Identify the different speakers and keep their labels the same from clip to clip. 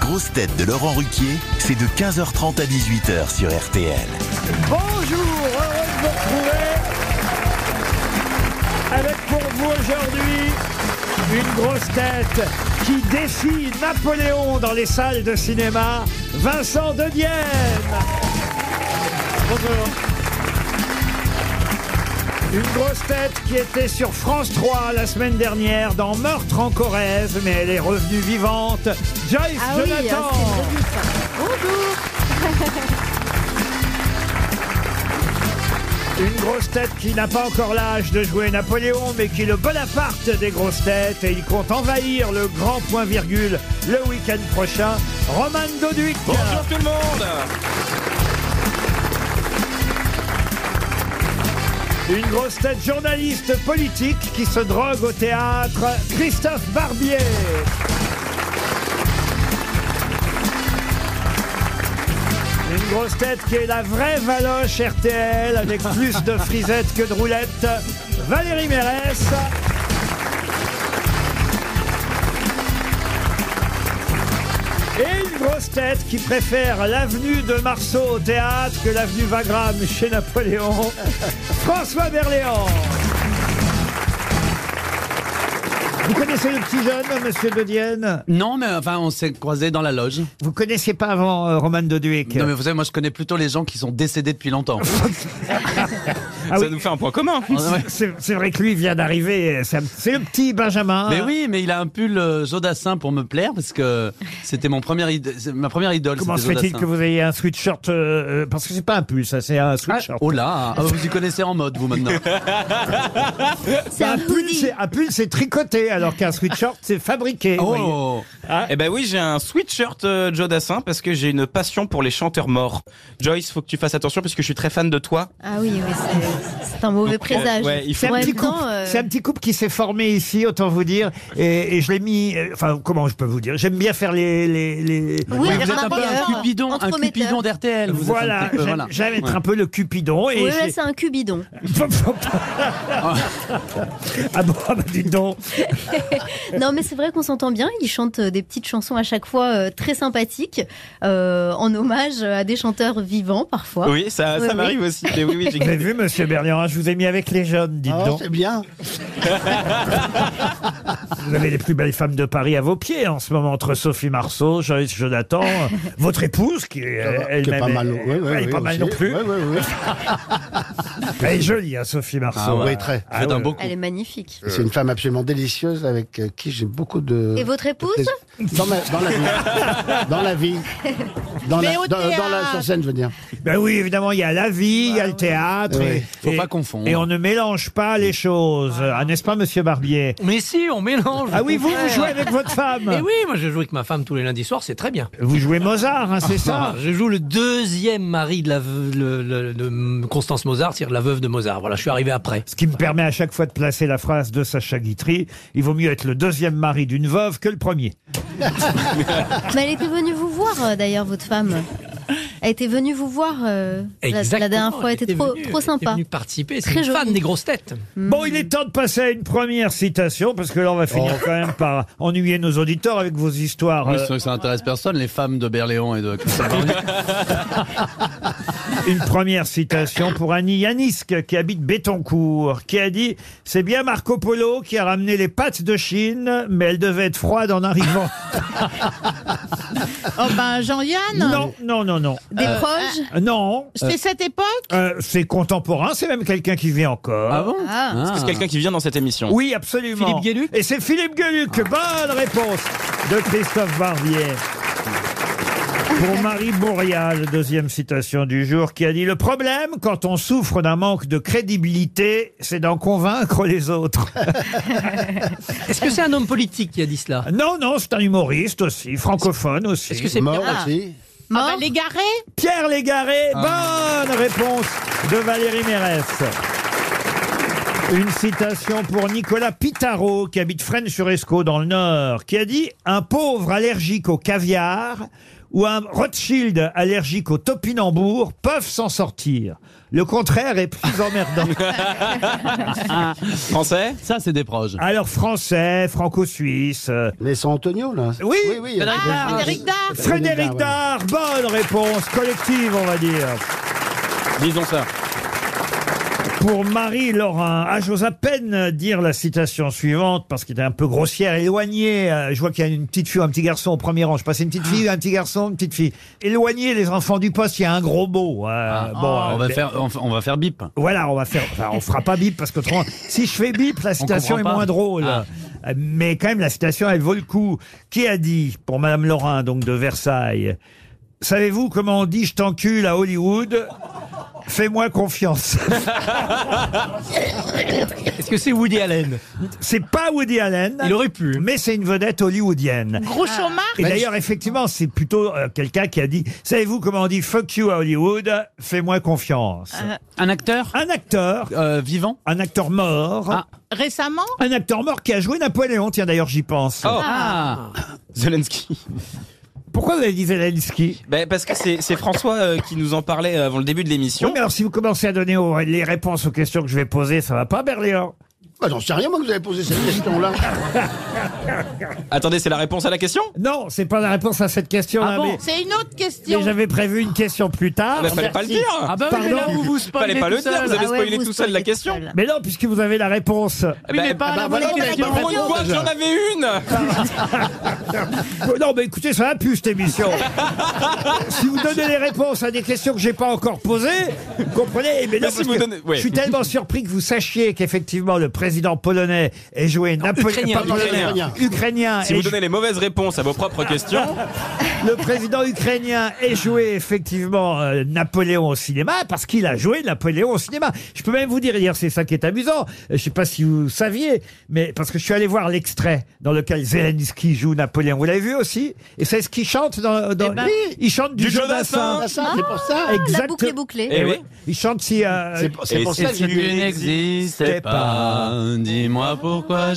Speaker 1: grosses têtes de Laurent Ruquier, c'est de 15h30 à 18h sur RTL.
Speaker 2: Bonjour, heureux de vous retrouver avec pour vous aujourd'hui une grosse tête qui défie Napoléon dans les salles de cinéma, Vincent de Dienne. Bonjour. Une grosse tête qui était sur France 3 la semaine dernière dans Meurtre en Corrèze, mais elle est revenue vivante. Joyce
Speaker 3: Ah oui,
Speaker 2: Jonathan.
Speaker 3: hein, c'est prévu, ça. Bonjour
Speaker 2: Une grosse tête qui n'a pas encore l'âge de jouer Napoléon, mais qui est le Bonaparte des grosses têtes et il compte envahir le grand point virgule le week-end prochain. Roman Doduic.
Speaker 4: Bonjour tout le monde
Speaker 2: Une grosse tête journaliste politique qui se drogue au théâtre, Christophe Barbier. Une grosse tête qui est la vraie valoche RTL avec plus de frisettes que de roulettes, Valérie Mérès. Et une grosse tête qui préfère l'avenue de Marceau au théâtre que l'avenue Wagram chez Napoléon, François Berléand. Vous connaissez le petit jeune, monsieur De Dienne
Speaker 5: Non, mais enfin, on s'est croisés dans la loge.
Speaker 2: Vous connaissiez pas avant euh, Roman Doduic
Speaker 5: Non, mais vous savez, moi, je connais plutôt les gens qui sont décédés depuis longtemps.
Speaker 2: Ah
Speaker 4: Ça
Speaker 2: oui.
Speaker 4: nous fait un point commun.
Speaker 5: Ouais.
Speaker 2: C'est c'est vrai que lui vient d'arriver. C'est un- c'est le petit Benjamin.
Speaker 5: Mais oui, mais il a un pull euh, Jodassin pour me plaire parce que c'était mon premier id- c'est hein. ma première idole.
Speaker 2: Comment se
Speaker 5: c'était
Speaker 2: fait-il
Speaker 5: Jodassin.
Speaker 2: que vous ayez un sweatshirt euh, euh, Parce que c'est pas un pull, ça, c'est un sweatshirt.
Speaker 5: Oh là, ah, vous y connaissez en mode vous maintenant.
Speaker 3: C'est
Speaker 5: Ah,
Speaker 3: un
Speaker 2: pull,
Speaker 3: hoodie.
Speaker 2: c'est- un pull, c'est tricoté, alors qu'un sweatshirt, c'est fabriqué. vous voyez. Ah.
Speaker 5: Oh,
Speaker 4: Eh ben oui, j'ai un sweatshirt euh, Joe Dassin parce que j'ai une passion pour les chanteurs morts. Joyce, faut que tu fasses attention parce que je suis très fan de toi.
Speaker 3: Ah oui, oui, c'est- c'est un mauvais présage.
Speaker 4: euh, ouais, il faut-
Speaker 2: C'est un,
Speaker 3: En même
Speaker 2: petit couple,
Speaker 3: temps, euh,
Speaker 2: c'est un petit couple qui s'est formé ici, autant vous dire. Et, et je l'ai mis. euh, Enfin, comment je peux vous dire J'aime bien faire les. les, les-
Speaker 5: Mais
Speaker 3: Oui, avec
Speaker 5: vous êtes
Speaker 3: un
Speaker 5: un peu un
Speaker 3: meilleur
Speaker 5: cupidon, un
Speaker 3: entremetteur.
Speaker 5: cupidon d'RTL. vous êtes un
Speaker 2: Voilà,
Speaker 5: petit peu,
Speaker 2: j'aime
Speaker 5: voilà.
Speaker 2: j'aime être
Speaker 5: Ouais.
Speaker 2: un peu le Cupidon. Et
Speaker 3: oui,
Speaker 2: j'ai-
Speaker 3: là, c'est un cubidon.
Speaker 2: ah bon, ah bah, dis donc.
Speaker 3: Non, mais c'est vrai qu'on s'entend bien. Il chante euh, des petites chansons à chaque fois euh, très sympathiques, euh, en hommage à des chanteurs vivants parfois.
Speaker 4: Oui, ça,
Speaker 3: Oui,
Speaker 4: ça
Speaker 3: oui.
Speaker 4: m'arrive aussi. Mais oui, Ah, oui, j'ai-
Speaker 2: Vous avez vu, monsieur Bernier, je vous ai mis avec les jeunes, dites donc.
Speaker 6: bien.
Speaker 2: Vous avez les plus belles femmes de Paris à vos pieds en ce moment, entre Sophie Marceau, Joyce Jonathan, euh, votre épouse, qui est euh,
Speaker 6: Elle
Speaker 2: elle-même.
Speaker 6: est pas mal,
Speaker 2: est-
Speaker 6: oui, oui,
Speaker 2: elle est
Speaker 6: oui,
Speaker 2: pas mal
Speaker 6: aussi.
Speaker 2: non plus.
Speaker 6: Oui, oui, oui.
Speaker 2: Elle est jolie, hein, Sophie
Speaker 6: Ah,
Speaker 2: Marceau.
Speaker 6: oui, très.
Speaker 2: Ah,
Speaker 5: Vous êtes
Speaker 2: ouais.
Speaker 5: un beau coup.
Speaker 3: Elle est magnifique.
Speaker 6: Euh, C'est une femme absolument délicieuse avec euh, qui j'ai beaucoup de.
Speaker 3: Et votre épouse
Speaker 6: de plaisir. euh, dans, ma- dans la vie. Dans la vie. Dans la, dans, dans la sur scène, je veux dire.
Speaker 2: Ben oui, évidemment, il y a la vie, il y a le théâtre.
Speaker 6: Oui.
Speaker 2: et-
Speaker 5: Faut
Speaker 2: et-
Speaker 5: pas confondre.
Speaker 2: Et on ne mélange pas les choses. Ah, n'est-ce pas, monsieur Barbier
Speaker 7: Mais si, on mélange.
Speaker 2: Ah oui, vous, vous
Speaker 7: frère.
Speaker 2: jouez avec votre femme.
Speaker 7: Mais oui, moi je joue avec ma femme tous les lundis soirs, c'est très bien.
Speaker 2: Vous jouez Mozart, hein, c'est ça
Speaker 7: Je joue le deuxième mari de, la, veu- le- le- de Constance Mozart, c'est-à-dire la veuve de Mozart. Voilà, je suis arrivé après.
Speaker 2: Ce qui me permet à chaque fois de placer la phrase de Sacha Guitry il vaut mieux être le deuxième mari d'une veuve que le premier.
Speaker 3: Mais elle était venue vous voir, euh, d'ailleurs, votre femme. Elle était venue vous voir euh, la, la
Speaker 7: Exactement,
Speaker 3: dernière fois. Elle était trop,
Speaker 7: venue-
Speaker 3: trop
Speaker 7: elle était
Speaker 3: sympa.
Speaker 7: venue participer. C'est
Speaker 3: Très Hmm.
Speaker 7: une
Speaker 3: jolie.
Speaker 7: fan des grosses têtes.
Speaker 2: Bon, il est temps de passer à une première citation, parce que là, on va finir quand même par ennuyer nos auditeurs avec vos histoires.
Speaker 5: Oh. Oui,
Speaker 2: euh,
Speaker 5: c'est vrai que ça intéresse personne, les femmes de Berléon et de Christophe Barbier.
Speaker 2: Euh, Une première citation pour Annie Yanisque, qui habite Bétoncourt, qui a dit « C'est bien Marco Polo qui a ramené les pâtes de Chine, mais elles devaient être froides en arrivant.
Speaker 8: Oh ben Jean-Yann, »
Speaker 2: Non, Euh, non, non, non.
Speaker 3: Ah Des proches
Speaker 2: Non,
Speaker 8: c'est cette époque
Speaker 2: euh, c'est contemporain, c'est même quelqu'un qui vit encore.
Speaker 5: Ah bon
Speaker 3: Ah.
Speaker 5: Ah.
Speaker 4: c'est quelqu'un qui vient dans cette émission.
Speaker 2: Oui, absolument.
Speaker 7: Philippe Gueluc
Speaker 2: Et c'est Philippe Gueluc. Bonne réponse de Christophe Barbier. Pour Marie Bourrial, deuxième citation du jour, qui a dit Le problème, quand on souffre d'un manque de crédibilité, c'est d'en convaincre les autres.
Speaker 7: Est-ce que c'est un homme politique qui a dit cela
Speaker 2: non, non, c'est un humoriste aussi, francophone aussi.
Speaker 7: Est-ce que c'est
Speaker 6: Mort
Speaker 3: bien.
Speaker 6: aussi.
Speaker 3: Mort
Speaker 2: bah,
Speaker 8: Ah ben, Légaré
Speaker 2: Pierre Légaré. Eh
Speaker 5: Ah.
Speaker 2: Bonne réponse de Valérie Mérès. Une citation pour Nicolas Pitaro, qui habite Fresnes-sur-Escaut dans le Nord, qui a dit Un pauvre allergique au caviar ou un Rothschild allergique au topinambour peuvent s'en sortir. Le contraire est plus emmerdant.
Speaker 4: Français
Speaker 5: Ah. Ça, c'est des proches.
Speaker 2: Alors français, franco-suisse. euh,
Speaker 6: Les San Antonio, là.
Speaker 2: Oui.
Speaker 6: oui, oui il y a-
Speaker 8: Ah,
Speaker 3: Ah,
Speaker 8: Frédéric Dard.
Speaker 2: Frédéric
Speaker 6: Frédéric
Speaker 2: Dard, bonne réponse collective, on va dire.
Speaker 4: Disons ça.
Speaker 2: Pour Marie Laurin, ah, j'ose à peine dire la citation suivante parce qu'elle est un peu grossière, éloignée. euh, Je vois qu'il y a une petite fille, un petit garçon au premier rang. Je passe une petite fille, un petit garçon, une petite fille. Éloigner les enfants du poste, il y a un gros mot. euh, bon,
Speaker 5: Ah. on, va
Speaker 2: euh,
Speaker 5: faire, on, on va faire bip.
Speaker 2: Voilà, on va faire. Enfin, on fera pas bip parce qu'autrement, si je fais bip, la citation est
Speaker 5: comprend pas.
Speaker 2: moins drôle.
Speaker 5: Ah.
Speaker 2: Euh, Mais quand même, la citation, elle vaut le coup. Qui a dit, pour Madame Laurin, donc de Versailles, savez-vous comment on dit je t'encule à Hollywood Fais-moi confiance.
Speaker 7: Est-ce que c'est Woody Allen
Speaker 2: C'est pas Woody Allen.
Speaker 7: Il aurait pu.
Speaker 2: Mais c'est une vedette hollywoodienne. Ah.
Speaker 8: Groucho Marx.
Speaker 2: Et d'ailleurs, effectivement, c'est plutôt euh, quelqu'un qui a dit Savez-vous comment on dit fuck you à Hollywood Fais-moi confiance.
Speaker 5: Un acteur
Speaker 2: Un acteur,
Speaker 5: euh, vivant
Speaker 2: un acteur mort,
Speaker 5: Ah.
Speaker 8: Récemment,
Speaker 2: un acteur mort qui a joué Napoléon. Tiens, d'ailleurs, j'y pense.
Speaker 4: Oh,
Speaker 5: Ah,
Speaker 4: Zelensky.
Speaker 2: Pourquoi vous avez dit Zelensky
Speaker 4: Ben, parce que c'est c'est François euh, qui nous en parlait avant le début de
Speaker 2: Oui,
Speaker 4: l'émission.
Speaker 2: mais alors si vous commencez à donner aux- les réponses aux questions que je vais poser, ça va pas, Berléand
Speaker 6: Bah, J'en sais rien, moi, que vous avez posé cette question-là.
Speaker 4: Attendez, c'est la réponse à la question
Speaker 2: Non, c'est pas la réponse à cette question.
Speaker 5: Ah bon
Speaker 2: mais,
Speaker 8: c'est une autre
Speaker 2: mais
Speaker 8: question.
Speaker 2: j'avais prévu une question plus tard.
Speaker 4: Il fallait pas le dire
Speaker 5: Ah bah oui, mais là,
Speaker 2: Pardon.
Speaker 5: vous vous spoilez
Speaker 4: Fallait pas
Speaker 5: tout
Speaker 4: le dire,
Speaker 5: seul.
Speaker 4: vous avez
Speaker 3: Ah ouais,
Speaker 4: spoilé
Speaker 3: vous
Speaker 4: tout seul la
Speaker 3: spoilez tout
Speaker 4: question.
Speaker 3: seul.
Speaker 2: Mais non, puisque vous avez la réponse.
Speaker 5: Ah Oui, mais pas à la bonne question.
Speaker 4: Bah, pourquoi j'en avais une
Speaker 2: Euh, non, mais écoutez, ça a pu cette émission. si vous donnez les réponses à des questions que j'ai pas encore posées, vous comprenez mais non,
Speaker 4: Mais Bah, si
Speaker 2: parce
Speaker 4: vous
Speaker 2: que
Speaker 4: donnez- ouais.
Speaker 2: Je suis tellement surpris que vous sachiez qu'effectivement le président polonais ait joué Napoléon.
Speaker 7: ukrainien,
Speaker 2: pas polonais,
Speaker 6: ukrainien.
Speaker 2: ukrainien
Speaker 4: Si
Speaker 2: ait
Speaker 4: vous donnez les mauvaises réponses à vos
Speaker 2: Ah.
Speaker 4: propres questions,
Speaker 2: Le président ukrainien ait joué effectivement euh, Napoléon au cinéma parce qu'il a joué Napoléon au cinéma. Je peux même vous dire hier, c'est ça qui est amusant. Euh, Je sais pas si vous saviez, mais parce que je suis allé voir l'extrait dans lequel Zelensky joue Napoléon. Vous l'avez vu aussi Et c'est ce qu'il chante dans. dans-
Speaker 8: Eh ben-
Speaker 2: Oui, il chante du,
Speaker 4: Du
Speaker 2: jeu
Speaker 4: Jodassin.
Speaker 6: Ah, ça, c'est pour ça.
Speaker 3: La boucle est bouclée.
Speaker 4: Eh oui.
Speaker 2: Il chante si. euh,
Speaker 6: C'est pour- c'est pour
Speaker 4: Et
Speaker 6: ça que
Speaker 5: Si
Speaker 6: j'ai
Speaker 5: tu
Speaker 6: dit-
Speaker 5: n'existais pas, dis-moi pourquoi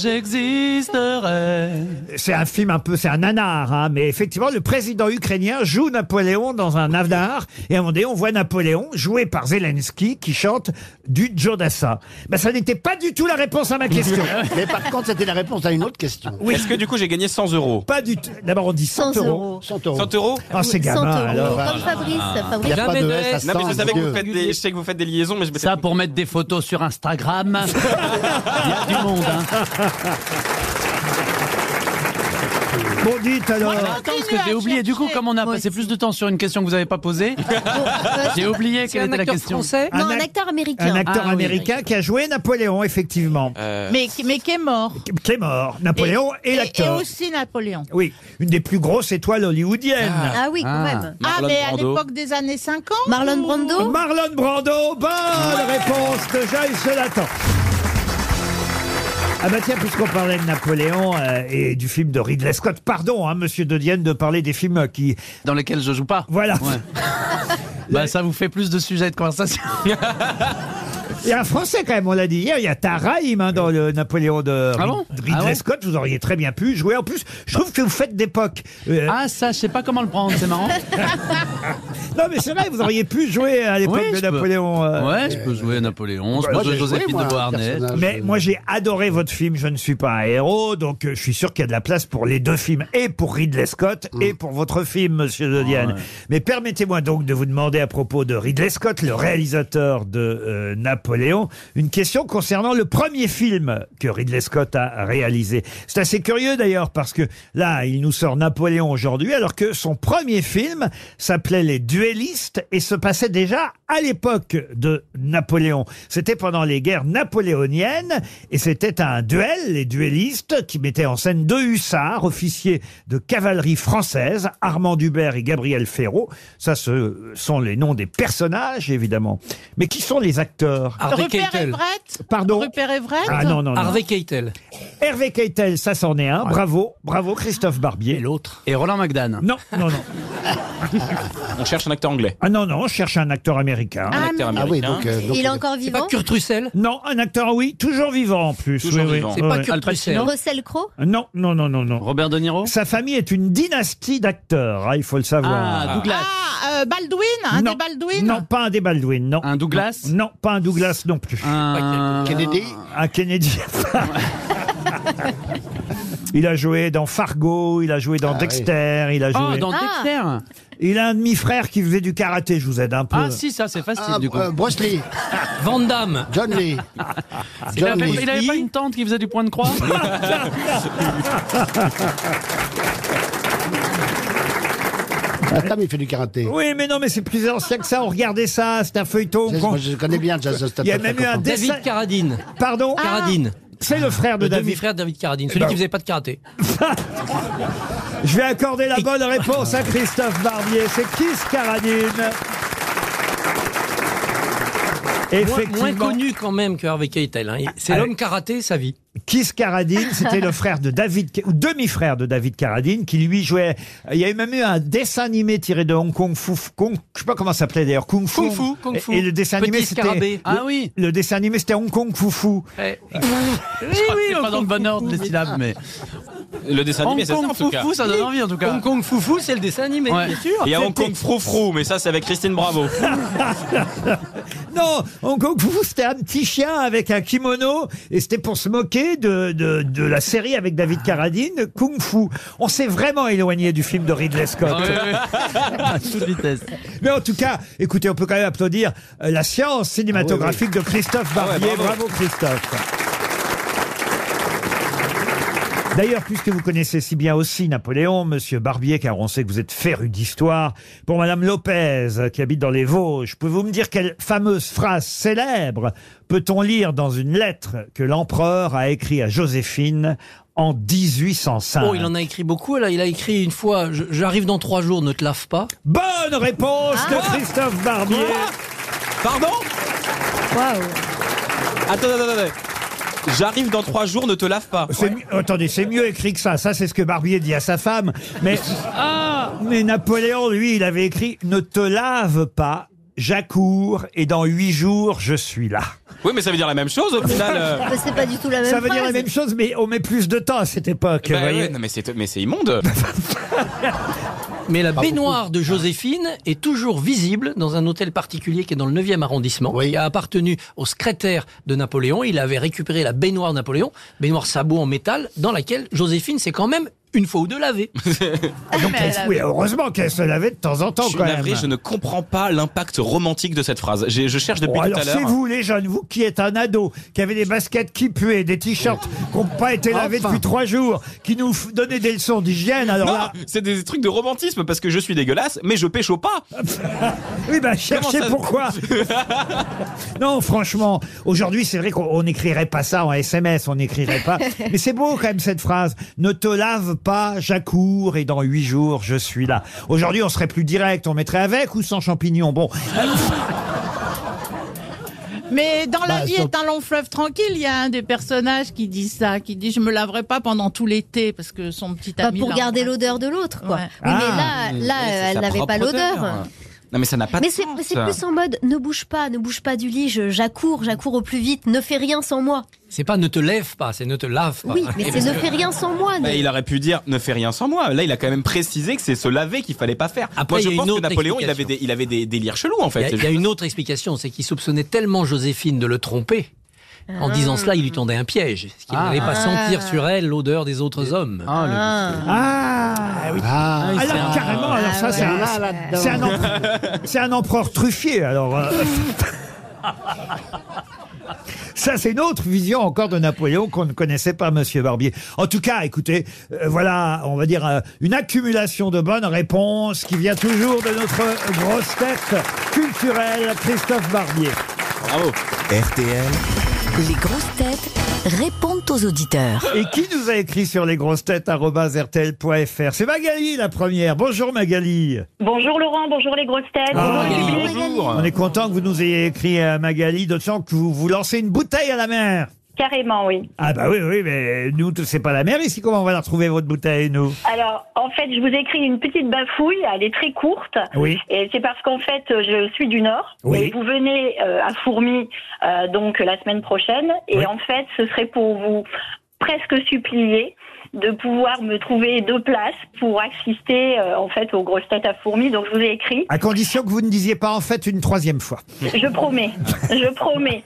Speaker 5: j'existerais.
Speaker 2: c'est un film un peu, c'est un nanar, hein, mais effectivement, le président ukrainien joue Napoléon dans un nanar, et à un moment donné, on voit Napoléon joué par Zelensky qui chante du Jodassin. Ben, ça n'était pas du tout la réponse à ma question.
Speaker 6: Mais par contre, c'était la réponse à une autre question.
Speaker 2: Oui.
Speaker 4: est-ce que du coup j'ai gagné 100 euros
Speaker 2: Pas du tout. D'abord, on dit 100
Speaker 3: 100
Speaker 2: euros.
Speaker 3: euros.
Speaker 6: 100 euros.
Speaker 4: 100 euros Ah.
Speaker 2: Ah, c'est
Speaker 3: 100
Speaker 2: gamin,
Speaker 3: euros.
Speaker 2: alors. Ah.
Speaker 3: Comme
Speaker 6: Il
Speaker 3: Fabrice.
Speaker 6: n'y
Speaker 3: Fabrice.
Speaker 6: a pas
Speaker 7: Jamais
Speaker 6: de
Speaker 7: de
Speaker 6: S à
Speaker 7: S.
Speaker 4: Non mais je
Speaker 6: 100,
Speaker 4: savais que
Speaker 6: mon
Speaker 4: vous
Speaker 6: Dieu.
Speaker 4: faites des, je sais que vous faites des liaisons, mais je m'étais
Speaker 5: Ça pour mettre des photos sur Instagram. Il y a du monde, hein.
Speaker 2: Bon, dites alors.
Speaker 5: Alors, attends, parce que j'ai oublié. Du coup, comme on a
Speaker 3: Moi
Speaker 5: passé
Speaker 3: aussi.
Speaker 5: plus de temps sur une question que vous n'avez pas posée, j'ai oublié quelle était la question.
Speaker 3: Non, un
Speaker 2: ac-
Speaker 3: acteur
Speaker 2: Un
Speaker 3: américain.
Speaker 2: acteur
Speaker 5: Ah, oui.
Speaker 2: américain qui a joué Napoléon, effectivement.
Speaker 4: Euh,
Speaker 8: Mais, mais qui est mort.
Speaker 2: Qui- Qui est mort. Napoléon et,
Speaker 8: Et, et
Speaker 2: l'acteur.
Speaker 8: aussi Napoléon.
Speaker 2: Oui, une des plus grosses étoles hollywoodiennes.
Speaker 3: Ah oui, quand
Speaker 5: Ah.
Speaker 3: même.
Speaker 8: ah,
Speaker 4: Marlon
Speaker 8: mais à
Speaker 4: Brando.
Speaker 8: l'époque des années euh, 50
Speaker 3: Marlon
Speaker 8: ou-
Speaker 3: Brando.
Speaker 2: Marlon Brando, bonne réponse de Joyce Jonathan. Ah bah tiens, puisqu'on parlait de Napoléon euh, et du film de Ridley Scott, pardon, hein, monsieur De Dienne, de parler des films qui...
Speaker 5: Dans lequel je joue pas.
Speaker 2: Voilà.
Speaker 5: Ouais. Bah, ça vous fait plus de sujets de conversation.
Speaker 2: Il y a un français quand même, on l'a dit hier, il y a Taraïm hein, dans le Napoléon de Rid-
Speaker 5: Ah bon
Speaker 2: Ridley
Speaker 5: Ah ouais
Speaker 2: Scott, vous auriez très bien pu jouer. En plus, je trouve que vous faites d'époque. Euh,
Speaker 5: Ah, ça, je sais pas comment le prendre, c'est marrant.
Speaker 2: Non mais c'est vrai, vous auriez pu jouer à l'époque
Speaker 5: Oui,
Speaker 2: de
Speaker 5: je peux.
Speaker 2: Napoléon. euh,
Speaker 5: Ouais, je peux jouer Napoléon, je
Speaker 6: Moi,
Speaker 5: peux
Speaker 6: Bah, j'ai
Speaker 5: jouer
Speaker 6: joué,
Speaker 5: Joséphine
Speaker 6: moi,
Speaker 5: de
Speaker 6: un
Speaker 5: Beauharnais.
Speaker 6: personnage. euh,
Speaker 2: Mais moi j'ai adoré votre film Je ne suis pas un héros, donc euh, je suis sûr qu'il y a de la place pour les deux films, et pour Ridley Scott,
Speaker 6: Mm.
Speaker 2: et pour votre film, Monsieur Dodiane. Mais permettez-moi donc de vous demander à propos de Ridley Scott, le réalisateur de euh, Napoléon, une question concernant le premier film que Ridley Scott a réalisé. C'est assez curieux d'ailleurs parce que là, il nous sort Napoléon aujourd'hui, alors que son premier film s'appelait Les Duellistes et se passait déjà à l'époque de Napoléon. C'était pendant les guerres napoléoniennes et c'était un duel, les duellistes, qui mettaient en scène deux hussards, officiers de cavalerie française, Armand Dubert et Gabriel Ferraud. Ça, ce sont les noms des personnages, évidemment. Mais qui sont les acteurs
Speaker 7: Harvey
Speaker 8: Rupert
Speaker 7: Keitel.
Speaker 8: Everett
Speaker 2: Pardon
Speaker 8: Rupert Everett
Speaker 2: Ah non, non, non.
Speaker 7: Harvey Keitel.
Speaker 2: Hervé Keitel, ça c'en est un. Bravo, bravo Christophe Barbier.
Speaker 7: l'autre
Speaker 5: Et Roland McDan.
Speaker 2: Non, non, non.
Speaker 4: On cherche un acteur anglais.
Speaker 2: Ah non, non, on cherche un acteur américain.
Speaker 4: Un
Speaker 8: Ah,
Speaker 4: acteur
Speaker 8: mais-
Speaker 6: Ah oui,
Speaker 4: américain.
Speaker 6: donc. euh, donc-
Speaker 3: Il est encore
Speaker 7: C'est pas
Speaker 3: vivant.
Speaker 7: Kurt Russell
Speaker 2: Non, un acteur, oui, toujours vivant en plus.
Speaker 4: Toujours
Speaker 2: oui, oui.
Speaker 4: vivant.
Speaker 7: C'est pas
Speaker 2: Ouais.
Speaker 7: Kurt Russell
Speaker 3: Russell Crowe
Speaker 2: Euh, Non, non, non, non, non.
Speaker 5: Robert De Niro
Speaker 2: Sa famille est une dynastie d'acteurs, hein, il faut le savoir.
Speaker 5: Ah, Douglas.
Speaker 8: Ah, euh, Baldwin Un
Speaker 2: non,
Speaker 8: des Baldwin
Speaker 2: Non, pas un des Baldwin, non.
Speaker 5: Un Douglas
Speaker 2: Non, pas un Douglas non plus.
Speaker 5: Un...
Speaker 6: Kennedy
Speaker 2: Un Kennedy. il a joué dans Fargo, il a joué dans
Speaker 6: Ah,
Speaker 2: Dexter, il a
Speaker 5: Oh,
Speaker 2: joué.
Speaker 5: dans
Speaker 3: Ah.
Speaker 5: Dexter
Speaker 2: Il a un demi-frère qui faisait du karaté, je vous aide un peu.
Speaker 5: Ah si, ça c'est facile
Speaker 6: Ah,
Speaker 5: du coup.
Speaker 6: euh, Bruce Lee,
Speaker 7: Van Damme
Speaker 6: John Lee.
Speaker 5: Ah, il,
Speaker 6: John
Speaker 5: avait,
Speaker 6: Lee.
Speaker 5: il avait pas une tante qui faisait du point de croix
Speaker 6: Attends, mais il fait du karaté.
Speaker 2: Oui, mais non, mais c'est plus ancien que ça. On regardait ça, c'est un feuilleton.
Speaker 6: Je,
Speaker 2: qu'on-
Speaker 6: moi, je connais bien Jason Statham.
Speaker 2: Il y a même eu un dessin.
Speaker 7: David Carradine.
Speaker 2: Pardon
Speaker 7: Carradine.
Speaker 2: C'est le frère de
Speaker 7: Le
Speaker 2: David. Eh ben.
Speaker 7: demi-frère de David Carradine, celui qui faisait pas de karaté.
Speaker 2: Je vais accorder la bonne réponse à Christophe Barbier. C'est Kiss Caradine.
Speaker 7: Moins,
Speaker 2: Effectivement,
Speaker 7: moins connu quand même que Harvey Keitel. hein. Il- C'est
Speaker 2: Ah,
Speaker 7: l'homme karaté, sa vie.
Speaker 2: Kiss Caradine, c'était le frère de David, ou demi-frère de David Caradine, qui lui jouait. Il y a eu même eu un dessin animé tiré de Hong Kong, Fou, Kong- je sais pas comment ça s'appelait d'ailleurs, Kung Fu.
Speaker 7: Kung Fu, Kung Fu.
Speaker 2: Et, et le dessin
Speaker 7: Petit
Speaker 2: animé,
Speaker 7: scarabée.
Speaker 2: c'était.
Speaker 5: Ah
Speaker 2: le-
Speaker 5: oui.
Speaker 2: Le dessin animé, c'était Hong Kong Foufou.
Speaker 7: Eh,
Speaker 5: Oui, c'est pas dans le bon ordre les syllabes, mais.
Speaker 4: Le dessin
Speaker 5: Hong
Speaker 4: animé, c'est ça
Speaker 5: Kong
Speaker 4: en tout cas.
Speaker 5: Foufou, ça donne envie en tout cas.
Speaker 7: Hong Kong Foufou, c'est le dessin animé,
Speaker 5: Ouais.
Speaker 7: bien sûr.
Speaker 4: Il y a Hong Kong Froufrou, mais ça c'est avec Christine Bravo.
Speaker 2: Non, Hong Kong Foufou, c'était un petit chien avec un kimono et c'était pour se moquer de, de, de la série avec David Carradine, Kung Fu. On s'est vraiment éloigné du film de Ridley
Speaker 7: Ah
Speaker 2: Scott.
Speaker 5: Ouais, ouais, ouais. À toute vitesse.
Speaker 2: Mais en tout cas, écoutez, on peut quand même applaudir euh, la science cinématographique
Speaker 5: Ah
Speaker 2: de Christophe
Speaker 4: ouais,
Speaker 2: Barbier. bravo.
Speaker 4: bravo.
Speaker 2: Christophe. D'ailleurs, puisque vous connaissez si bien aussi Napoléon, monsieur Barbier, car on sait que vous êtes féru d'histoire, pour madame Lopez, euh, qui habite dans les Vosges, pouvez-vous me dire quelle fameuse phrase célèbre peut-on lire dans une lettre que l'empereur a écrite à Joséphine en 1805
Speaker 7: Oh, il en a écrit beaucoup. Là, il a écrit une fois je- J'arrive dans trois jours, ne te lave pas.
Speaker 2: Bonne réponse de Christophe Barbier
Speaker 4: Pardon
Speaker 3: Waouh
Speaker 4: Attends, attends, attends. J'arrive dans trois jours, ne te lave pas.
Speaker 2: C'est mi- Euh, Attendez, c'est mieux écrit que ça. Ça, c'est ce que Barbier dit à sa femme. Mais, mais Napoléon, lui, il avait écrit Ne te lave pas, j'accours, et dans huit jours, je suis là.
Speaker 4: Oui, mais ça veut dire la même chose au final. euh.
Speaker 3: Bah, C'est pas du tout la même
Speaker 2: Ça veut dire la
Speaker 3: phrase.
Speaker 2: même chose, mais on met plus de temps à cette époque.
Speaker 4: Bah
Speaker 2: voyez.
Speaker 4: ouais, non, mais c'est mais c'est immonde.
Speaker 7: Mais
Speaker 2: Ah,
Speaker 7: la baignoire de Joséphine est toujours visible dans un hôtel particulier qui est dans le 9e arrondissement.
Speaker 6: Oui.
Speaker 7: Il a appartenu au secrétaire de Napoléon. Il avait récupéré la baignoire de Napoléon, baignoire sabot en métal, dans laquelle Joséphine s'est quand même une fois ou deux lavée.
Speaker 2: Donc, elle- oui, heureusement qu'elle se lavait de temps en temps
Speaker 4: Je suis
Speaker 2: quand même.
Speaker 4: navré, je ne comprends pas l'impact romantique de cette phrase. J'ai- Je cherche depuis
Speaker 2: Bon,
Speaker 4: tout
Speaker 2: Oh, alors
Speaker 4: à
Speaker 2: c'est
Speaker 4: l'heure. hein.
Speaker 2: vous les jeunes, vous qui êtes un ado, qui avez des baskets qui puaient, des t-shirts qui n'ont pas été lavés
Speaker 6: Enfin.
Speaker 2: depuis trois jours, qui nous f- donnez des leçons d'hygiène. Alors
Speaker 4: Non,
Speaker 2: là,
Speaker 4: c'est des trucs de romantisme parce que je suis dégueulasse, mais je pêche au pas.
Speaker 2: Oui, bah, cherchez
Speaker 4: ça se-
Speaker 2: pourquoi. non, franchement, aujourd'hui, c'est vrai qu'on on n'écrirait pas ça en SMS, on n'écrirait pas. Mais c'est beau quand même cette phrase. Ne te lave pas, j'accours et dans huit jours, je suis là. Aujourd'hui, on serait plus direct, on mettrait avec ou sans champignons. Bon,
Speaker 8: Mais dans la
Speaker 6: Bah,
Speaker 8: vie
Speaker 6: sur-
Speaker 8: est un long fleuve tranquille, il y a un des personnages qui dit ça, qui dit je me laverai pas pendant tout l'été parce que son petit
Speaker 3: Pas
Speaker 8: ami.
Speaker 3: Bah, pour
Speaker 8: l'a
Speaker 3: garder
Speaker 8: embrassé.
Speaker 3: l'odeur de l'autre, quoi.
Speaker 8: Ouais.
Speaker 3: Oui,
Speaker 2: Ah.
Speaker 3: mais là, là,
Speaker 4: C'est
Speaker 3: elle
Speaker 4: sa
Speaker 3: n'avait pas
Speaker 4: propre
Speaker 3: l'odeur.
Speaker 4: odeur. hein. Non, mais ça n'a pas
Speaker 3: Mais
Speaker 4: de
Speaker 3: c'est
Speaker 4: sens.
Speaker 3: c'est plus en mode ne bouge pas, ne bouge pas du lit, je- j'accours, j'accours au plus vite, ne fais rien sans moi.
Speaker 4: Ah,
Speaker 7: C'est pas ne te lève pas, c'est ne te lave pas.
Speaker 3: Oui, mais c'est ne fais rien sans moi. ne-
Speaker 4: Bah, il aurait pu dire ne fais rien sans moi. Là, il a quand même précisé que c'est se laver qu'il fallait pas faire.
Speaker 7: Après,
Speaker 4: Moi,
Speaker 7: il y
Speaker 4: je
Speaker 7: a
Speaker 4: pense
Speaker 7: une
Speaker 4: que
Speaker 7: autre
Speaker 4: Napoléon, il avait,
Speaker 7: explication.
Speaker 4: des, il avait des, des délires chelous en
Speaker 7: Il y
Speaker 4: fait.
Speaker 7: a- il y, a une autre explication, c'est qu'il soupçonnait tellement Joséphine de le tromper. En disant cela, il lui tendait un piège. Ce qu'il
Speaker 5: Ah.
Speaker 7: n'allait pas
Speaker 3: Ah.
Speaker 7: sentir sur elle l'odeur des autres hommes.
Speaker 5: Ah, le-
Speaker 2: ah, oui.
Speaker 6: Ah,
Speaker 2: alors carrément, alors ça,
Speaker 3: Ah
Speaker 2: c'est
Speaker 3: ouais.
Speaker 2: un,
Speaker 6: Ah, là-dedans.
Speaker 2: c'est un empereur, c'est un empereur truffier, alors. euh, Ça, c'est une autre vision encore de Napoléon qu'on ne connaissait pas, Monsieur Barbier. En tout cas, écoutez, euh, voilà, on va dire euh, une accumulation de bonnes réponses qui vient toujours de notre grosse tête culturelle, Christophe Barbier.
Speaker 4: Bravo.
Speaker 1: RTL,
Speaker 9: Les grosses têtes répondent aux auditeurs.
Speaker 2: Et qui nous a écrit sur lesgrossetêtes.rtl.fr C'est Magali, la première. Bonjour Magali.
Speaker 10: Bonjour Laurent, bonjour les grosses têtes.
Speaker 2: Ah,
Speaker 10: bonjour le public.
Speaker 4: Bonjour.
Speaker 2: On est content que vous nous ayez écrit, euh, Magali, d'autant que vous vous lancez une bouteille à la mer.
Speaker 10: Carrément, oui.
Speaker 2: Ah bah oui, oui, mais nous, tout- c'est pas la mer ici. Comment on va la retrouver, votre bouteille, nous
Speaker 10: Alors, en fait, je vous écris une petite bafouille. Elle est très courte.
Speaker 2: Oui.
Speaker 10: Et c'est parce qu'en fait, je suis du Nord.
Speaker 2: Oui.
Speaker 10: Et vous venez euh, à Fourmi, euh, donc la semaine prochaine. Et
Speaker 2: Oui.
Speaker 10: en fait, ce serait pour vous presque supplier de pouvoir me trouver deux places pour assister euh, en fait aux grosses têtes à Fourmi. Donc, je vous ai écrit.
Speaker 2: À condition que vous ne disiez pas en fait une troisième fois.
Speaker 10: Je promets, je promets.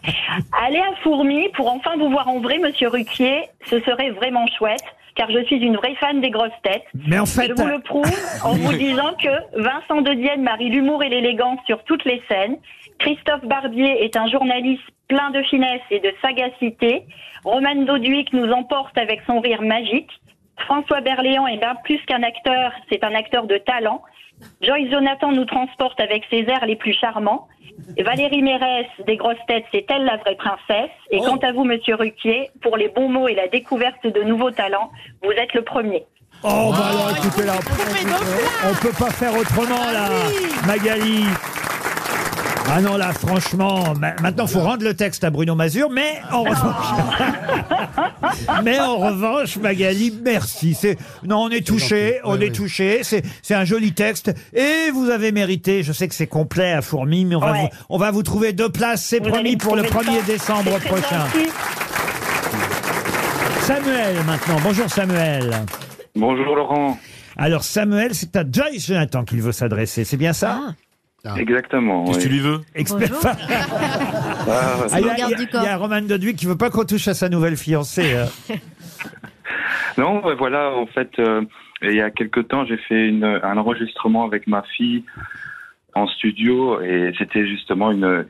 Speaker 10: Aller à Fourmi pour enfin vous voir en vrai, Monsieur Ruquier, ce serait vraiment chouette, car je suis une vraie fan des grosses têtes.
Speaker 2: Mais en fait, euh,
Speaker 10: Je vous le prouve en vous disant que Vincent De Dienne marie l'humour et l'élégance sur toutes les scènes. Christophe Barbier est un journaliste plein de finesse et de sagacité. Roman Doduic nous emporte avec son rire magique. François Berléand est bien plus qu'un acteur, c'est un acteur de talent. Joyce Jonathan nous transporte avec ses airs les plus charmants. Valérie Mérès, des grosses têtes, c'est elle la vraie princesse. Et
Speaker 2: Oh.
Speaker 10: quant à vous, monsieur Ruquier, pour les bons mots et la découverte de nouveaux talents, vous êtes le premier.
Speaker 2: Oh,
Speaker 10: Ah,
Speaker 2: bah alors, écoutez, là, on peut pas faire autrement, là, Magali. Ah non, là, franchement, ma- maintenant, faut rendre le texte à Bruno Mazur, mais en revanche...
Speaker 10: Ah.
Speaker 2: mais en revanche, Magali, merci. C'est Non, on est touché, on est touché, c'est c'est un joli texte, et vous avez mérité, je sais que c'est complet à fourmi, mais on, va,
Speaker 10: Ouais.
Speaker 2: vous, on va vous trouver deux places, c'est
Speaker 10: Vous
Speaker 2: promis,
Speaker 10: allez me
Speaker 2: pour le
Speaker 10: trouver
Speaker 2: 1er
Speaker 10: ça.
Speaker 2: décembre
Speaker 10: C'est très
Speaker 2: prochain.
Speaker 10: gentil.
Speaker 2: Samuel, maintenant. Bonjour, Samuel.
Speaker 11: Bonjour Laurent.
Speaker 2: Alors Samuel, c'est à Joyce Jonathan qu'il veut s'adresser, c'est bien
Speaker 3: Ah.
Speaker 2: ça Ah.
Speaker 11: Exactement. Qu'est-ce que tu lui
Speaker 4: veux
Speaker 2: Expert- Ah, Il y a- il y, a- il y a Roman Doduy qui veut pas qu'on touche à sa nouvelle fiancée. euh.
Speaker 11: Non, ouais, voilà, en fait, euh, il y a quelque temps, j'ai fait une, un enregistrement avec ma fille en studio et c'était justement une,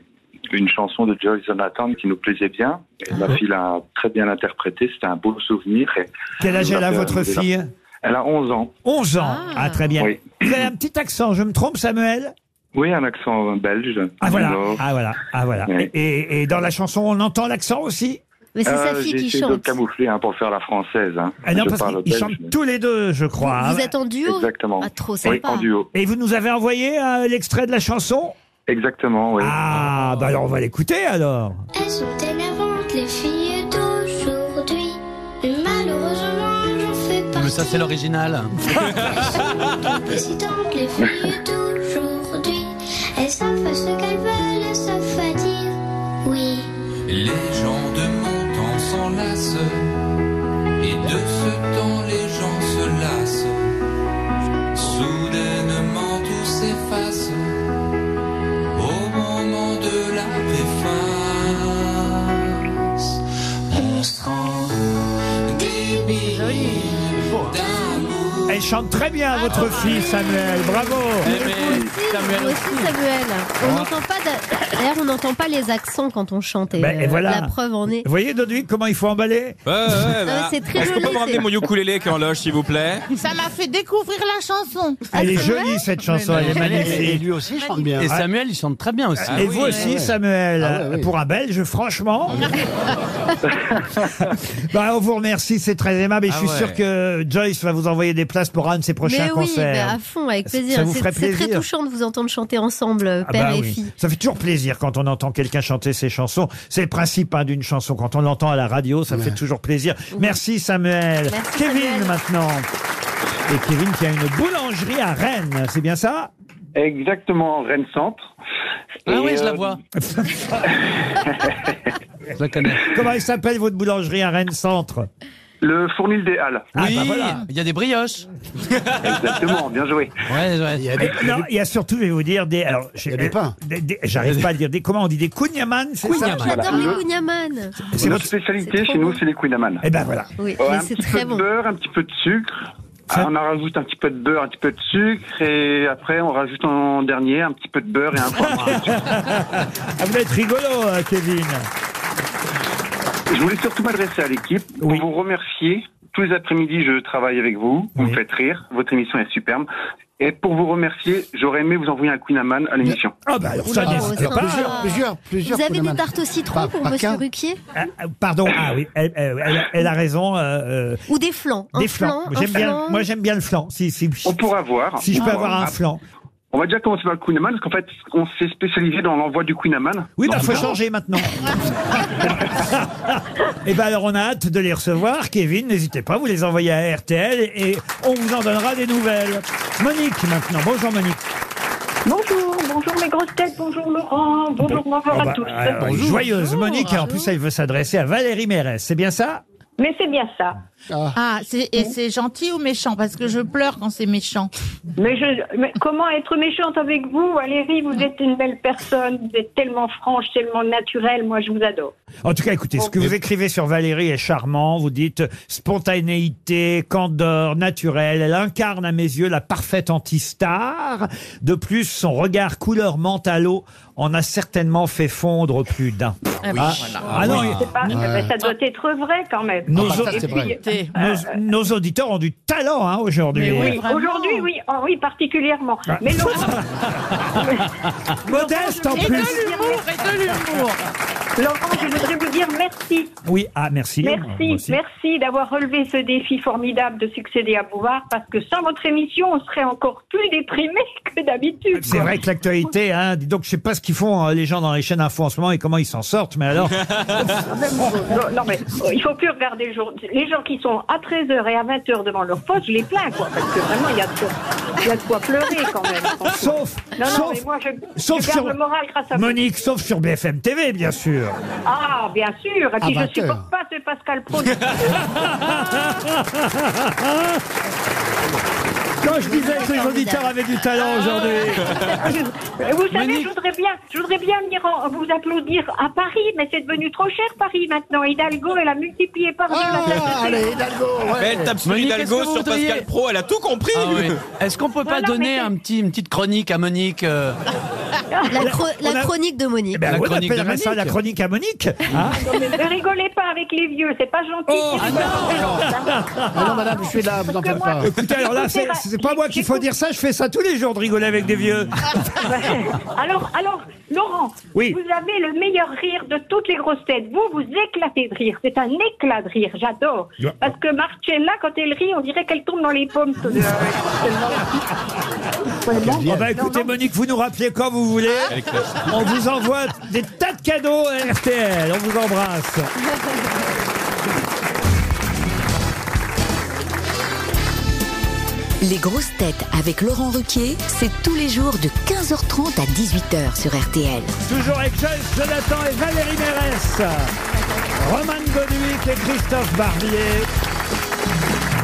Speaker 11: une chanson de Joyce Jonathan qui nous plaisait bien. Et
Speaker 2: Ah.
Speaker 11: ma fille l'a très bien interprétée, c'était un beau souvenir. Et
Speaker 2: Quel âge elle a, votre fille
Speaker 11: Elle a 11 ans.
Speaker 2: 11 ans. Ah, très bien.
Speaker 11: Oui.
Speaker 2: Vous avez un petit accent, je me trompe Samuel
Speaker 11: Oui, un accent belge.
Speaker 2: Ah voilà,
Speaker 11: du Nord.
Speaker 2: ah voilà, ah voilà.
Speaker 11: Oui.
Speaker 2: Et, et- et dans la chanson, on entend l'accent aussi
Speaker 11: Euh, j'ai essayé de le camoufler hein, pour faire la française. Hein.
Speaker 2: Ah non,
Speaker 11: Je
Speaker 2: parce
Speaker 11: parle
Speaker 2: qu'ils
Speaker 11: belge,
Speaker 2: chantent
Speaker 11: mais-
Speaker 2: tous les deux, je crois. hein.
Speaker 3: Vous êtes en duo
Speaker 11: Exactement.
Speaker 3: Ah, trop
Speaker 11: Oui,
Speaker 3: sympa.
Speaker 11: en duo.
Speaker 2: Et vous nous avez envoyé euh, l'extrait de la chanson
Speaker 11: Exactement, oui.
Speaker 2: Ah, bah alors on va l'écouter alors.
Speaker 12: Elles sont énervantes, les filles d'aujourd'hui. Et malheureusement, j'en fais
Speaker 5: Mais ça, c'est l'original.
Speaker 12: partie. Présidente, les filles d'aujourd'hui. Elles savent ce qu'elles veulent, elles savent dire oui.
Speaker 13: Les gens de mon temps s'enlacent, et de ce temps les gens se lassent. Soudainement tout s'efface, au moment de la préface. On se rend débile d'amour.
Speaker 2: Elle chante très bien,
Speaker 4: Ah,
Speaker 2: votre fille Samuel. Bravo.
Speaker 4: Eh ben,
Speaker 3: Samuel aussi, Samuel. On n'entend pas. d'a- D'ailleurs, on n'entend pas les accents quand on chante. Et,
Speaker 2: Ben, et
Speaker 3: euh,
Speaker 2: voilà.
Speaker 3: La preuve en est.
Speaker 2: Vous voyez, Doduy, comment il faut emballer
Speaker 4: Ouais, ouais,
Speaker 3: Non, c'est très
Speaker 4: Est-ce qu'on peut
Speaker 3: joli,
Speaker 4: me ramener
Speaker 3: c'est-
Speaker 4: mon ukulélé qui est en loge, s'il vous plaît
Speaker 8: Ça m'a fait découvrir la chanson.
Speaker 3: Ah,
Speaker 8: Ah,
Speaker 2: Elle est jolie cette chanson, elle est magnifique. Ah.
Speaker 5: Et lui aussi, chante bien. Et Samuel, il chante très bien aussi.
Speaker 4: Ah
Speaker 5: Ah
Speaker 2: Et vous aussi, Samuel, pour un Belge, franchement.
Speaker 3: Ah
Speaker 2: bah, on vous remercie, c'est très aimable. Et
Speaker 5: Ah
Speaker 2: je suis
Speaker 5: ouais.
Speaker 2: sûr que Joyce va vous envoyer des places pour un de ses prochains
Speaker 3: Mais oui,
Speaker 2: concerts.
Speaker 3: ben, à fond, avec
Speaker 2: Ça-
Speaker 3: plaisir.
Speaker 2: ça vous
Speaker 3: C'est-
Speaker 2: ferait
Speaker 3: c'est très
Speaker 2: plaisir.
Speaker 3: touchant de vous entendre chanter ensemble, euh,
Speaker 2: Ah
Speaker 3: père
Speaker 2: bah
Speaker 3: et
Speaker 2: oui.
Speaker 3: fille.
Speaker 2: Ça fait toujours plaisir quand on entend quelqu'un chanter ses chansons. C'est le principe hein, d'une chanson. Quand on l'entend à la radio, ça fait toujours plaisir. Merci Samuel.
Speaker 14: Merci,
Speaker 2: Kevin
Speaker 14: Samuel.
Speaker 2: maintenant. Et Kevin qui a une boulangerie à Rennes, c'est bien ça
Speaker 11: Exactement, Rennes Centre.
Speaker 5: Ah
Speaker 11: Et,
Speaker 5: oui, je la
Speaker 11: euh,
Speaker 5: vois.
Speaker 11: Je la connais.
Speaker 2: Comment il s'appelle votre boulangerie à Rennes Centre
Speaker 11: Le fournil des Halles.
Speaker 5: oui, Ah, bah il y a des brioches.
Speaker 11: Exactement, bien joué.
Speaker 5: Ouais, ouais. Il y a
Speaker 2: Mais Eh, non, il y a surtout, je vais vous dire, des. Alors, j'ai-
Speaker 5: des pains.
Speaker 2: des- des- J'arrive pas à dire. Des, comment on dit Des kouign-amann, c'est ça
Speaker 11: Kouign-amann.
Speaker 3: J'adore les
Speaker 11: Le-
Speaker 3: Kounyaman.
Speaker 2: C'est
Speaker 11: Notre
Speaker 2: votre-
Speaker 11: spécialité chez nous, c'est les Quinaman.
Speaker 2: Eh ben voilà.
Speaker 3: Oui,
Speaker 11: Euh,
Speaker 3: mais
Speaker 11: un
Speaker 3: c'est
Speaker 11: petit
Speaker 3: très
Speaker 11: peu
Speaker 3: bon.
Speaker 11: de beurre, un petit peu de sucre. Ah, on en rajoute un petit peu de beurre, un petit peu de sucre, et après on rajoute en dernier un petit peu de beurre et un poivre.
Speaker 2: Ah, vous êtes rigolo, euh, Kevin.
Speaker 11: Je voulais surtout m'adresser à l'équipe pour vous remercier. Tous les après-midi, je travaille avec vous. Vous me faites rire. Votre émission est superbe. Et pour vous remercier, j'aurais aimé vous envoyer un Quinaman à l'émission.
Speaker 2: Ah bah alors ça
Speaker 11: Oula,
Speaker 2: n'hésitez
Speaker 11: sympa.
Speaker 2: pas.
Speaker 11: Plusieurs,
Speaker 3: plusieurs, oh, Vous avez des tartes au citron pour Monsieur Ruquier
Speaker 2: Ah, ah, Pardon, ah oui, elle, elle- elle- elle a raison. euh, euh,
Speaker 3: Ou des flans. Un
Speaker 2: des
Speaker 3: flan,
Speaker 2: flans.
Speaker 3: un
Speaker 2: J'aime bien,
Speaker 3: flan.
Speaker 2: moi j'aime bien le flan. Si, si,
Speaker 11: On pourra voir. Ah,
Speaker 2: si je
Speaker 11: On
Speaker 2: peux
Speaker 11: pourra
Speaker 2: avoir un
Speaker 11: voir.
Speaker 2: flan.
Speaker 11: On va déjà commencer par le Queen Amman, parce qu'en fait, on s'est spécialisé dans l'envoi du Queen Amman.
Speaker 2: Oui,
Speaker 11: Dans
Speaker 2: bah,
Speaker 11: le
Speaker 2: faut
Speaker 11: genre.
Speaker 2: changer maintenant. Eh ben alors, on a hâte de les recevoir. Kevin, n'hésitez pas, vous les envoyez à RTL et on vous en donnera des nouvelles. Monique, maintenant. Bonjour, Monique.
Speaker 14: Bonjour, bonjour mes grosses têtes, bonjour Laurent, bonjour, bonjour
Speaker 2: Oh,
Speaker 14: à
Speaker 2: bah,
Speaker 14: tous.
Speaker 2: alors, Joyeuse Monique, et en plus, elle veut s'adresser à Valérie Mérès. C'est bien ça
Speaker 8: Mais c'est bien ça. Ah, c'est- et c'est gentil ou méchant Parce que je pleure quand c'est méchant.
Speaker 14: Mais, je,
Speaker 2: Ah,
Speaker 14: mais comment être méchante avec vous, Valérie Vous êtes une belle personne, vous êtes tellement franche, tellement naturelle, moi je vous adore.
Speaker 2: En tout cas, écoutez, ce que vous écrivez sur Valérie est charmant. Vous dites spontanéité, candeur, naturel. Elle incarne à mes yeux la parfaite anti-star. De plus, son regard couleur mentalo en a certainement fait fondre plus d'un.
Speaker 14: Ah,
Speaker 2: Ah, ah non,
Speaker 14: Je sais pas,
Speaker 2: il-
Speaker 14: mais ça doit être vrai quand même.
Speaker 2: nos,
Speaker 14: Et
Speaker 2: au-
Speaker 14: puis, euh,
Speaker 2: nos- nos auditeurs ont du talent hein, Ah, aujourd'hui.
Speaker 14: Ah, oui, aujourd'hui, oui, oh, oui, particulièrement.
Speaker 2: Ah.
Speaker 14: Mais Laurent,
Speaker 2: Modeste en plus.
Speaker 14: Laurent, je voudrais vous dire merci.
Speaker 2: Oui, ah merci. Moi
Speaker 14: Merci,
Speaker 2: aussi.
Speaker 14: merci d'avoir relevé ce défi formidable de succéder à Bouvard parce que sans votre émission, on serait encore plus déprimé que d'habitude.
Speaker 2: C'est vrai que l'actualité, hein, dis donc je sais pas ce qu'ils font euh, les gens dans les chaînes info en ce moment et comment ils s'en sortent, mais alors.
Speaker 14: Ah, ben, non, non, mais euh, il faut plus regarder le jour. Les gens qui sont à 13h et à 20h devant leur poste, je les plains, quoi. Parce que vraiment, il y a de quoi, il y a de quoi pleurer quand même. franchement.
Speaker 2: Sauf-
Speaker 14: Non, non,
Speaker 2: sauf-
Speaker 14: mais moi, je, je
Speaker 2: sauf
Speaker 14: garde
Speaker 2: sur-
Speaker 14: le moral grâce à vous.
Speaker 2: Monique, sauf sur BFM TV, bien sûr.
Speaker 14: Ah, bien sûr. Et puis,
Speaker 2: À
Speaker 14: je
Speaker 2: 20h.
Speaker 14: supporte pas ce Pascal Pro.
Speaker 2: Quand je disais que les auditeurs avaient du talent aujourd'hui.
Speaker 14: Et Vous savez, je voudrais bien, je voudrais bien venir en- vous applaudir à Paris, mais c'est devenu trop cher Paris maintenant. Hidalgo, elle a multiplié par deux la taxe de
Speaker 6: Ah, allez,
Speaker 14: séjour.
Speaker 6: Hidalgo,
Speaker 4: Mais elle tape sur
Speaker 5: Monique,
Speaker 4: Hidalgo,
Speaker 5: est-ce que vous
Speaker 4: sur Pascal
Speaker 5: voudriez-
Speaker 4: Pro, elle a tout compris.
Speaker 5: Ah oui. Est-ce qu'on peut pas
Speaker 3: Voilà, mais
Speaker 5: donner
Speaker 3: c'est-
Speaker 5: un petit, une petite chronique à Monique euh,
Speaker 3: La,
Speaker 5: On a-
Speaker 3: chro- la
Speaker 5: on a-
Speaker 3: chronique de Monique.
Speaker 5: Eh ben, La
Speaker 2: On
Speaker 5: chronique de
Speaker 2: appellerait ça la
Speaker 5: Monique.
Speaker 2: chronique à Monique. hein
Speaker 14: Non, mais ne rigolez pas avec les vieux, c'est pas gentil. c'est pas gentil.
Speaker 6: Oh, Ah non, madame, je suis là, vous en faites pas.
Speaker 2: Écoutez, alors là,
Speaker 14: bah,
Speaker 2: c'est c'est pas moi qu'il faut dire ça, je fais ça tous les jours de rigoler avec des vieux.
Speaker 14: Ah, bah, Alors, alors, Laurent,
Speaker 2: Oui.
Speaker 14: vous avez le meilleur rire de toutes les grosses têtes. Vous, vous éclatez de rire. C'est un éclat de rire, j'adore.
Speaker 2: Ouais.
Speaker 14: Parce que Marcella, quand elle rit, on dirait qu'elle tombe dans les pommes.
Speaker 2: Oh bah écoutez, Monique, vous nous rappelez quand vous voulez. On vous envoie des tas de cadeaux à RTL. On vous embrasse.
Speaker 9: Les grosses têtes avec Laurent Ruquier, c'est tous les jours de 15h30 à 18h sur RTL.
Speaker 2: Toujours avec Joyce Jonathan et Valérie Mérès. Roman Goduic et Christophe Barbier.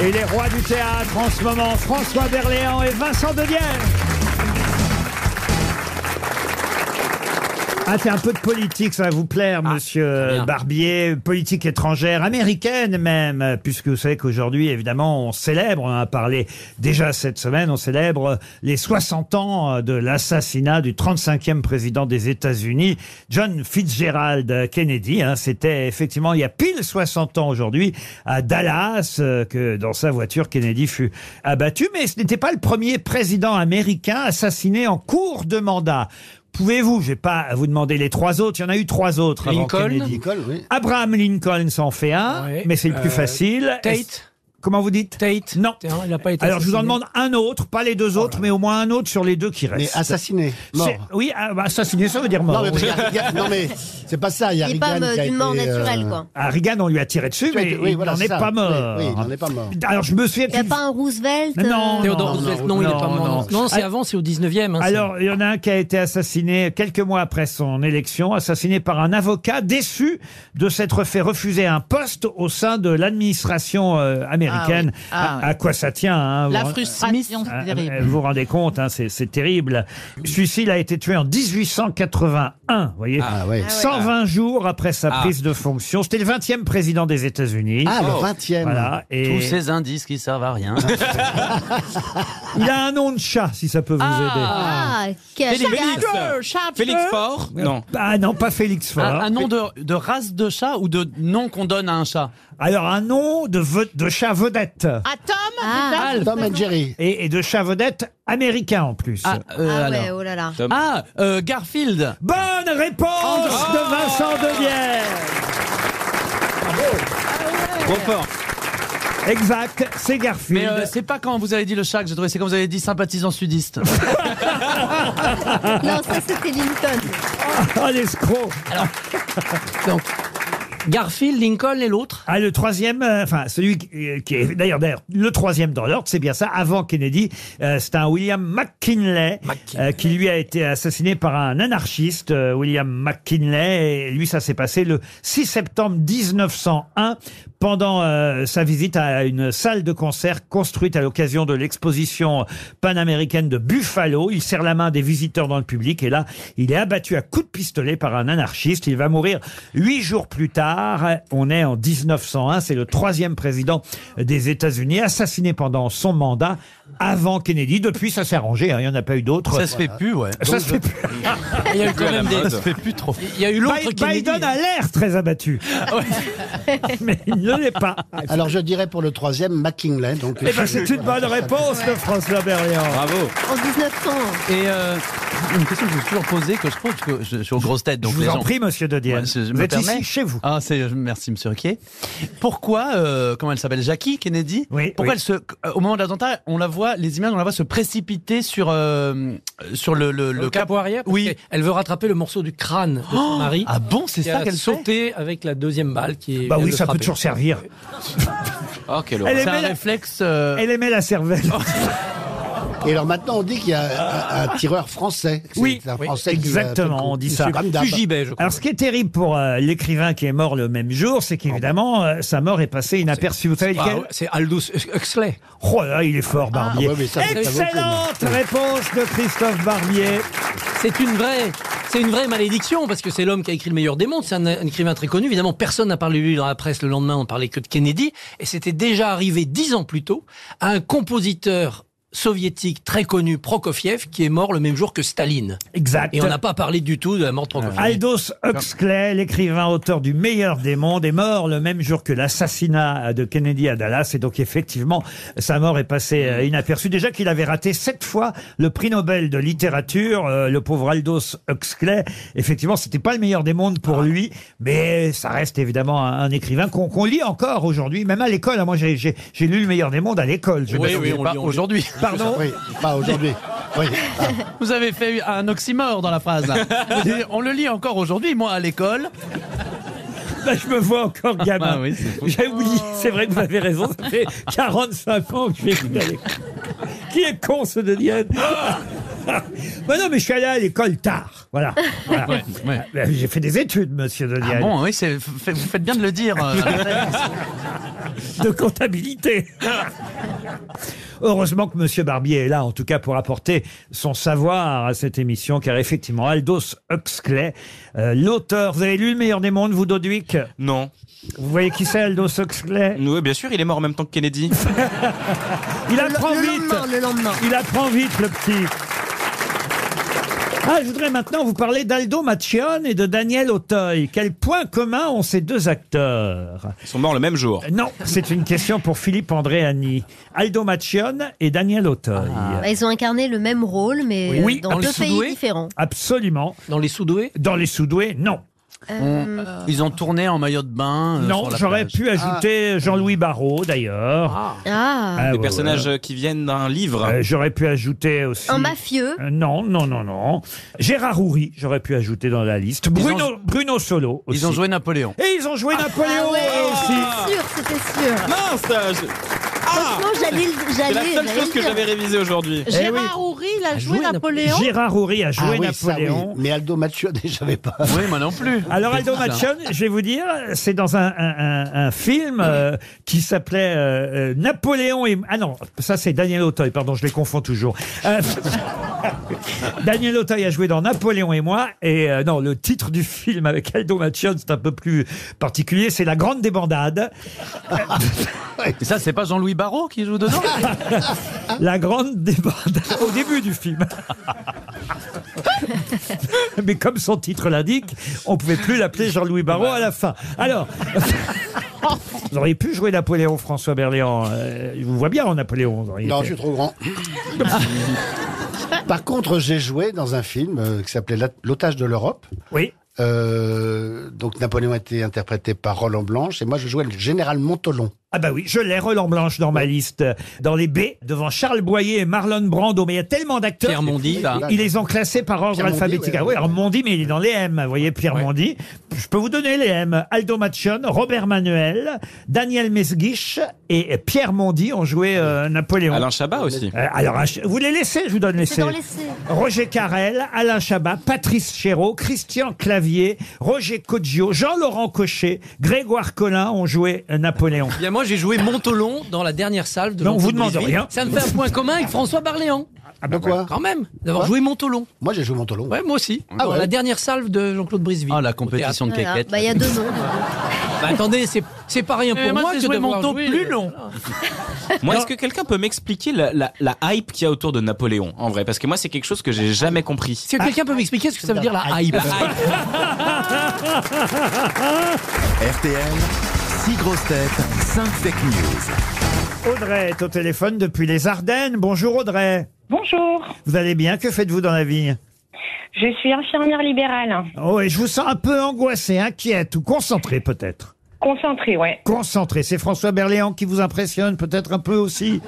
Speaker 2: Et les rois du théâtre en ce moment, François Berléand et Vincent Devienne. Ah, c'est un peu de politique, ça va vous plaire, monsieur Barbier. Politique étrangère, américaine même, puisque vous savez qu'aujourd'hui, évidemment, on célèbre, on en a parlé déjà cette semaine, on célèbre les 60 ans euh, de l'assassinat du 35e président des États-Unis, John Fitzgerald Kennedy. hein. C'était effectivement il y a pile 60 ans aujourd'hui, à Dallas, euh, que dans sa voiture, Kennedy fut abattu. Mais ce n'était pas le premier président américain assassiné en cours de mandat. Pouvez-vous, je vais pas à vous demander les trois autres, il y en a eu trois autres avant
Speaker 6: Lincoln.
Speaker 2: Kennedy.
Speaker 6: Lincoln, oui.
Speaker 2: Abraham Lincoln s'en fait un,
Speaker 7: Ouais.
Speaker 2: mais c'est le plus
Speaker 7: Euh,
Speaker 2: facile.
Speaker 7: Tate.
Speaker 2: Est-ce- Comment vous dites Tate. Non.
Speaker 7: Il a pas été
Speaker 2: Alors je vous en
Speaker 7: assassiné. Oh
Speaker 2: demande un autre, pas les deux autres, mais au moins un autre sur les deux qui restent.
Speaker 6: Mais assassiné, mort.
Speaker 2: C'est- Oui, ah, bah, assassiné, ça veut dire mort.
Speaker 6: Non, mais, parce
Speaker 2: oui.
Speaker 6: qu'il y a- il y a- non, mais c'est pas ça. Il y a
Speaker 3: Il
Speaker 6: Reagan
Speaker 3: parle
Speaker 6: qui a
Speaker 3: d'une mort
Speaker 6: été, euh,
Speaker 3: naturelle, quoi.
Speaker 2: À Ah, Reagan, on lui a tiré dessus,
Speaker 6: Tu as
Speaker 2: mais
Speaker 6: été- oui,
Speaker 2: il
Speaker 6: voilà,
Speaker 2: n'en
Speaker 6: c'est
Speaker 2: est
Speaker 6: ça.
Speaker 2: pas
Speaker 6: Oui,
Speaker 2: mort.
Speaker 6: oui, il n'en est pas mort.
Speaker 2: Alors je me souviens
Speaker 3: Il n'y a pas un Roosevelt euh,
Speaker 2: Non,
Speaker 7: Theodore
Speaker 2: non,
Speaker 7: Roosevelt,
Speaker 2: non,
Speaker 7: non, il n'est pas
Speaker 2: non,
Speaker 7: mort.
Speaker 2: non.
Speaker 7: Non, c'est avant, c'est au 19e. hein, c'est-
Speaker 2: Alors, il y en a un qui a été assassiné quelques mois après son élection, assassiné par un avocat déçu de s'être fait refuser un poste au sein de l'administration euh, américaine.
Speaker 8: Ah oui, ah
Speaker 2: à, à quoi ça tient hein,
Speaker 8: La
Speaker 2: vous-
Speaker 8: frustration,
Speaker 2: Ah,
Speaker 8: c'est terrible.
Speaker 2: euh, Vous vous rendez compte, hein, c'est c'est terrible. Celui-ci il a été tué en 1881, vous voyez,
Speaker 6: Ah,
Speaker 2: 120 jours après sa
Speaker 5: Ah.
Speaker 2: prise de fonction. C'était le 20e président des États-Unis.
Speaker 6: Ah,
Speaker 5: Oh.
Speaker 6: le 20 e
Speaker 2: Voilà, et-
Speaker 5: Tous ces indices qui servent à rien.
Speaker 2: Il a un nom de chat, si ça peut vous aider.
Speaker 3: Ah, quel
Speaker 5: Félix.
Speaker 3: gars.
Speaker 4: Félix Faure Non.
Speaker 2: Ah non, pas Félix
Speaker 5: Un,
Speaker 2: Faure.
Speaker 5: un nom de, de race de chat ou de nom qu'on donne à un chat
Speaker 2: Alors, un nom de, ve- de chat vedette.
Speaker 8: Ah, Tom
Speaker 3: Ah,
Speaker 8: c'est ça
Speaker 6: Tom and Jerry.
Speaker 2: Et, et de chat vedette américain en plus.
Speaker 5: Ah, euh,
Speaker 3: ah ouais,
Speaker 5: alors.
Speaker 3: oh là là.
Speaker 5: Ah, euh, Garfield
Speaker 2: Bonne réponse de Vincent Devière
Speaker 4: Trop fort.
Speaker 2: Exact, c'est Garfield.
Speaker 5: Mais euh, c'est pas quand vous avez dit le chat que j'ai trouvé, c'est quand vous avez dit sympathisant sudiste.
Speaker 3: non, ça c'était Lincoln.
Speaker 2: Oh, l'escroc
Speaker 7: Donc, Garfield, Lincoln et l'autre
Speaker 2: Ah, le troisième, euh, enfin, celui qui, euh, qui est d'ailleurs, d'ailleurs, le troisième dans l'ordre, c'est bien ça, avant Kennedy, euh, c'est un William McKinley, euh, qui lui a été assassiné par un anarchiste, euh, William McKinley, et lui, ça s'est passé le 6 septembre 1901, pendant euh, sa visite à une salle de concert construite à l'occasion de l'exposition panaméricaine de Buffalo. Il serre la main des visiteurs dans le public et là, il est abattu à coups de pistolet par un anarchiste. Il va mourir huit jours plus tard. On est en 1901. C'est le troisième président des États-Unis assassiné pendant son mandat avant Kennedy. Depuis, ça s'est arrangé. hein, Il n'y en a pas eu d'autres.
Speaker 5: Ça se fait plus, ouais.
Speaker 2: Ça
Speaker 5: Donc,
Speaker 2: se fait plus.
Speaker 7: Il y a eu quand même des.
Speaker 5: Ça se fait plus trop.
Speaker 7: Il y a eu l'autre
Speaker 2: Bi-
Speaker 7: Kennedy.
Speaker 2: Biden a l'air très abattu. Mais il ne l'est pas.
Speaker 6: Alors je dirais pour le troisième, McKinley. Donc,
Speaker 2: Eh ben, c'est une bonne
Speaker 6: Voilà, ça-
Speaker 2: réponse de François Berléand.
Speaker 5: Bravo.
Speaker 3: En 1900.
Speaker 5: Et euh, une question que je me suis toujours posée, que je trouve que je, je suis aux grosses têtes. Donc
Speaker 2: Je vous
Speaker 5: les
Speaker 2: en
Speaker 5: gens-
Speaker 2: prie, monsieur De Dienne.
Speaker 5: Ouais, je- je
Speaker 2: vous
Speaker 5: me
Speaker 2: êtes
Speaker 5: permets.
Speaker 2: ici, chez vous.
Speaker 5: Ah, c'est, merci, monsieur Riquet. Pourquoi, euh, comment elle s'appelle, Jackie Kennedy
Speaker 2: Oui, oui.
Speaker 5: Pourquoi elle se, euh, au moment de l'attentat, on la voit, les images, on la voit se précipiter sur, euh, sur le, le, le
Speaker 7: Le
Speaker 5: cap.
Speaker 7: capot arrière, parce
Speaker 5: Oui.
Speaker 7: que Elle veut rattraper le morceau du crâne de son
Speaker 5: Oh
Speaker 7: mari.
Speaker 5: Ah bon, c'est
Speaker 7: qui
Speaker 5: ça
Speaker 7: a
Speaker 5: qu'elle saute
Speaker 7: sauté avec la deuxième balle qui est.
Speaker 2: Bah
Speaker 7: vient
Speaker 2: oui,
Speaker 7: de
Speaker 2: ça peut
Speaker 7: frapper.
Speaker 2: toujours servir.
Speaker 4: Oh, quelle
Speaker 2: Elle
Speaker 5: C'est un
Speaker 2: aimait, la...
Speaker 5: réflexe. euh,
Speaker 2: Elle aimait la cervelle.
Speaker 6: Et alors maintenant, on dit qu'il y a un, un tireur français. C'est-
Speaker 7: Oui,
Speaker 6: c'est un
Speaker 7: oui,
Speaker 6: français qui, euh,
Speaker 2: Exactement,
Speaker 6: fait le coup.
Speaker 2: on dit ça. Ben.
Speaker 6: Comme d'hab.
Speaker 7: Fugibet, je crois.
Speaker 2: Alors, ce qui est terrible pour euh, l'écrivain qui est mort le même jour, c'est qu'évidemment,
Speaker 6: Ah
Speaker 2: euh, sa mort est passée inaperçue. Vous savez
Speaker 7: Ah
Speaker 2: lequel
Speaker 7: ouais, C'est Aldous Huxley.
Speaker 2: Oh là, il est fort, Barbier.
Speaker 6: Ah ouais, mais ça, ça vaut le coup.
Speaker 2: Excellente réponse de Christophe Barbier.
Speaker 7: C'est une vraie, c'est une vraie malédiction parce que c'est l'homme qui a écrit le meilleur des mondes. C'est un, un écrivain très connu. Évidemment, personne n'a parlé de lui dans la presse le lendemain. On parlait que de Kennedy. Et c'était déjà arrivé dix ans plus tôt à un compositeur soviétique très connu, Prokofiev, qui est mort le même jour que Staline.
Speaker 2: Exact.
Speaker 7: Et on n'a pas parlé du tout de la mort de Prokofiev.
Speaker 2: Aldous Huxley, l'écrivain auteur du meilleur des mondes, est mort le même jour que l'assassinat de Kennedy à Dallas. Et donc, effectivement, sa mort est passée euh, inaperçue. Déjà qu'il avait raté sept fois le prix Nobel de littérature, euh, le pauvre Aldous Huxley. Effectivement, c'était pas le meilleur des mondes
Speaker 6: Ah.
Speaker 2: pour lui, mais ça reste évidemment un, un écrivain qu'on qu'on lit encore aujourd'hui, même à l'école. hein. Moi, j'ai- j'ai j'ai lu le meilleur des mondes à l'école. je me
Speaker 5: Oui,
Speaker 2: souviens.
Speaker 5: oui, on pas
Speaker 7: lit, on lit.
Speaker 5: aujourd'hui.
Speaker 2: Pardon
Speaker 6: Oui, pas aujourd'hui. Oui. Ah,
Speaker 5: Vous avez fait un oxymore dans la phrase. on le lit encore aujourd'hui, moi, à l'école.
Speaker 2: Là, je me vois encore gamin.
Speaker 5: Ah oui, c'est fou.
Speaker 2: J'ai oublié, c'est vrai que vous avez raison, ça fait 45 ans que je vais écouter à l'école. Qui est con ce de Diane Bah non, mais je suis allé à l'école tard. Voilà. Voilà.
Speaker 5: Ouais, ouais.
Speaker 2: Bah, J'ai fait des études, monsieur de
Speaker 5: Ah
Speaker 2: Diane,
Speaker 5: bon, oui, c'est- vous faites- vous faites bien de le dire. euh.
Speaker 2: de comptabilité.
Speaker 5: Ah
Speaker 2: Heureusement que monsieur Barbier est là, en tout cas pour apporter son savoir à cette émission, car effectivement, Aldous Huxley, euh, l'auteur, vous avez lu Le meilleur des mondes, vous, Dodwick
Speaker 4: Non.
Speaker 2: Vous voyez qui c'est, Aldous Huxley
Speaker 4: Oui, bien sûr, il est mort en même temps que Kennedy.
Speaker 2: Il apprend
Speaker 3: le
Speaker 2: vite.
Speaker 3: lendemain, le lendemain.
Speaker 2: Il apprend vite, le petit. Ah, je voudrais maintenant vous parler d'Aldo Macchione et de Daniel Auteuil. Quel point commun ont ces deux acteurs
Speaker 4: Ils sont morts le même jour.
Speaker 2: Euh, Non, c'est une question pour Philippe Andréani. Aldo Macchione et Daniel Auteuil.
Speaker 3: Bah, ils ont incarné le même rôle, mais
Speaker 2: Oui,
Speaker 3: euh, dans
Speaker 7: dans
Speaker 3: deux
Speaker 7: les
Speaker 3: pays
Speaker 7: Soudoués.
Speaker 3: différents.
Speaker 2: Absolument.
Speaker 7: Dans les Soudoués.
Speaker 2: Dans Les Soudoués, non.
Speaker 3: Euh,
Speaker 5: On- Ils ont tourné en maillot de bain. euh,
Speaker 2: non,
Speaker 5: sur la
Speaker 2: j'aurais
Speaker 5: plage.
Speaker 2: pu ajouter Jean-Louis Barrault, d'ailleurs.
Speaker 7: Ah.
Speaker 3: Ah,
Speaker 2: Ah,
Speaker 4: Des
Speaker 2: ouais,
Speaker 4: personnages euh, qui viennent d'un livre.
Speaker 2: ouais. Euh, j'aurais pu ajouter aussi...
Speaker 3: un mafieux.
Speaker 2: Euh, Non, non, non, non. Gérard Houry, j'aurais pu ajouter dans la liste. Bruno,
Speaker 5: ont-
Speaker 2: Bruno Solo aussi.
Speaker 5: Ils ont joué Napoléon.
Speaker 2: Et ils ont joué Napoléon
Speaker 3: Ah ouais,
Speaker 2: aussi.
Speaker 3: c'était sûr, c'était sûr.
Speaker 4: Mince je- Ah
Speaker 3: Franchement, j'allais, le-
Speaker 4: C'est
Speaker 3: j'allais.
Speaker 4: la seule
Speaker 3: j'allais
Speaker 4: chose
Speaker 3: le
Speaker 4: que
Speaker 3: dire.
Speaker 4: j'avais révisée
Speaker 2: Eh
Speaker 4: aujourd'hui.
Speaker 8: Gérard Houry, il a joué
Speaker 7: joué
Speaker 8: Napoléon.
Speaker 2: Gérard Houry a joué
Speaker 6: Ah oui, ça, oui.
Speaker 2: Napoléon.
Speaker 6: Mais Aldo Macchione, j'avais pas.
Speaker 5: Oui, moi non plus.
Speaker 2: Alors Aldo Machon, je vais vous dire, c'est dans un, un- un- un film euh, qui s'appelait euh, euh, Napoléon et... Ah non, ça c'est Daniel Auteuil, pardon, je les confonds toujours. Euh, Daniel Auteuil a joué dans Napoléon et moi, et euh, non, le titre du film avec Aldo Machon, c'est un peu plus particulier, c'est La Grande Débandade.
Speaker 5: Et ça, c'est pas Jean-Louis Barrault qui joue dedans
Speaker 2: La grande débandade au début du film. Mais comme son titre l'indique, on pouvait plus l'appeler Jean-Louis Barrault à la fin. Alors, vous auriez pu jouer Napoléon, François Berléand. Euh, je vous vois bien en Napoléon. vous auriez
Speaker 6: Non, je
Speaker 2: été-
Speaker 6: suis trop grand. Par contre, j'ai joué dans un film euh, qui s'appelait La- L'otage de l'Europe.
Speaker 2: Oui.
Speaker 6: Euh, donc Napoléon a été interprété par Roland Blanche et moi je jouais le général Montolon.
Speaker 2: Ah bah oui, je l'ai, Roland Blanche dans ma liste, dans les B, devant Charles Boyer et Marlon Brando. Mais il y a tellement d'acteurs.
Speaker 7: Pierre Mondy, là.
Speaker 2: Ils les ont classés par ordre
Speaker 7: Pierre Mondy,
Speaker 2: alphabétique.
Speaker 7: ouais,
Speaker 2: ah oui, alors Mondy, mais il est dans les M, vous voyez, Pierre Mondy. Je peux vous donner les M. Aldo Machon, Robert Manuel, Daniel Mesguich et Pierre Mondy ont joué euh, Napoléon.
Speaker 4: Alain Chabat aussi.
Speaker 2: Euh, alors, un ch- vous les laissez, je vous donne les
Speaker 4: C'est dans
Speaker 2: C.
Speaker 4: les C.
Speaker 2: Roger Carrel, Alain Chabat, Patrice Chéreau, Christian Clavier, Roger Coggio, Jean-Laurent Cochet, Grégoire Collin ont joué euh, Napoléon.
Speaker 7: Bien, moi, j'ai joué Montolon dans la dernière salve de
Speaker 2: Non, on vous
Speaker 7: Jean-Claude
Speaker 2: demande
Speaker 7: Villevier.
Speaker 2: rien.
Speaker 7: Ça me fait un point commun avec François Barléand.
Speaker 6: Ah bah quoi
Speaker 7: Quand même, d'avoir
Speaker 6: Quoi
Speaker 7: joué Montolon.
Speaker 6: Moi, j'ai joué Montolon.
Speaker 7: Ouais, moi aussi.
Speaker 6: Ah
Speaker 7: Dans
Speaker 6: ouais.
Speaker 7: la dernière salve de Jean-Claude Briseville. Ah,
Speaker 5: la compétition
Speaker 7: de
Speaker 3: Voilà. Bah, il y a deux noms.
Speaker 7: Bah, attendez, c'est c'est pas rien
Speaker 5: Mais
Speaker 7: pour
Speaker 5: moi,
Speaker 7: moi,
Speaker 5: j'ai
Speaker 7: que
Speaker 5: joué
Speaker 7: d'avoir
Speaker 5: Menton
Speaker 7: joué-
Speaker 5: plus long.
Speaker 4: Moi, est-ce que quelqu'un peut m'expliquer la, la- la hype qu'il y a autour de Napoléon, en vrai Parce que moi, c'est quelque chose que j'ai jamais compris. Ah,
Speaker 7: Est-ce que quelqu'un peut m'expliquer ce que ça veut dire la hype
Speaker 1: RTL, 6 grosses têtes, 5 fake news.
Speaker 2: Audrey est au téléphone depuis les Ardennes. Bonjour Audrey. Bonjour. Vous allez bien Que faites-vous dans la vie
Speaker 14: Je suis infirmière libérale.
Speaker 2: Oh, et je vous sens un peu angoissée, inquiète ou concentrée peut-être.
Speaker 14: Concentrée, ouais.
Speaker 2: Concentrée. C'est François Berléand qui vous impressionne peut-être un peu aussi.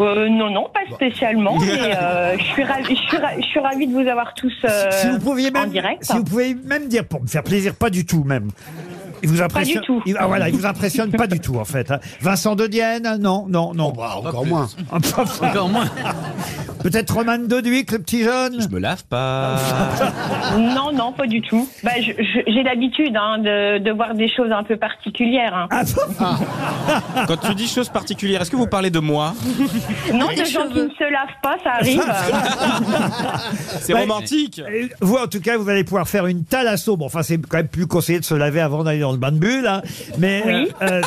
Speaker 14: Euh, non, non, pas spécialement, mais euh, je, suis ravie, je, suis ra- je suis ravie de vous avoir tous euh,
Speaker 2: si vous pouviez
Speaker 14: en
Speaker 2: même,
Speaker 14: direct.
Speaker 2: si vous pouvez même dire pour me faire plaisir, pas du tout même. Il vous impressionne
Speaker 14: Pas du tout.
Speaker 2: il- ah, voilà, il vous impressionne pas du tout en fait. hein. Vincent De Dienne, non, non, non.
Speaker 6: encore moins.
Speaker 2: encore moins. Peut-être Roman Doduic, le petit jeune. Je
Speaker 4: me lave pas.
Speaker 14: Non, non, pas du tout. Bah, je- je- J'ai l'habitude hein, de, de voir des choses un peu particulières. hein.
Speaker 2: Ah,
Speaker 4: Quand tu dis choses particulières, est-ce que vous parlez de moi
Speaker 14: Non, de gens qui ne se lavent pas, ça arrive.
Speaker 4: C'est
Speaker 2: Bah,
Speaker 4: romantique.
Speaker 2: euh, Vous, en tout cas, vous allez pouvoir faire une thalasso. Bon, enfin, c'est quand même plus conseillé de se laver avant d'aller dans le bain de bulle. hein. Mais
Speaker 14: Oui.
Speaker 2: euh, euh,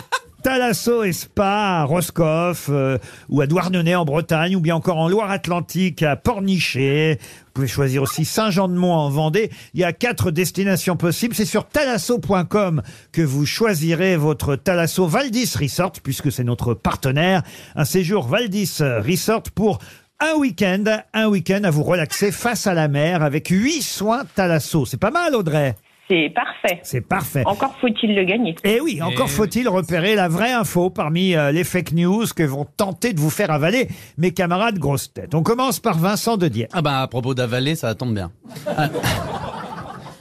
Speaker 2: thalasso et spa à Roscoff, euh, ou à Douarnenez en Bretagne, ou bien encore en Loire-Atlantique, à Pornichet. Vous pouvez choisir aussi Saint-Jean-de-Mont en Vendée. Il y a quatre destinations possibles. C'est sur thalasso.com que vous choisirez votre Thalasso Valdis Resort, puisque c'est notre partenaire. Un séjour Valdis Resort pour un week-end, un week-end à vous relaxer face à la mer avec huit soins Thalasso. C'est pas mal, Audrey.
Speaker 14: C'est parfait.
Speaker 2: C'est parfait.
Speaker 14: Encore faut-il le gagner.
Speaker 2: Et oui, encore faut-il repérer la vraie info parmi euh, les fake news que vont tenter de vous faire avaler mes camarades grosses têtes. On commence par Vincent Dedier.
Speaker 5: Ah bah à propos d'avaler, ça tombe bien. Ah.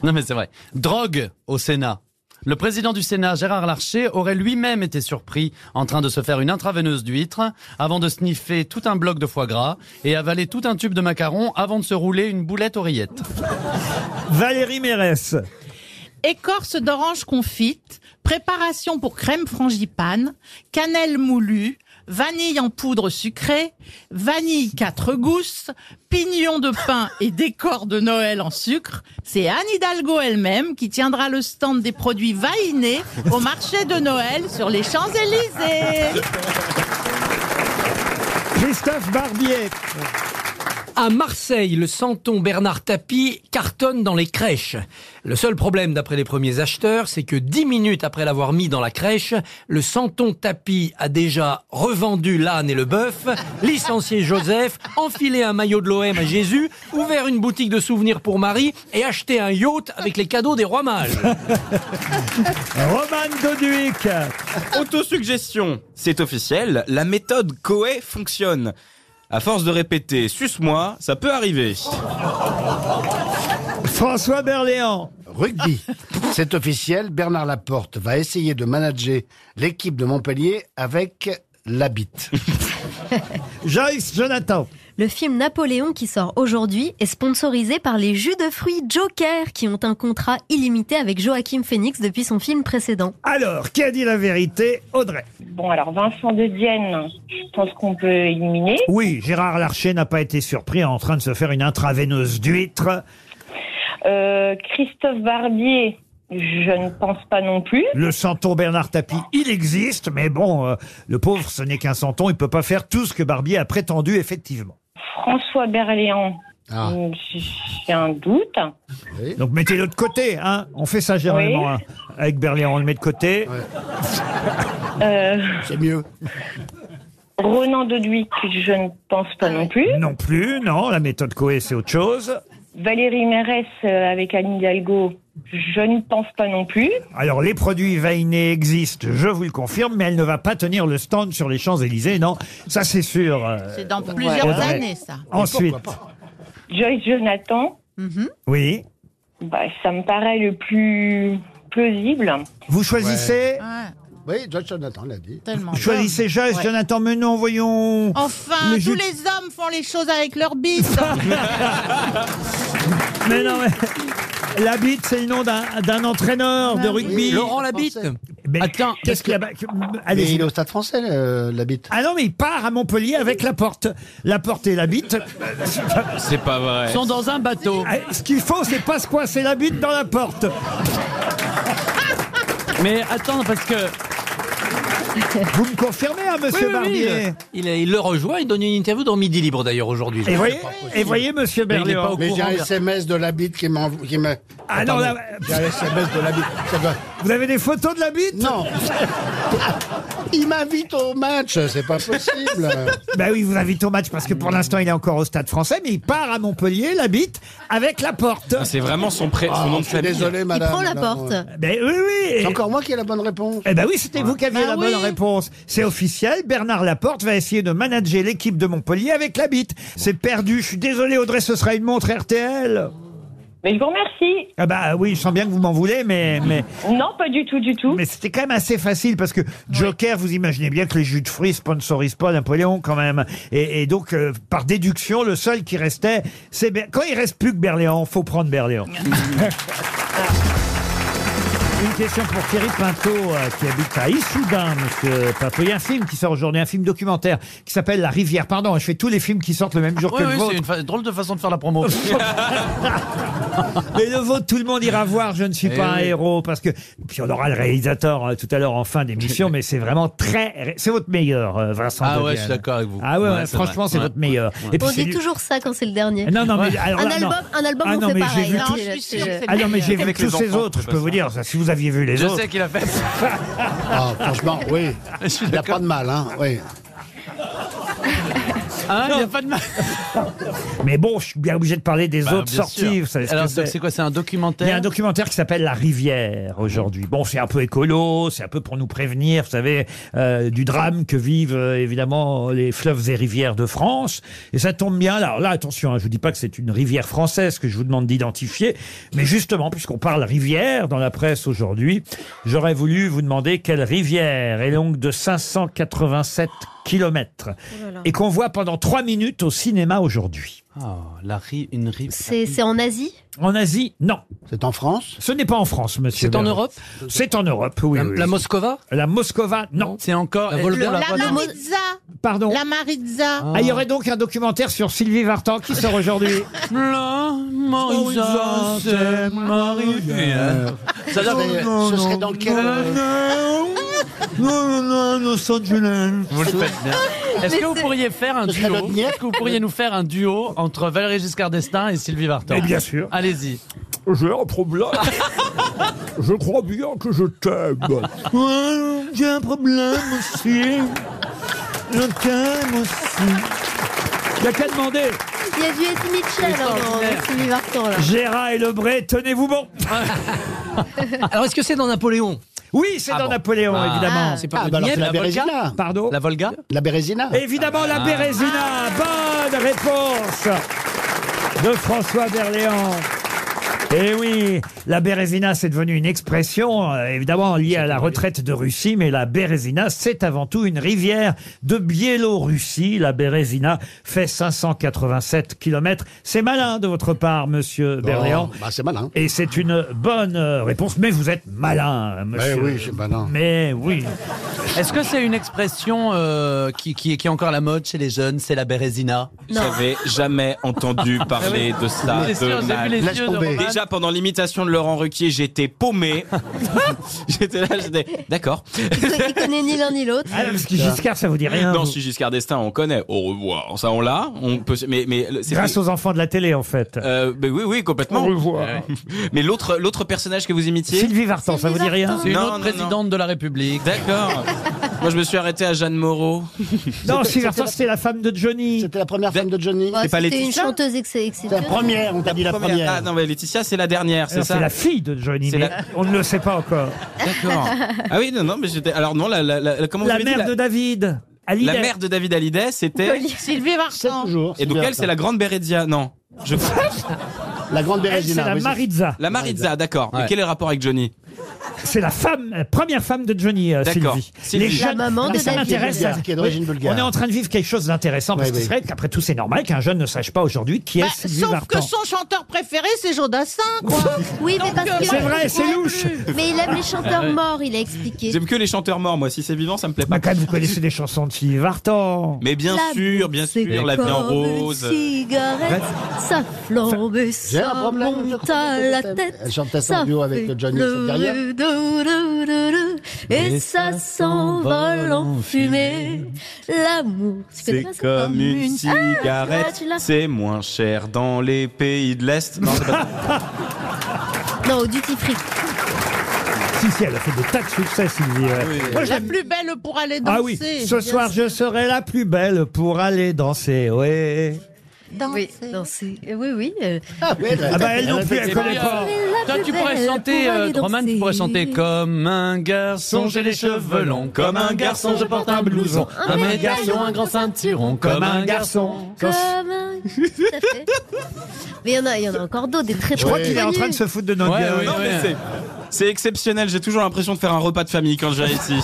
Speaker 5: non mais c'est vrai. Drogue au Sénat. Le président du Sénat, Gérard Larcher, aurait lui-même été surpris en train de se faire une intraveineuse d'huître avant de sniffer tout un bloc de foie gras et avaler tout un tube de macarons avant de se rouler une boulette aux rillettes.
Speaker 2: Valérie Mérès.
Speaker 8: Écorce d'orange confite, préparation pour crème frangipane, cannelle moulue, vanille en poudre sucrée, vanille quatre gousses, pignon de pain et décor de Noël en sucre. C'est Anne Hidalgo elle-même qui tiendra le stand des produits vaïnés au marché de Noël sur les Champs-Élysées.
Speaker 2: Christophe Barbier.
Speaker 7: À Marseille, le santon Bernard Tapie cartonne dans les crèches. Le seul problème, d'après les premiers acheteurs, c'est que dix minutes après l'avoir mis dans la crèche, le santon Tapie a déjà revendu l'âne et le bœuf, licencié Joseph, enfilé un maillot de l'OM à Jésus, ouvert une boutique de souvenirs pour Marie et acheté un yacht avec les cadeaux des rois mages.
Speaker 2: Roman Doduic.
Speaker 4: Autosuggestion. C'est officiel, la méthode Coe fonctionne. À force de répéter suce-moi, ça peut arriver.
Speaker 2: François Berléand.
Speaker 6: Rugby. C'est officiel, Bernard Laporte va essayer de manager l'équipe de Montpellier avec la bite.
Speaker 2: Joyce Jonathan.
Speaker 3: Le film Napoléon qui sort aujourd'hui est sponsorisé par les jus de fruits Joker qui ont un contrat illimité avec Joachim Phoenix depuis son film précédent.
Speaker 2: Alors, qui a dit la vérité Audrey.
Speaker 14: Bon, alors Vincent de Dienne, je pense qu'on peut éliminer.
Speaker 2: Oui, Gérard Larcher n'a pas été surpris en train de se faire une intraveineuse d'huître.
Speaker 14: Euh, Christophe Barbier, je ne pense pas non plus.
Speaker 2: Le santon Bernard Tapie, il existe, mais bon, euh, le pauvre, ce n'est qu'un santon, il peut pas faire tout ce que Barbier a prétendu, effectivement.
Speaker 14: François Berléand, hum, j'ai un doute.
Speaker 2: Donc mettez-le de côté, hein. On fait ça généralement
Speaker 14: Oui.
Speaker 2: hein. avec Berlin, on le met de côté.
Speaker 14: Euh,
Speaker 6: C'est mieux.
Speaker 14: Ronan Doduic, je ne pense pas non plus.
Speaker 2: Non plus, non, la méthode Coé, c'est autre chose.
Speaker 14: Valérie Mérès euh, avec Anne Hidalgo,
Speaker 15: Je ne pense pas non plus.
Speaker 2: Alors, les produits Vainé existent, je vous le confirme, mais elle ne va pas tenir le stand sur les Champs-Élysées, non. Ça, c'est sûr. euh,
Speaker 8: C'est dans plusieurs
Speaker 2: Audrey.
Speaker 8: années, ça.
Speaker 2: Ensuite,
Speaker 15: Joyce Jonathan,
Speaker 8: Mm-hmm.
Speaker 2: oui.
Speaker 15: bah, ça me paraît le plus plausible.
Speaker 2: Vous choisissez
Speaker 6: Oui, George Jonathan l'a dit.
Speaker 8: Tellement.
Speaker 2: Choisissez Joyce,
Speaker 8: Ouais.
Speaker 2: Jonathan Menon, voyons.
Speaker 8: Enfin,
Speaker 2: Mais je-
Speaker 8: tous les hommes font les choses avec leur bite.
Speaker 2: Mais non, mais... La bite, c'est le nom d'un d'un entraîneur
Speaker 8: Ah
Speaker 2: de rugby.
Speaker 6: Laurent Labitte.
Speaker 2: Mais Attends, qu'est-ce qu'il y a bah,
Speaker 6: Mais
Speaker 2: Allez,
Speaker 6: il est au stade français, le- la bite.
Speaker 2: Ah non, mais il part à Montpellier avec la porte. La porte et la bite.
Speaker 4: C'est pas vrai.
Speaker 2: dans un bateau. Eh, Ce qu'il faut, c'est pas se coincer la bite dans la porte.
Speaker 7: Mais attends, parce que.
Speaker 2: Vous me confirmez, hein, monsieur Barbier
Speaker 7: il, il le rejoint, il donne une interview dans Midi Libre d'ailleurs aujourd'hui.
Speaker 2: Et voyez, et voyez, monsieur
Speaker 7: Mais il est
Speaker 2: Berléand.
Speaker 7: pas au
Speaker 6: Mais j'ai un
Speaker 7: courant.
Speaker 6: SMS de la bite qui m'a. Qui m'a...
Speaker 2: Ah non,
Speaker 6: Attendez,
Speaker 2: là-
Speaker 6: J'ai un SMS de la bite. Ça doit-
Speaker 2: Vous avez des photos de la bite
Speaker 6: Non. il m'invite au match, c'est pas possible.
Speaker 2: Ben oui, il vous invite au match parce que pour l'instant, il est encore au stade français, mais il part à Montpellier, la bite, avec la porte.
Speaker 4: Ah, C'est vraiment son, pré- son nom de
Speaker 6: Ah, je suis
Speaker 4: famille.
Speaker 6: désolé, madame.
Speaker 2: prend la
Speaker 6: Non,
Speaker 2: porte.
Speaker 6: ouais.
Speaker 2: Ben oui, oui.
Speaker 6: C'est encore moi qui ai la bonne réponse.
Speaker 2: Eh ben oui, c'était vous qui aviez
Speaker 6: Ah
Speaker 2: la
Speaker 6: oui.
Speaker 2: bonne réponse. C'est officiel. Bernard Laporte va essayer de manager l'équipe de Montpellier avec la bite. C'est perdu. Je suis désolé, Audrey, ce sera une montre RTL.
Speaker 15: Mais je vous remercie.
Speaker 2: Ah bah oui, je sens bien que vous m'en voulez, mais, mais...
Speaker 15: Non, pas du tout, du tout.
Speaker 2: Mais c'était quand même assez facile parce que Joker, vous imaginez bien que les jus de fruits sponsorisent pas Napoléon quand même. Et, et donc, euh, par déduction, le seul qui restait, c'est... Ber- Quand il reste plus que Berléand, faut prendre Berléand. Une question pour Thierry Pinto, euh, qui habite à Issoudun, monsieur Pinto. Il y a un film qui sort aujourd'hui, un film documentaire, qui s'appelle La Rivière. Pardon, je fais tous les films qui sortent le même jour
Speaker 5: Oui,
Speaker 2: que le
Speaker 5: oui,
Speaker 2: vôtre.
Speaker 5: c'est une fa- drôle de façon de faire la promo. Hein,
Speaker 2: Mais le vôtre, tout le monde ira voir. Je ne suis
Speaker 5: Eh
Speaker 2: pas un
Speaker 5: oui.
Speaker 2: héros parce que puis on aura le réalisateur euh, tout à l'heure en fin d'émission, mais c'est vraiment très. C'est votre meilleur, euh, Vincent.
Speaker 5: Ah ouais,
Speaker 2: Devienne.
Speaker 5: je suis d'accord avec vous.
Speaker 2: Ah ouais,
Speaker 5: Ouais,
Speaker 2: ouais,
Speaker 5: c'est
Speaker 2: franchement,
Speaker 5: vrai.
Speaker 2: c'est
Speaker 5: Ouais.
Speaker 2: votre meilleur.
Speaker 3: On
Speaker 2: c'est
Speaker 3: dit
Speaker 2: lui- Ah
Speaker 3: toujours ça quand c'est le dernier.
Speaker 2: Non, non, mais alors
Speaker 3: un,
Speaker 2: là, non.
Speaker 3: album, un album,
Speaker 2: Ah
Speaker 3: on
Speaker 2: non,
Speaker 3: fait
Speaker 2: mais
Speaker 3: pareil.
Speaker 2: j'ai vu
Speaker 3: hein,
Speaker 2: tous-
Speaker 3: je- je-
Speaker 2: Ah non, mais j'ai vu
Speaker 4: Avec
Speaker 2: tous
Speaker 4: les
Speaker 2: ces
Speaker 4: enfants,
Speaker 2: autres.
Speaker 4: c'est
Speaker 2: Je
Speaker 4: pas
Speaker 2: peux
Speaker 4: ça.
Speaker 2: vous dire, si vous aviez vu les
Speaker 5: Je
Speaker 2: autres.
Speaker 5: sais qu'il a fait.
Speaker 6: Ah, franchement, oui. Il n'y a pas de mal, hein. Oui.
Speaker 5: Hein, il y a pas de mal.
Speaker 6: Bah,
Speaker 2: Mais bon, je suis bien obligé de parler des
Speaker 5: Bah,
Speaker 2: autres
Speaker 5: bien
Speaker 2: sorties.
Speaker 5: sûr.
Speaker 2: vous savez ce que
Speaker 5: Alors,
Speaker 2: c'est.
Speaker 5: c'est c'est quoi C'est
Speaker 2: Il
Speaker 5: un
Speaker 2: y a
Speaker 5: documentaire
Speaker 2: un documentaire qui s'appelle La Rivière aujourd'hui. Bon, c'est un peu écolo, c'est un peu pour nous prévenir, vous savez, euh, du drame que vivent euh, évidemment les fleuves et rivières de France. Et ça tombe bien. Alors là, attention, hein, je vous dis pas que c'est une rivière française que je vous demande d'identifier, mais justement, puisqu'on parle rivière dans la presse aujourd'hui, j'aurais voulu vous demander quelle rivière est longue de 587 kilomètres
Speaker 3: Oh là là.
Speaker 2: et qu'on voit pendant trois minutes au cinéma aujourd'hui.
Speaker 5: Oh, la ri- une ri-
Speaker 3: C'est c'est en Asie
Speaker 2: En Asie, non.
Speaker 6: C'est en France
Speaker 2: Ce n'est pas en France, monsieur.
Speaker 7: C'est en
Speaker 2: Bernard.
Speaker 7: Europe
Speaker 2: C'est en Europe, oui.
Speaker 7: La-
Speaker 2: oui.
Speaker 7: la Moscova
Speaker 2: La Moscova, non.
Speaker 5: C'est encore.
Speaker 7: La Volga,
Speaker 8: la
Speaker 7: la Volga.
Speaker 8: Maritza.
Speaker 2: Pardon.
Speaker 8: La Maritza.
Speaker 2: Ah, il y aurait donc un documentaire sur Sylvie Vartan qui sort aujourd'hui.
Speaker 7: Oh,
Speaker 5: Maritza, c'est
Speaker 7: hein.
Speaker 5: Marie.
Speaker 6: Ça serait- ce serait dans quel. euh,
Speaker 2: non, non, non,
Speaker 5: Vous le faites bien. Est-ce
Speaker 3: Mais
Speaker 5: que vous
Speaker 3: c'est-
Speaker 5: pourriez faire un
Speaker 6: Ce serait
Speaker 5: duo
Speaker 6: notre nièce.
Speaker 5: Est-ce que vous pourriez nous faire un duo entre Valérie Giscard d'Estaing et Sylvie Vartan
Speaker 2: Mais bien sûr.
Speaker 5: Allez-y.
Speaker 2: J'ai un problème. je crois bien que je t'aime. Ouais, J'ai un problème aussi. Je t'aime aussi. Il n'y a qu'à demander.
Speaker 3: Il y a du Eddie Mitchell hein, dans Sylvie Vartan, là.
Speaker 2: Gérard et Lebré, tenez-vous bon.
Speaker 7: Alors est-ce que c'est dans Napoléon
Speaker 2: Oui, c'est
Speaker 7: Ah
Speaker 2: dans
Speaker 7: bon.
Speaker 2: Napoléon,
Speaker 5: Ah.
Speaker 2: évidemment.
Speaker 7: C'est pas
Speaker 6: Ah, bah alors c'est la
Speaker 5: La Volga
Speaker 6: Bérésina.
Speaker 2: Pardon
Speaker 5: La Volga
Speaker 6: La Bérésina.
Speaker 2: Évidemment, la Bérésina. Bonne réponse de François Berléand. Eh oui, la Bérésina, c'est devenu une expression, euh, évidemment liée à la retraite de Russie, mais la Bérésina, c'est avant tout une rivière de Biélorussie. La Bérésina fait 587 kilomètres. C'est malin de votre part, monsieur Berléand.
Speaker 6: Oh, bah, c'est malin.
Speaker 2: Et c'est une bonne euh, réponse, mais vous êtes malin,
Speaker 6: Mais
Speaker 2: monsieur.
Speaker 6: Eh oui, bah c'est malin.
Speaker 2: Mais oui.
Speaker 5: Est-ce que c'est une expression euh, qui, qui, qui est encore à la mode chez les jeunes C'est la Bérésina
Speaker 4: J'avais jamais entendu parler de ça.
Speaker 5: Bien
Speaker 4: de
Speaker 5: sûr, j'ai
Speaker 4: ma
Speaker 5: vu les
Speaker 6: Laisse
Speaker 5: yeux de
Speaker 6: tomber.
Speaker 5: Roman.
Speaker 4: Déjà pendant l'imitation de Laurent Ruquier, j'étais paumé. j'étais là, j'étais d'accord.
Speaker 3: Ceux qui connaissent ni l'un ni l'autre.
Speaker 2: Ah, parce que Giscard, ça vous dit rien.
Speaker 4: Non,
Speaker 2: vous.
Speaker 4: si Giscard d'Estaing, on connaît. Au revoir. Ça, on l'a. On peut. se- Mais mais c'est
Speaker 2: Grâce aux enfants de la télé, en fait.
Speaker 4: Euh, ben oui, oui, complètement. Ouais. Mais l'autre, l'autre personnage que vous imitiez.
Speaker 2: Sylvie Vartan, ça vous dit rien
Speaker 4: Vartan.
Speaker 5: C'est une
Speaker 4: Non,
Speaker 5: autre
Speaker 4: non,
Speaker 5: présidente de la République.
Speaker 4: D'accord. Moi, je me suis arrêté à Jeanne Moreau.
Speaker 2: Non, Sylvain, c'était la femme de Johnny.
Speaker 6: C'était la première femme de Johnny.
Speaker 4: C'est pas
Speaker 3: C'était une
Speaker 4: Laetitia
Speaker 3: chanteuse ex- exceptionnelle.
Speaker 6: on t'a dit la première.
Speaker 4: Ah non, mais Laetitia, c'est la dernière, c'est
Speaker 2: Alors,
Speaker 4: ça
Speaker 2: C'est la fille de Johnny,
Speaker 4: C'est
Speaker 2: mais
Speaker 4: la-
Speaker 2: on ne le sait pas encore.
Speaker 4: D'accord. Ah oui, non, non, mais j'étais. Alors non, la, la, la- comment
Speaker 2: La
Speaker 4: vous m'avez
Speaker 2: mère
Speaker 4: dit,
Speaker 2: de David. Hallyday.
Speaker 4: La mère de David Hallyday, c'était.
Speaker 8: Sylvie Vartan.
Speaker 4: Et donc elle, c'est la grande Bérédia, non Je.
Speaker 6: La grande
Speaker 2: Bérezina, c'est la oui, c'est- Maritza.
Speaker 4: La Maritza, d'accord. Mais
Speaker 2: Ouais.
Speaker 4: quel est le rapport avec Johnny
Speaker 2: C'est la femme, la première femme de Johnny, euh,
Speaker 4: D'accord.
Speaker 2: Sylvie.
Speaker 4: Sylvie. La maman
Speaker 2: Non,
Speaker 4: de
Speaker 2: mais ça
Speaker 4: David.
Speaker 2: m'intéresse.
Speaker 6: Bulgare, qui est d'origine
Speaker 2: Oui,
Speaker 6: bulgare.
Speaker 2: On est en train de vivre quelque chose d'intéressant parce
Speaker 6: Oui,
Speaker 2: que
Speaker 6: oui.
Speaker 2: c'est vrai qu'après tout, c'est normal qu'un jeune ne sache pas aujourd'hui qui
Speaker 8: Bah,
Speaker 2: est Sylvie
Speaker 8: sauf
Speaker 2: Vartan.
Speaker 8: que son chanteur préféré, c'est Jodassin, quoi. euh,
Speaker 3: Oui, mais parce que-
Speaker 2: C'est vrai, c'est
Speaker 3: Ouais.
Speaker 2: louche.
Speaker 3: Mais il aime les
Speaker 4: Ah
Speaker 3: chanteurs
Speaker 4: ouais.
Speaker 3: morts, il a expliqué.
Speaker 4: J'aime que les chanteurs morts, moi. Si c'est vivant, ça me plaît pas.
Speaker 2: Bah, quand même, vous connaissez des chansons de Sylvie Vartan.
Speaker 4: Mais bien
Speaker 3: La
Speaker 4: sûr, bien sûr, la vie en
Speaker 3: Comme une
Speaker 4: rose.
Speaker 3: cigarette, ça flambe,
Speaker 6: J'ai un
Speaker 3: ça
Speaker 6: problème, je
Speaker 3: monte
Speaker 6: crois
Speaker 3: à
Speaker 6: que
Speaker 3: la
Speaker 6: je
Speaker 3: tête.
Speaker 6: Elle chantait ça
Speaker 3: ça
Speaker 6: en duo
Speaker 3: fait
Speaker 6: avec Johnny,
Speaker 3: le-
Speaker 6: cette derrière.
Speaker 3: le- le- le- le- Et ça s'envole en fumée. L'amour, tu connais
Speaker 4: C'est
Speaker 3: pas ça
Speaker 4: comme une
Speaker 3: Ah,
Speaker 4: cigarette,
Speaker 3: tu l'as.
Speaker 4: c'est moins cher dans les pays de l'Est. Non, c'est pas-
Speaker 3: Non, au duty free.
Speaker 2: Si, si, elle a fait des tas de succès, Sylvie. ouais. Moi, je
Speaker 8: la
Speaker 2: l'aime.
Speaker 8: plus belle pour aller danser.
Speaker 2: Ah oui, ce soir je serai la plus belle pour aller danser, ouais.
Speaker 3: Oui, danser. Euh, Oui, oui. euh.
Speaker 2: Ah bah elle non plus, elle connaît pas.
Speaker 5: Eh Toi, tu pourrais chanter, euh, Roman, tu pourrais chanter comme un garçon, j'ai les cheveux longs. Comme un garçon, je porte un blouson. Un maillot de garçon, un grand ceinturon. Comme un garçon.
Speaker 3: Comme un- Tout à fait. Mais il y en a, il y en a encore d'autres, des très
Speaker 2: Je crois
Speaker 3: très
Speaker 2: qu'il est en train de
Speaker 3: connus.
Speaker 2: se foutre de notre
Speaker 5: Ouais,
Speaker 2: gueule.
Speaker 5: ouais,
Speaker 4: Non, mais c'est- C'est exceptionnel, j'ai toujours l'impression de faire un repas de famille quand je viens ici.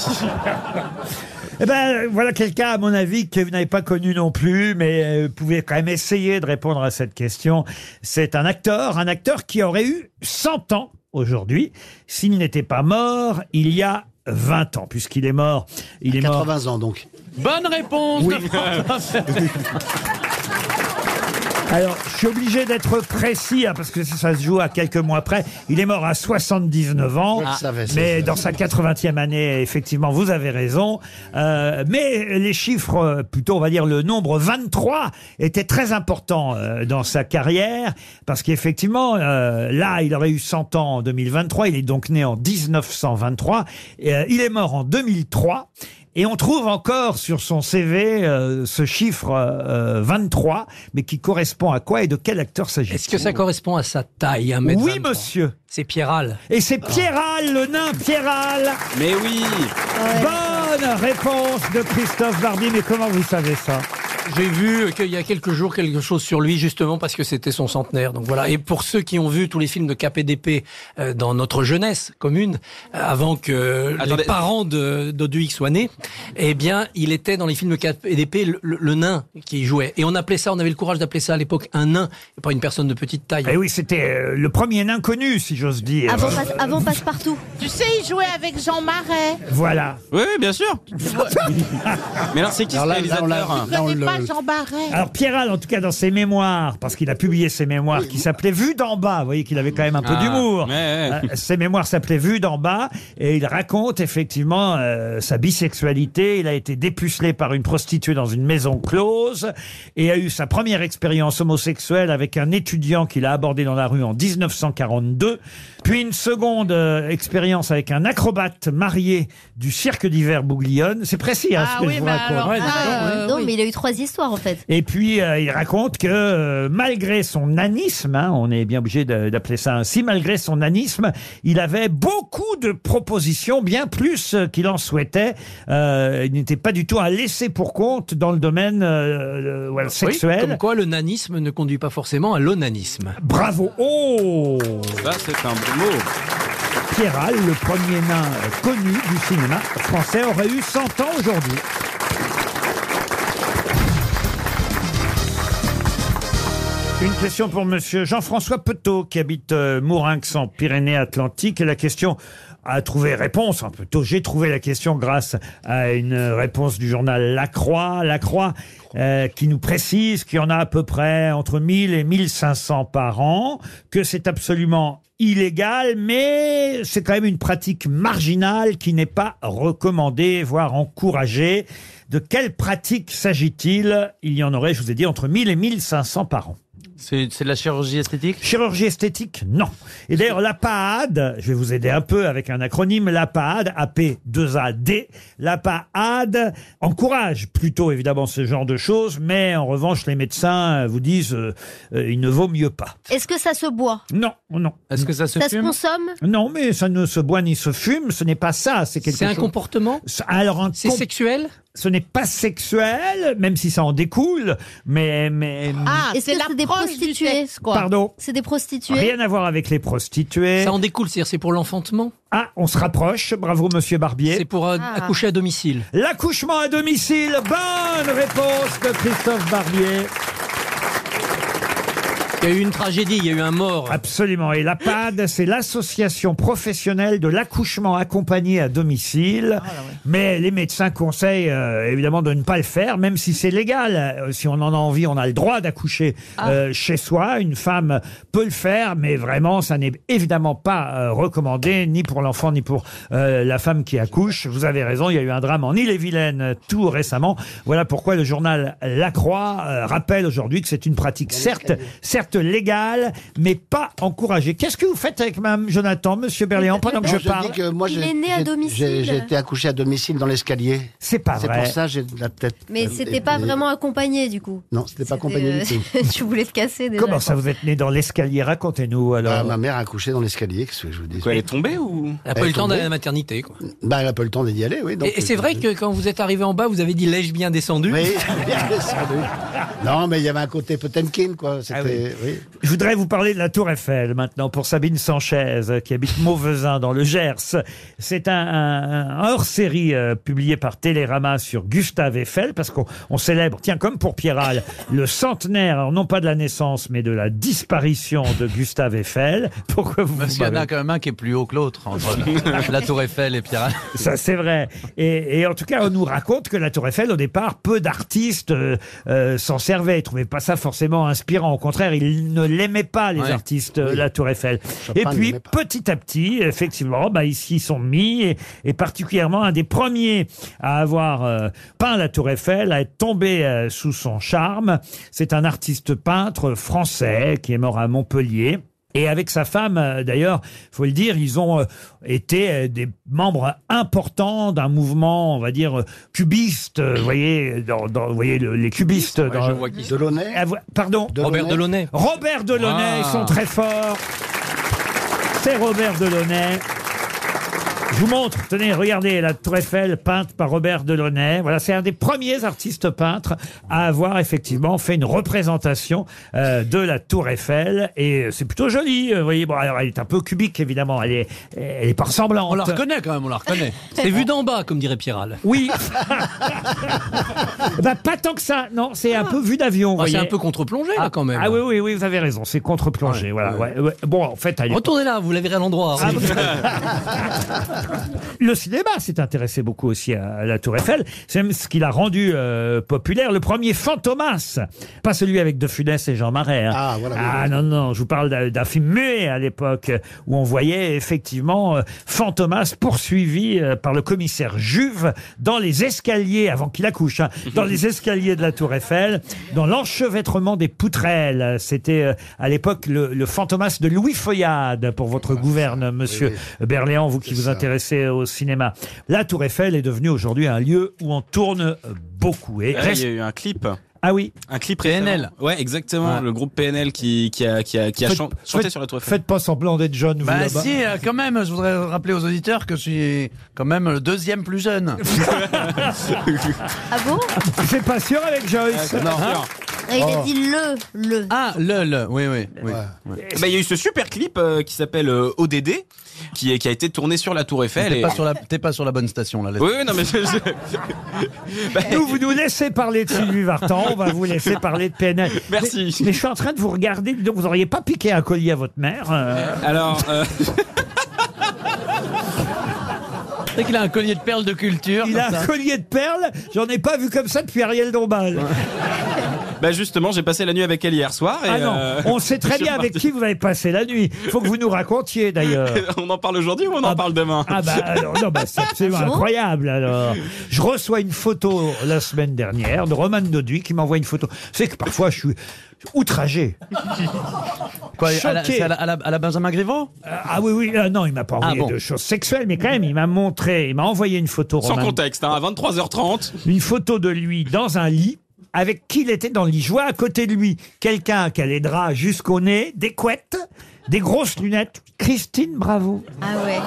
Speaker 2: Eh ben voilà quelqu'un à mon avis que vous n'avez pas connu non plus, mais euh, vous pouvez quand même essayer de répondre à cette question. C'est un acteur, un acteur qui aurait eu 100 ans aujourd'hui s'il n'était pas mort il y a 20 ans, puisqu'il est mort. Il est
Speaker 6: 80
Speaker 2: mort.
Speaker 6: ans donc.
Speaker 5: Bonne réponse
Speaker 2: Oui.
Speaker 5: de François
Speaker 2: Alors, je suis obligé d'être précis, hein, parce que ça, ça se joue à quelques mois près. Il est mort à 79 ans,
Speaker 6: Je le savais, ça,
Speaker 2: mais
Speaker 6: je le
Speaker 2: dans sa 80e année, effectivement, vous avez raison. Euh, mais les chiffres, euh, plutôt, on va dire le nombre 23, était très important euh, dans sa carrière, parce qu'effectivement, euh, là, il aurait eu 100 ans en 2023, il est donc né en 1923, et, euh, il est mort en 2003. Et on trouve encore sur son CV euh, ce chiffre euh, euh, 23, mais qui correspond à quoi et de quel acteur s'agit-il
Speaker 7: Est-ce que ça correspond à sa taille, un mètre
Speaker 2: Oui,
Speaker 7: 23?
Speaker 2: monsieur.
Speaker 7: C'est Pierral.
Speaker 2: Et c'est Pierral, le nain Pierral.
Speaker 4: Mais oui
Speaker 2: Bonne réponse de Christophe Barbier. Mais comment vous savez ça
Speaker 7: J'ai vu qu'il y a quelques jours quelque chose sur lui justement parce que c'était son centenaire. Donc voilà. Et pour ceux qui ont vu tous les films de KPDP euh, dans notre jeunesse commune, euh, avant que
Speaker 4: Attendez.
Speaker 7: les parents de d'Odux soient nés, eh bien il était dans les films de KPDP le, le- le nain qui y jouait. Et on appelait ça, on avait le courage d'appeler ça à l'époque un nain, et pas une personne de petite taille.
Speaker 2: Eh oui, c'était euh, le premier nain connu, si j'ose
Speaker 8: Ah,
Speaker 2: dire.
Speaker 3: Avant,
Speaker 8: bah,
Speaker 3: passe, avant passe partout.
Speaker 8: Tu sais, il jouait avec Jean Marais.
Speaker 2: Voilà.
Speaker 4: Oui, oui, bien sûr. Mais alors, c'est qui ce
Speaker 6: Alors là, là, on l'a-
Speaker 4: réalisateur
Speaker 8: Je
Speaker 6: là, on
Speaker 8: connais
Speaker 6: le-
Speaker 8: pas Jean Marais.
Speaker 2: Ah, oh, Alors Pierral, en tout cas dans ses mémoires, parce qu'il a publié ses mémoires, qui s'appelait Vue d'en bas, vous voyez qu'il avait quand même un peu
Speaker 5: Ah,
Speaker 2: d'humour.
Speaker 4: ouais, ouais.
Speaker 2: Euh, ses mémoires s'appelaient Vue d'en bas, et il raconte effectivement euh, sa bisexualité. Il a été dépucelé par une prostituée dans une maison close, et a eu sa première expérience homosexuelle avec un étudiant qu'il a abordé dans la rue en 1942, puis une seconde euh, expérience avec un acrobate marié du cirque d'hiver Bouglione. C'est précis hein,
Speaker 8: Ah
Speaker 2: ce que
Speaker 8: oui,
Speaker 2: je vous
Speaker 3: bah
Speaker 8: mais
Speaker 2: raconte. hein.
Speaker 8: alors,
Speaker 5: Ouais,
Speaker 8: ah,
Speaker 5: d'accord,
Speaker 8: euh,
Speaker 3: non,
Speaker 8: oui.
Speaker 3: mais il a eu trois histoires en fait.
Speaker 2: Et puis, euh, il raconte que euh, malgré son nanisme, hein, on est bien obligé de- d'appeler ça ainsi, malgré son nanisme, il avait beaucoup de propositions, bien plus euh, qu'il en souhaitait. Euh, il n'était pas du tout à laisser pour compte dans le domaine euh, euh, voilà,
Speaker 7: Oui,
Speaker 2: sexuel.
Speaker 7: comme quoi le nanisme ne conduit pas forcément à l'onanisme.
Speaker 2: Bravo Oh
Speaker 4: Ça, c'est un beau mot.
Speaker 2: Pierral, le premier nain euh, connu du cinéma français, aurait eu 100 ans aujourd'hui. Une question pour monsieur Jean-François Petot qui habite euh, Mourinx en Pyrénées-Atlantiques. Et la question a trouvé réponse. Hein, Petot, j'ai trouvé la question grâce à une réponse du journal La Croix. La Croix euh, qui nous précise qu'il y en a à peu près entre 1000 et 1500 par an, que c'est absolument illégal, mais c'est quand même une pratique marginale qui n'est pas recommandée, voire encouragée. De quelle pratique s'agit-il Il y en aurait, je vous ai dit, entre 1000 et 1500 par an.
Speaker 5: C'est c'est de la chirurgie esthétique
Speaker 2: Chirurgie esthétique, non. Et d'ailleurs, la PAAD, je vais vous aider un peu avec un acronyme, la PAAD, AP2AD, la PAAD encourage plutôt évidemment ce genre de choses, mais en revanche, les médecins euh, vous disent, euh, euh, il ne vaut mieux pas.
Speaker 3: Est-ce que ça se boit
Speaker 2: Non, non.
Speaker 5: Est-ce que
Speaker 3: Ça se consomme
Speaker 2: Non, mais ça ne se boit ni se fume, ce n'est pas ça, c'est quelque
Speaker 7: C'est un
Speaker 2: chose-
Speaker 7: comportement
Speaker 2: Ça- Alors,
Speaker 7: C'est sexuel
Speaker 2: Ce n'est pas sexuel, même si ça en découle, mais... mais
Speaker 8: Ah,
Speaker 3: Est-ce
Speaker 8: c'est
Speaker 3: que c'est des
Speaker 8: l'approche du
Speaker 3: prostituées
Speaker 8: sexe, quoi.
Speaker 2: Pardon
Speaker 3: C'est des prostituées
Speaker 2: Rien à voir avec les prostituées.
Speaker 7: Ça en découle, c'est-à-dire c'est pour l'enfantement
Speaker 2: Ah, on se rapproche. Bravo, monsieur Barbier.
Speaker 7: C'est pour euh,
Speaker 3: Ah.
Speaker 7: accoucher à domicile.
Speaker 2: L'accouchement à domicile. Bonne réponse de Christophe Barbier.
Speaker 7: Il y a eu une tragédie, il y a eu un mort.
Speaker 2: Absolument. Et la PAD, c'est l'association professionnelle de l'accouchement accompagné à domicile. Mais les médecins conseillent euh, évidemment de ne pas le faire, même si c'est légal. Euh, Si on en a envie, on a le droit d'accoucher euh, chez soi. Une femme peut le faire, mais vraiment, ça n'est évidemment pas euh, recommandé, ni pour l'enfant, ni pour euh, la femme qui accouche. Vous avez raison, il y a eu un drame en Ille-et-Vilaine euh, tout récemment. Voilà pourquoi le journal La Croix euh, rappelle aujourd'hui que c'est une pratique certes, certes légale, mais pas encouragée. Qu'est-ce que vous faites avec Mme Jonathan, Monsieur Berléand, pendant que
Speaker 6: Non,
Speaker 2: je
Speaker 6: je dis
Speaker 2: parle
Speaker 6: que moi,
Speaker 3: Il
Speaker 6: j'ai-
Speaker 3: est né à
Speaker 6: j'ai-
Speaker 3: domicile.
Speaker 6: J'ai j'ai été accouché à domicile dans l'escalier.
Speaker 2: C'est pas
Speaker 6: C'est
Speaker 2: vrai.
Speaker 6: pour ça j'ai la tête.
Speaker 3: Mais
Speaker 6: euh,
Speaker 3: c'était pas
Speaker 6: et-
Speaker 3: vraiment accompagné du coup.
Speaker 6: Non, c'était pas
Speaker 3: Euh,
Speaker 6: accompagné du tout.
Speaker 3: tu voulais te casser déjà.
Speaker 2: Comment ça, vous êtes né dans l'escalier Racontez-nous alors.
Speaker 6: Ah, ma mère a accouché dans l'escalier, qu'est-ce que je vous dis
Speaker 4: Elle est tombée ou
Speaker 7: Elle n'a
Speaker 2: Ah,
Speaker 7: pas eu le temps
Speaker 6: tombée.
Speaker 7: d'aller à la maternité. quoi.
Speaker 6: Bah, elle a pas eu le temps d'y aller, oui. donc, euh,
Speaker 7: Et, et c'est vrai que quand vous êtes arrivé en bas, vous avez dit l'ai-je bien descendu
Speaker 6: Oui, bien descendu. Non, mais il y avait un côté Potemkin, quoi. C'était.
Speaker 2: Ah oui.
Speaker 6: oui.
Speaker 2: Je voudrais vous parler de la Tour Eiffel maintenant pour Sabine Sanchez euh, qui habite Mauvezin dans le Gers. C'est un, un- un hors-série euh, publié par Télérama sur Gustave Eiffel parce qu'on on célèbre, tiens comme pour Pierral, le centenaire, alors non pas de la naissance mais de la disparition de Gustave Eiffel. Pourquoi vous
Speaker 5: Parce
Speaker 2: vous
Speaker 5: qu'il y en
Speaker 2: marrez
Speaker 5: a quand même un qui est plus haut que l'autre, entre la- la Tour Eiffel et Pierre.
Speaker 2: Ça, c'est vrai. Et, et en tout cas, on nous raconte que la Tour Eiffel, au départ, peu d'artistes euh, euh, s'en servaient. Ils ne trouvaient pas ça forcément inspirant. Au contraire, ils ne l'aimaient pas, les
Speaker 5: Ouais.
Speaker 2: artistes, euh, la Tour Eiffel.
Speaker 6: Chopin
Speaker 2: Et puis,
Speaker 6: l'aimait pas.
Speaker 2: petit à petit, effectivement, bah, ils s'y sont mis. Et, et particulièrement, un des premiers à avoir euh, peint la Tour Eiffel, à être tombé euh, sous son charme, c'est un artiste peintre français qui est mort à Montpellier. Et avec sa femme, euh, d'ailleurs, faut le dire, ils ont euh, été euh, des membres importants d'un mouvement, on va dire, euh, cubiste. euh, Vous voyez, dans, dans- vous voyez le- les cubistes. dans-
Speaker 5: je vois qui c'est.
Speaker 6: Delaunay.
Speaker 2: Ah, vous- Pardon
Speaker 7: Robert Delaunay.
Speaker 2: Robert Delaunay,
Speaker 5: Ah.
Speaker 2: ils sont très forts. C'est Robert Delaunay. Je vous montre, tenez, regardez la Tour Eiffel peinte par Robert Delaunay. Voilà, c'est un des premiers artistes peintres à avoir effectivement fait une représentation euh, de la Tour Eiffel. Et c'est plutôt joli, euh, vous voyez. Bon, alors elle est un peu cubique, évidemment. Elle est, elle est pas ressemblante.
Speaker 5: On la reconnaît quand même, on la reconnaît.
Speaker 7: C'est vu d'en bas, comme dirait Pierral.
Speaker 2: Oui. bah, pas tant que ça. Non, c'est un peu vue d'avion. vous
Speaker 7: Ah, c'est
Speaker 2: voyez.
Speaker 7: un peu contre-plongé là quand même.
Speaker 2: Ah oui, oui, oui, vous avez raison. C'est contre-plongée. voilà. ouais, ouais. Bon, en fait, elle est-
Speaker 7: Retournez là, vous la verrez à l'endroit.
Speaker 2: Ah, Le cinéma s'est intéressé beaucoup aussi à à la Tour Eiffel. C'est même ce qui l'a rendu euh, populaire. Le premier Fantomas, pas celui avec De Funès et Jean Marais. hein.
Speaker 6: Ah, voilà, oui,
Speaker 2: Ah
Speaker 6: oui.
Speaker 2: non, non, je vous parle d'un- d'un film muet à l'époque euh, où on voyait effectivement euh, Fantomas poursuivi euh, par le commissaire Juve dans les escaliers, avant qu'il accouche, hein, dans les escaliers de la Tour Eiffel, dans l'enchevêtrement des poutrelles. C'était euh, à l'époque le, le Fantomas de Louis Feuillade pour votre gouverne, monsieur Berléand, vous qui vous intéressez au cinéma. La Tour Eiffel est devenue aujourd'hui un lieu où on tourne euh, beaucoup. Et
Speaker 4: Ah,
Speaker 2: reste-
Speaker 4: Il y a eu un clip.
Speaker 2: Ah oui,
Speaker 4: Un clip
Speaker 5: PNL.
Speaker 4: récemment. Ouais, exactement.
Speaker 5: Ouais.
Speaker 4: Le groupe PNL qui, qui a, qui a, qui a
Speaker 2: Faites-
Speaker 4: chan- chanté
Speaker 2: faites-
Speaker 4: sur la tour Eiffel.
Speaker 2: faites pas semblant d'être jeune, vous
Speaker 5: Bah
Speaker 2: là-bas.
Speaker 5: si, euh, quand même, je voudrais rappeler aux auditeurs que je suis quand même le deuxième plus jeune.
Speaker 3: Ah bon
Speaker 2: C'est pas sûr avec Joyce.
Speaker 4: Non, hein.
Speaker 3: Ah, Il a dit le, le.
Speaker 5: Ah, le, le, oui, oui. oui.
Speaker 4: Bah, il y a eu ce super clip euh, qui s'appelle euh, ODD, qui, est- qui a été tourné sur la Tour Eiffel.
Speaker 5: T'es
Speaker 4: et-
Speaker 5: pas, sur la- t'es pas sur la bonne station, là. laisse-
Speaker 4: Oui, oui, non, mais je- je- Bah,
Speaker 2: Nous, vous nous laissez parler de Sylvie Vartan, on va vous laisser parler de PNL.
Speaker 4: Merci.
Speaker 2: Mais, mais je suis en train de vous regarder, donc vous auriez pas piqué un collier à votre mère. euh.
Speaker 4: alors, euh,
Speaker 5: Tu sais qu'il a un collier de perles de culture.
Speaker 2: il
Speaker 5: comme
Speaker 2: a
Speaker 5: ça.
Speaker 2: un collier de perles, j'en ai pas vu comme ça depuis Ariel Dombal.
Speaker 4: Bah justement, j'ai passé la nuit avec elle hier soir. Et
Speaker 2: Ah non,
Speaker 4: euh,
Speaker 2: on sait
Speaker 4: je
Speaker 2: très
Speaker 4: suis
Speaker 2: bien avec
Speaker 4: parti.
Speaker 2: qui vous avez passé la nuit. Faut que vous nous racontiez d'ailleurs.
Speaker 4: on en parle aujourd'hui ou on en parle demain
Speaker 2: Ah bah alors, non, bah, c'est absolument
Speaker 4: Ah bon
Speaker 2: incroyable alors. Je reçois une photo la semaine dernière de Roman Doduy qui m'envoie une photo. C'est que parfois je suis outragé.
Speaker 5: Quoi, à la-
Speaker 2: Choqué.
Speaker 5: c'est à la- à la- à la Benjamin Griveaux
Speaker 2: Euh, Ah oui, oui, euh, non, il m'a pas envoyé
Speaker 5: Ah bon.
Speaker 2: de choses sexuelles, mais quand même, il m'a montré, il m'a envoyé une photo,
Speaker 4: Sans
Speaker 2: Roman,
Speaker 4: contexte, hein, à 23h30.
Speaker 2: une photo de lui dans un lit, avec qui il était dans le lit. Je vois à côté de lui quelqu'un qui a les draps jusqu'au nez, des couettes, des grosses lunettes, Christine Bravo.
Speaker 3: Ah ouais.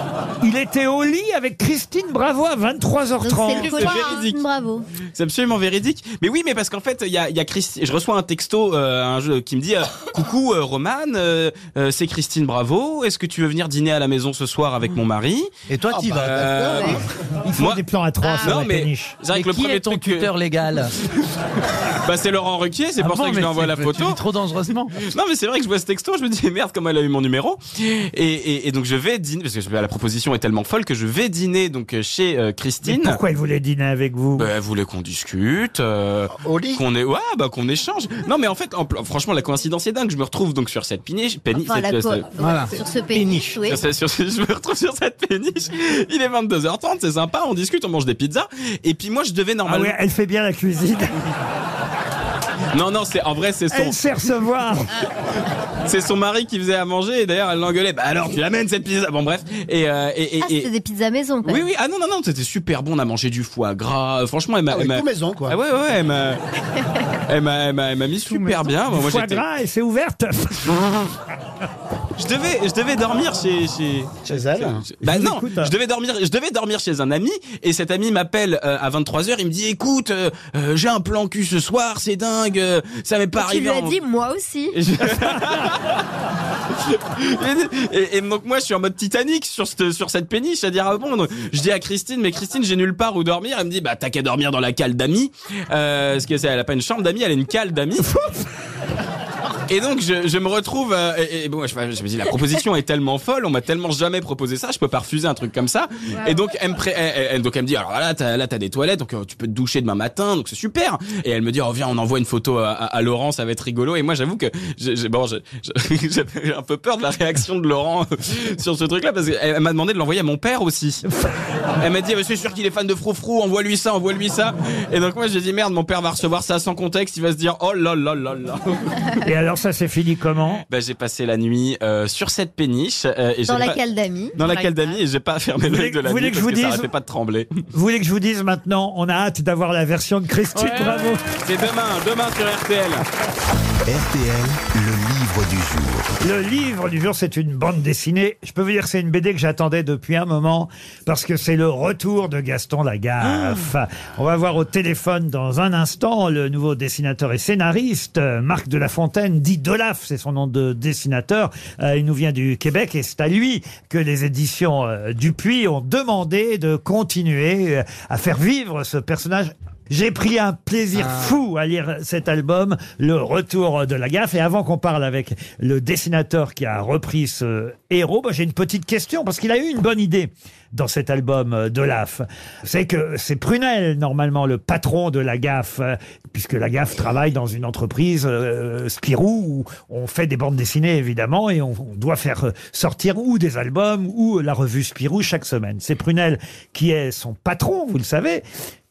Speaker 2: Il était au lit avec Christine Bravo à
Speaker 3: Donc
Speaker 2: 23h30.
Speaker 3: c'est le copain, Christine Bravo.
Speaker 4: C'est absolument véridique. Mais oui, mais parce qu'en fait, il y a, il y a Christi- Je reçois un texto euh, un jeu, qui me dit euh, Coucou euh, Roman, euh, euh, c'est Christine Bravo. Est-ce que tu veux venir dîner à la maison ce soir avec mon mari Ah bah,
Speaker 5: Et toi,
Speaker 2: t'y vas. d'accord, Il faut des plans à trois. ça,
Speaker 4: non,
Speaker 2: la
Speaker 4: mais Ah,
Speaker 2: péniche.
Speaker 4: c'est vrai que le premier
Speaker 5: ton
Speaker 4: truc que-
Speaker 5: tuteur légal
Speaker 4: bah, c'est Laurent Ruquier, c'est
Speaker 5: Ah
Speaker 4: pour
Speaker 5: bon,
Speaker 4: ça que je
Speaker 5: mais
Speaker 4: lui envoie
Speaker 5: tu-
Speaker 4: la
Speaker 5: tu
Speaker 4: photo.
Speaker 5: vis trop dangereusement.
Speaker 4: Non, mais c'est vrai que je vois ce texto, je me dis merde, comment elle a eu mon numéro. Et, et- et donc je vais dîner, parce que je- la proposition est tellement folle que je vais dîner donc chez euh,
Speaker 2: Mais
Speaker 4: Christine.
Speaker 2: pourquoi il voulait dîner avec vous
Speaker 4: Bah, elle voulait qu'on discute, euh, qu'on ait, ouais, bah, qu'on échange. Non, mais en fait, en pl- franchement, la coïncidence est dingue. Je me retrouve donc sur cette péniche, péniche,
Speaker 3: Enfin, la
Speaker 4: cette-
Speaker 3: co-
Speaker 4: cette-
Speaker 3: voilà, Sur ce péniche. oui.
Speaker 4: sur ce- sur ce- je me retrouve sur cette péniche. Il est 22h30, c'est sympa, on discute, on mange des pizzas. Et puis moi, je devais
Speaker 2: Ah
Speaker 4: normalement.
Speaker 2: ouais, elle fait bien la cuisine.
Speaker 4: Non, non, c'est en vrai, c'est son.
Speaker 2: Elle sait recevoir.
Speaker 4: C'est son mari qui faisait à manger et d'ailleurs elle l'engueulait. Bah alors tu l'amènes cette pizza. Bon bref. Et, euh, et, et-
Speaker 3: Ah,
Speaker 4: et-
Speaker 3: c'était des pizzas maison. quoi.
Speaker 4: Oui oui. Ah non non non. C'était super bon. On a mangé du foie gras. Euh, Franchement elle m'a.
Speaker 6: Ah oui,
Speaker 4: elle m'a-
Speaker 6: tout maison, quoi.
Speaker 4: Ah ouais ouais. Elle m'a. elle m'a elle m'a elle m'a mis super bien. Bon, Ah
Speaker 2: Du
Speaker 4: bah moi
Speaker 2: foie
Speaker 4: j'étais.
Speaker 2: gras et c'est ouverte.
Speaker 4: Je devais je devais dormir chez chez.
Speaker 6: Chez elle
Speaker 4: Bah non,
Speaker 6: hein.
Speaker 4: je devais dormir, je devais dormir chez un ami et cet ami m'appelle euh, à 23h, il me dit "Écoute, euh, euh, j'ai un plan cul ce soir, c'est dingue, euh, ça m'est pas
Speaker 3: Tu
Speaker 4: arrivé."
Speaker 3: lui as
Speaker 4: en-
Speaker 3: dit, moi aussi.
Speaker 4: et, et donc moi je suis en mode Titanic sur cette, sur cette péniche à dire ah bon donc, je dis à Christine mais Christine j'ai nulle part où dormir elle me dit bah t'as qu'à dormir dans la cale d'amis euh, parce que c'est- elle a pas une chambre d'amis elle a une cale d'amis Et donc je, je me retrouve euh, et, et bon je, je me dis la proposition est tellement folle on m'a tellement jamais proposé ça je peux pas refuser un truc comme ça et donc elle me pré- elle- elle- elle- donc elle me dit alors là t'as là t'as des toilettes donc euh, tu peux te doucher demain matin donc c'est super et elle me dit oh viens on envoie une photo à, à- à Laurent ça va être rigolo et moi j'avoue que j'ai j'ai- bon, j'ai- j'ai- j'ai un peu peur de la réaction de Laurent sur ce truc là parce qu'elle elle m'a demandé de l'envoyer à mon père aussi elle m'a dit Ah, mais c'est sûr qu'il est fan de Froufrou envoie lui ça envoie lui ça et donc moi j'ai dit merde mon père va recevoir ça sans contexte il va se dire oh là là là là
Speaker 2: Et alors ça c'est fini comment
Speaker 4: bah, j'ai passé la nuit euh, sur cette péniche euh, et
Speaker 3: Dans
Speaker 4: j'ai
Speaker 3: la
Speaker 4: pas-
Speaker 3: cale d'amis.
Speaker 4: dans la cale d'amis et j'ai pas fermé
Speaker 2: Vous
Speaker 4: l'œil
Speaker 2: voulez-
Speaker 4: de la
Speaker 2: vous
Speaker 4: nuit
Speaker 2: voulez que
Speaker 4: parce
Speaker 2: je vous
Speaker 4: que ça
Speaker 2: dise-
Speaker 4: arrêtait pas de trembler
Speaker 2: Vous voulez que je vous dise maintenant On a hâte d'avoir la version de Christine Bravo.
Speaker 4: c'est demain demain sur RTL
Speaker 1: RTL, le livre du jour.
Speaker 2: Le livre du jour, c'est une bande dessinée. Je peux vous dire que c'est une BD que j'attendais depuis un moment parce que c'est le retour de Gaston Lagaffe. On va voir au téléphone dans un instant le nouveau dessinateur et scénariste euh, Marc de la Fontaine, dit Dolaf, c'est son nom de dessinateur. Euh, Il nous vient du Québec et c'est à lui que les éditions euh, Dupuis ont demandé de continuer euh, à faire vivre ce personnage j'ai pris un plaisir fou à lire cet album, Le Retour de la gaffe. Et avant qu'on parle avec le dessinateur qui a repris ce héros, bah, j'ai une petite question parce qu'il a eu une bonne idée dans cet album euh, de Laf. C'est que c'est Prunel, normalement, le patron de la gaffe, euh, puisque la gaffe travaille dans une entreprise euh, Spirou où on fait des bandes dessinées, évidemment, et on, on doit faire euh, sortir ou des albums ou la revue Spirou chaque semaine. C'est Prunel qui est son patron, vous le savez.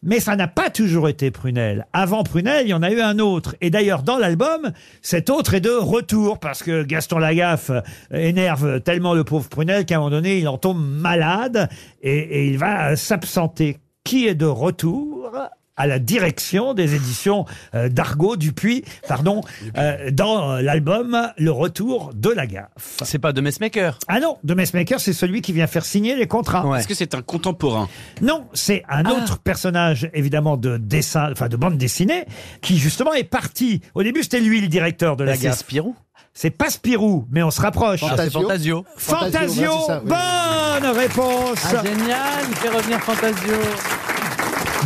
Speaker 2: Mais ça n'a pas toujours été Prunel. Avant Prunel, il y en a eu un autre. Et d'ailleurs, dans l'album, cet autre est de retour parce que Gaston Lagaffe euh, énerve tellement le pauvre Prunel qu'à un moment donné, il en tombe malade et, et il va euh, s'absenter. Qui est de retour à la direction des éditions euh, d'Argo Dupuis, pardon, euh, dans euh, l'album Le Retour de Lagaffe.
Speaker 5: C'est pas de Messmaker.
Speaker 2: Ah non, de Messmaker, c'est celui qui vient faire signer les contrats.
Speaker 4: est-ce que c'est un contemporain
Speaker 2: Non, c'est un
Speaker 5: Ah.
Speaker 2: autre personnage, évidemment, de dessin, enfin de bande dessinée, qui justement est parti. Au début, c'était lui le directeur de la
Speaker 5: Bah, c'est
Speaker 2: gaffe.
Speaker 5: Spirou.
Speaker 2: C'est pas Spirou, mais on se rapproche.
Speaker 5: Ah, c'est Fantasio.
Speaker 2: Fantasio,
Speaker 5: Fantasio, ouais, c'est ça, oui.
Speaker 2: bonne réponse.
Speaker 5: Ah, génial, il fait revenir Fantasio.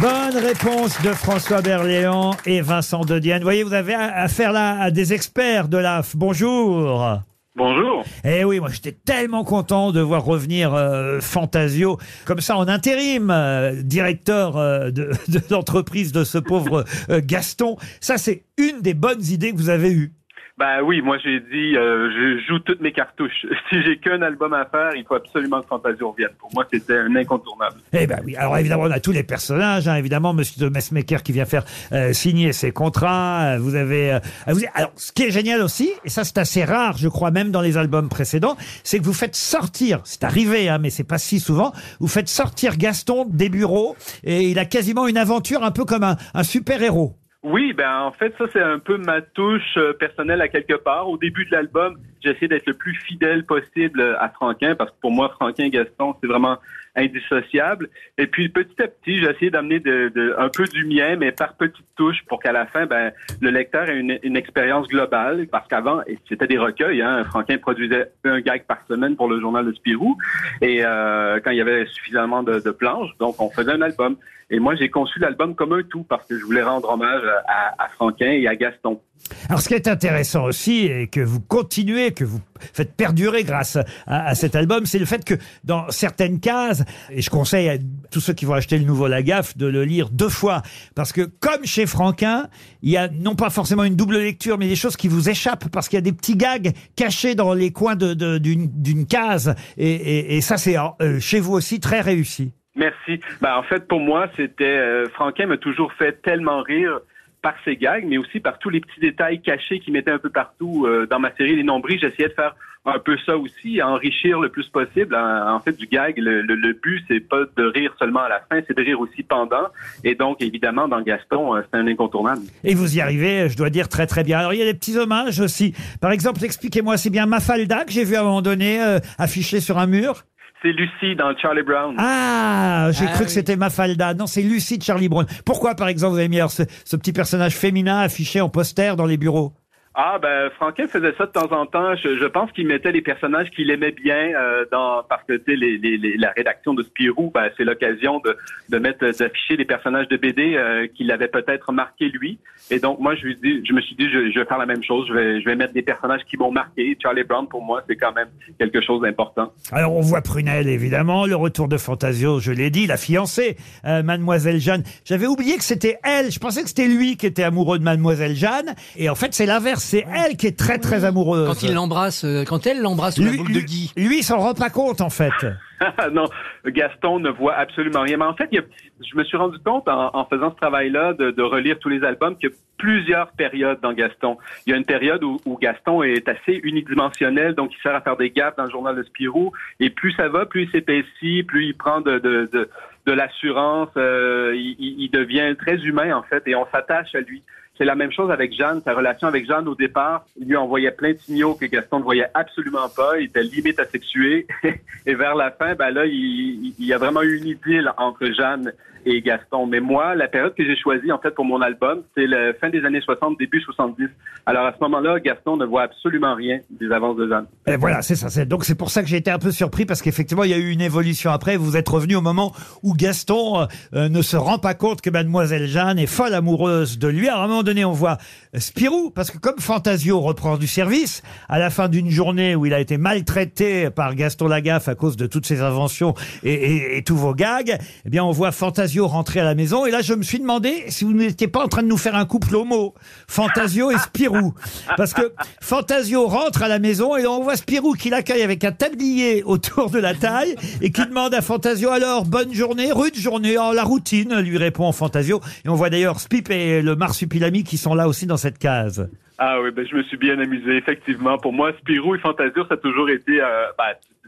Speaker 2: Bonne réponse de François Berléand et Vincent Dedienne. Vous voyez, vous avez affaire là à des experts de l'AF. Bonjour. Bonjour. Eh oui, moi j'étais tellement content de voir revenir euh, Fantasio comme ça en intérim, euh, directeur euh, de, de l'entreprise de ce pauvre euh, Gaston. Ça, c'est une des bonnes idées que vous avez eues.
Speaker 16: Bah oui, moi j'ai dit, euh, je joue toutes mes cartouches. Si j'ai qu'un album à faire, il faut absolument que Fantasio revienne. Pour moi, c'était un incontournable.
Speaker 2: Eh ben oui, alors évidemment, on a tous les personnages, hein, évidemment, Monsieur de Messmaker qui vient faire euh, signer ses contrats, euh, vous avez... euh, vous- alors, ce qui est génial aussi, et ça c'est assez rare, je crois, même dans les albums précédents, c'est que vous faites sortir, c'est arrivé, hein, mais c'est pas si souvent, vous faites sortir Gaston des bureaux, et il a quasiment une aventure un peu comme un, un super-héros.
Speaker 16: Oui, ben en fait, ça c'est un peu ma touche euh, personnelle à quelque part. Au début de l'album, j'essaie d'être le plus fidèle possible euh, à Franquin parce que pour moi, Franquin et Gaston, c'est vraiment indissociable. Et puis petit à petit, j'ai essayé d'amener de, de- un peu du mien, mais par petites touches pour qu'à la fin, ben, le lecteur ait une, une expérience globale. Parce qu'avant, et c'était des recueils. Hein, Franquin produisait un gag par semaine pour le journal de Spirou. Et euh, quand il y avait suffisamment de, de planches, donc on faisait un album. Et moi, j'ai conçu l'album comme un tout parce que je voulais rendre hommage à, à Franquin et à Gaston.
Speaker 2: Alors, ce qui est intéressant aussi, et que vous continuez, que vous faites perdurer grâce à, à cet album, c'est le fait que dans certaines cases, et je conseille à tous ceux qui vont acheter le nouveau Lagaffe de le lire deux fois, parce que comme chez Franquin, il y a non pas forcément une double lecture, mais des choses qui vous échappent, parce qu'il y a des petits gags cachés dans les coins de- de- d'une d'une case, et, et- et ça, c'est euh, chez vous aussi très réussi.
Speaker 16: Merci. Ben, en fait, pour moi, c'était euh, Franquin m'a toujours fait tellement rire par ses gags, mais aussi par tous les petits détails cachés qu'il mettait un peu partout euh, dans ma série Les Nombris. J'essayais de faire un peu ça aussi, enrichir le plus possible. En, en fait, du gag, le, le- le but, c'est pas de rire seulement à la fin, c'est de rire aussi pendant. Et donc, évidemment, dans Gaston, euh, c'est un incontournable.
Speaker 2: Et vous y arrivez, je dois dire, très très bien. Alors il y a des petits hommages aussi. Par exemple, expliquez-moi, c'est bien Mafalda que j'ai vu à un moment donné euh, affichée sur un mur
Speaker 16: C'est Lucie dans Charlie Brown.
Speaker 2: Ah, j'ai
Speaker 16: Ah
Speaker 2: cru que c'était Mafalda. Non, c'est Lucie de Charlie Brown. Pourquoi, par exemple, vous avez mis alors ce, ce petit personnage féminin affiché en poster dans les bureaux
Speaker 16: Ah ben Franquin faisait ça de temps en temps. Je, je pense qu'il mettait les personnages qu'il aimait bien euh, dans parce que tu sais les, les- les- la rédaction de Spirou, ben, c'est l'occasion de, de mettre d'afficher les personnages de BD euh, qui l'avaient peut-être marqué lui. Et donc moi je lui dis, je me suis dit je, je vais faire la même chose. Je vais, je vais mettre des personnages qui m'ont marqué. Charlie Brown pour moi c'est quand même quelque chose d'important.
Speaker 2: Alors on voit Prunelle, évidemment, le retour de Fantasio, je l'ai dit, la fiancée, euh, Mademoiselle Jeanne. J'avais oublié que c'était elle, je pensais que c'était lui qui était amoureux de Mademoiselle Jeanne. Et en fait, c'est l'inverse, c'est elle qui est très très amoureuse.
Speaker 7: Quand il l'embrasse, euh, quand elle l'embrasse sous la
Speaker 2: Lui-
Speaker 7: boule de
Speaker 2: lui-
Speaker 7: Guy.
Speaker 2: Lui, il s'en rend pas compte, en fait.
Speaker 16: non, Gaston ne voit absolument rien. Mais en fait, il y a- je me suis rendu compte en, en faisant ce travail-là de, de relire tous les albums qu'il y a plusieurs périodes dans Gaston. Il y a une période où, où Gaston est assez unidimensionnel, donc il sert à faire des gaffes dans le journal de Spirou. Et plus ça va, plus il s'épaissit, plus il prend de, de, de, de l'assurance. euh, il, il- il devient très humain, en fait, et on s'attache à lui. C'est la même chose avec Jeanne. Sa relation avec Jeanne, au départ, il lui envoyait plein de signaux que Gaston ne voyait absolument pas. Il était limite asexué. et vers la fin, ben là, il, il- il y a vraiment eu une idylle entre Jeanne et Gaston. Mais moi, la période que j'ai choisie, en fait, pour mon album, c'est la fin des années 60, début 70. Alors, à ce moment-là, Gaston ne voit absolument rien des avances de Jeanne.
Speaker 2: Et voilà, c'est ça. c'est- Donc c'est pour ça que j'ai été un peu surpris parce qu'effectivement il y a eu une évolution après. Vous êtes revenu au moment où Gaston euh, euh, ne se rend pas compte que Mademoiselle Jeanne est folle amoureuse de lui. Alors, à un moment donné, on voit Spirou parce que comme Fantasio reprend du service à la fin d'une journée où il a été maltraité par Gaston Lagaffe à cause de toutes ses inventions et, et- et tous vos gags, eh bien on voit Fantasio rentrer à la maison et là je me suis demandé si vous n'étiez pas en train de nous faire un couple homo, Fantasio et Spirou, parce que Fantasio rentre à la maison et là, on voit Spirou qui l'accueille avec un tablier autour de la taille et qui demande à Fantasio alors bonne journée, rude journée, oh, la routine lui répond Fantasio et on voit d'ailleurs Spip et le marsupilami qui sont là aussi dans cette case.
Speaker 16: Ah oui, ben je me suis bien amusé, effectivement. Pour moi, Spirou et Fantasio, ça a toujours été euh, ben,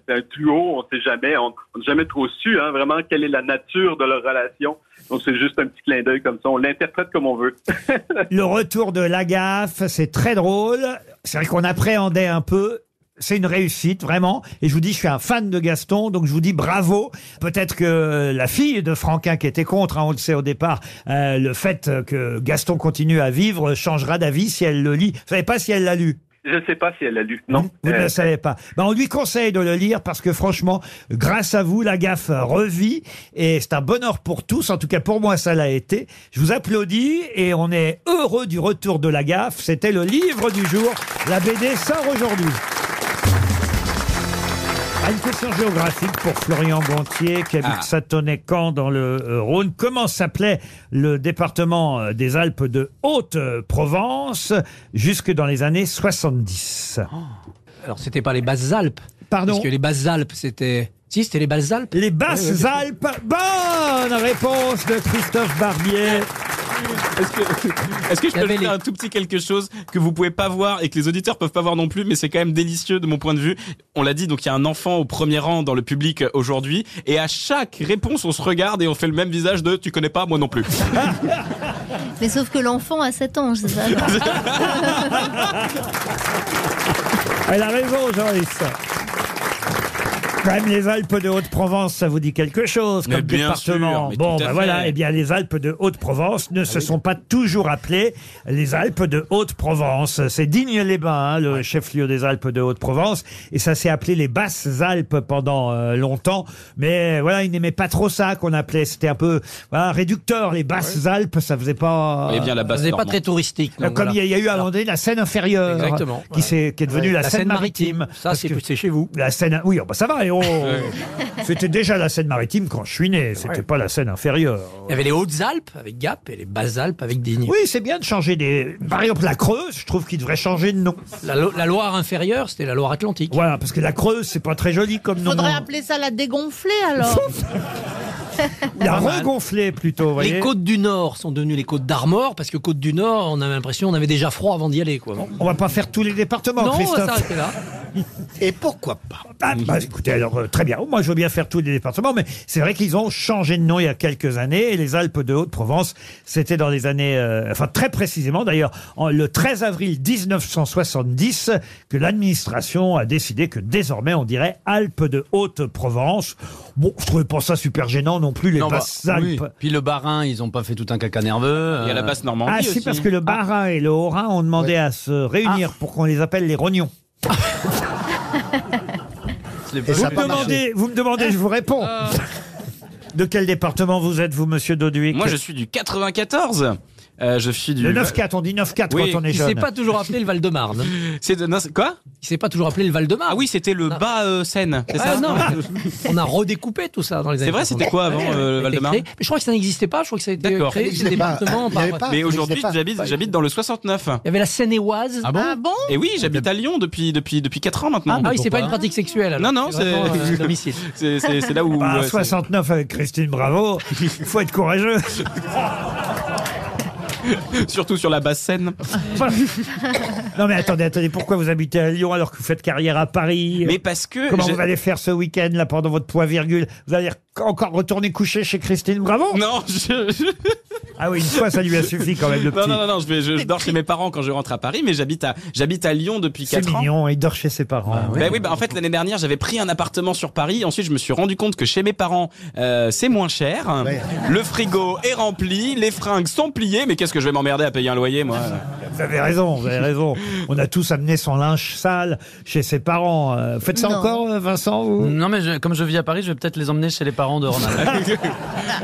Speaker 16: c'est un duo, on sait jamais, on on n'a jamais trop su hein, vraiment quelle est la nature de leur relation. Donc c'est juste un petit clin d'œil comme ça, on l'interprète comme on veut.
Speaker 2: Le retour de Lagaffe, c'est très drôle. C'est vrai qu'on appréhendait un peu. C'est une réussite, vraiment. Et je vous dis, je suis un fan de Gaston, donc je vous dis bravo. Peut-être que la fille de Franquin, qui était contre, hein, on le sait au départ, euh, le fait que Gaston continue à vivre changera d'avis si elle le lit. Vous savez pas si elle l'a lu
Speaker 16: Je ne sais pas si elle a lu. Non.
Speaker 2: vous ne
Speaker 16: Euh,
Speaker 2: le savez pas. Ben, on lui conseille de le lire parce que franchement, grâce à vous, la gaffe revit et c'est un bonheur pour tous. En tout cas, pour moi, ça l'a été. Je vous applaudis et on est heureux du retour de la gaffe. C'était le livre du jour. La BD sort aujourd'hui. Ah, une question géographique pour Florian Gontier, qui habite
Speaker 17: Ah.
Speaker 2: Satonay-Camp dans le euh, Rhône. Comment s'appelait le département euh, des Alpes de Haute-Provence jusque dans les années 70
Speaker 7: Alors, c'était pas les Basses Alpes.
Speaker 2: Pardon
Speaker 7: Parce que les Basses Alpes, c'était. Si, c'était les Basses Alpes.
Speaker 2: Les Basses Alpes. Bonne réponse de Christophe Barbier.
Speaker 4: Est-ce que, est-ce que je peux faire un tout petit quelque chose que vous pouvez pas voir et que les auditeurs peuvent pas voir non plus, mais c'est quand même délicieux de mon point de vue. On l'a dit, donc il y a un enfant au premier rang dans le public euh, aujourd'hui, et à chaque réponse, on se regarde et on fait le même visage de tu connais pas, moi non plus.
Speaker 3: Mais sauf que l'enfant a 7 ans, c'est ça
Speaker 2: Elle a raison, Joyce. Quand même, les Alpes de Haute-Provence, ça vous dit quelque chose
Speaker 4: Mais
Speaker 2: comme
Speaker 4: bien
Speaker 2: département.
Speaker 4: sûr, mais
Speaker 2: bon,
Speaker 4: tout à
Speaker 2: ben
Speaker 4: fait. Ah
Speaker 2: voilà, eh bien, les Alpes de Haute-Provence ne se sont pas toujours appelées les Alpes de Haute-Provence. C'est Digne-les-Bains, hein, le chef-lieu des Alpes de Haute-Provence, et ça s'est appelé les Basses Alpes pendant euh, longtemps. Mais voilà, ils n'aimaient pas trop ça qu'on appelait. C'était un peu voilà, réducteur. Les Basses Alpes, ça faisait pas.
Speaker 7: Eh bien, la Basse Ça faisait pas Normande. très touristique,
Speaker 2: Euh,
Speaker 7: donc
Speaker 2: Comme
Speaker 7: voilà.
Speaker 2: il y a- il y a eu à un moment donné la Seine inférieure,
Speaker 7: Exactement,
Speaker 2: qui, s'est- qui est devenue
Speaker 7: Ouais.
Speaker 2: la,
Speaker 7: La
Speaker 2: Seine-Maritime.
Speaker 7: Seine-Maritime. Ça,
Speaker 2: Parce
Speaker 7: c'est-
Speaker 2: que-
Speaker 7: c'est chez vous.
Speaker 2: La Seine, oui, oh, bah, ça va. Et oh, c'était déjà la Seine-Maritime quand je suis né. C'était pas la Seine inférieure.
Speaker 7: Il y avait les Hautes Alpes avec Gap et les Basses Alpes avec Digne.
Speaker 2: Oui, c'est bien de changer des. Par exemple, la Creuse, je trouve qu'il devrait changer de nom.
Speaker 7: La, Lo- la Loire inférieure, c'était la Loire Atlantique.
Speaker 2: Voilà, parce que la Creuse, c'est pas très joli comme nom.
Speaker 8: Faudrait appeler ça la dégonflée alors.
Speaker 2: La regonflée plutôt,
Speaker 7: Les
Speaker 2: voyez.
Speaker 7: côtes du Nord sont devenues les côtes d'Armor parce que côtes du Nord, on avait l'impression on avait déjà froid avant d'y aller. Quoi.
Speaker 2: On va pas faire tous les départements,
Speaker 7: non, on va
Speaker 2: Christophe.
Speaker 7: s'arrêter là.
Speaker 2: Et pourquoi pas ah, bah, Écoutez, alors euh, très bien. Moi, je veux bien faire tous les départements, mais c'est vrai qu'ils ont changé de nom il y a quelques années. Et les Alpes de Haute-Provence, c'était dans les années, euh, enfin très précisément d'ailleurs, en- le 13 avril 1970, que l'administration a décidé que désormais on dirait Alpes de Haute-Provence. Bon, je trouvais pas ça super gênant non plus les
Speaker 5: Non, bah,
Speaker 2: basses
Speaker 5: oui.
Speaker 2: Alpes.
Speaker 5: Puis le Barin, ils ont pas fait tout un caca nerveux. euh.
Speaker 4: Il y a la
Speaker 5: basse
Speaker 4: Basse-Normandie
Speaker 2: Ah si, parce que le Bas-Rhin et le Haut-Rhin ont demandé à se
Speaker 4: Ah.
Speaker 2: réunir pour qu'on les appelle les rognons.
Speaker 5: Et
Speaker 2: vous,
Speaker 5: ça a
Speaker 2: me
Speaker 5: pas
Speaker 2: demandez,
Speaker 5: marché.
Speaker 2: vous me demandez, je vous réponds.
Speaker 4: Euh.
Speaker 2: De quel département vous êtes, vous, monsieur Doduic
Speaker 4: Moi, je suis du 94. Euh, je suis du.
Speaker 2: Le 9-4, on dit 9-4
Speaker 4: Oui,
Speaker 2: quand on est
Speaker 4: qui
Speaker 2: jeune.
Speaker 4: s'est pas
Speaker 7: toujours appelé le Val-de-Marne.
Speaker 4: C'est de non, c'est- quoi
Speaker 7: Il s'est pas toujours appelé le Val-de-Marne.
Speaker 4: Ah oui, c'était le bas euh, Seine. C'est
Speaker 7: Ah
Speaker 4: ça
Speaker 7: non, on a redécoupé tout ça dans les
Speaker 4: C'est
Speaker 7: années
Speaker 4: vrai,
Speaker 7: 60.
Speaker 4: c'était quoi avant, euh,
Speaker 7: Ouais,
Speaker 4: le
Speaker 7: ça a été
Speaker 4: Val-de-Marne
Speaker 7: créé. Mais Je crois que ça n'existait pas, je crois que ça a été
Speaker 4: D'accord.
Speaker 7: créé, c'est département par... Ah
Speaker 4: Mais aujourd'hui, j'habite, j'habite dans le 69.
Speaker 7: Il y avait la Seine-et-Oise.
Speaker 4: Ah bon Ah
Speaker 8: bon
Speaker 4: Et oui, j'habite à Lyon depuis depuis depuis 4 ans maintenant.
Speaker 7: Ah, oui, c'est pas une pratique sexuelle. alors.
Speaker 4: Non non, c'est
Speaker 7: vraiment, euh, domicile.
Speaker 4: c'est c'est- c'est là où
Speaker 2: Bah,
Speaker 4: euh, c'est-
Speaker 2: 69 avec Christine Bravo, il faut être courageux.
Speaker 4: surtout sur la basse Seine.
Speaker 2: non mais attendez, attendez, pourquoi vous habitez à Lyon alors que vous faites carrière à Paris
Speaker 4: Mais parce que
Speaker 2: Comment
Speaker 4: j'ai-
Speaker 2: vous allez faire ce week-end là pendant votre point virgule Vous allez rec- encore retourner coucher chez Christine Bravo
Speaker 4: Non, je- je-
Speaker 2: Ah oui, une fois ça lui a suffi quand même le
Speaker 4: non,
Speaker 2: petit.
Speaker 4: non, non, non, je, vais- je- je dors chez mes parents quand je rentre à Paris, mais j'habite à, j'habite à Lyon depuis
Speaker 2: C'est
Speaker 4: 4 ans.
Speaker 2: mignon, il dort chez ses parents.
Speaker 6: Ah
Speaker 4: Ben oui, ben en fait l'année dernière j'avais pris un appartement sur Paris. Ensuite je me suis rendu compte que chez mes parents euh, c'est moins cher. Le frigo est rempli, les fringues sont pliées. Mais qu'est-ce que je vais m'emmerder à payer un loyer moi
Speaker 2: Vous avez raison, vous avez raison. On a tous amené son linge sale chez ses parents. Euh, Faites ça encore, euh, Vincent vous
Speaker 5: Non, mais je- comme je vis à Paris, je vais peut-être les emmener chez les parents de Ronald.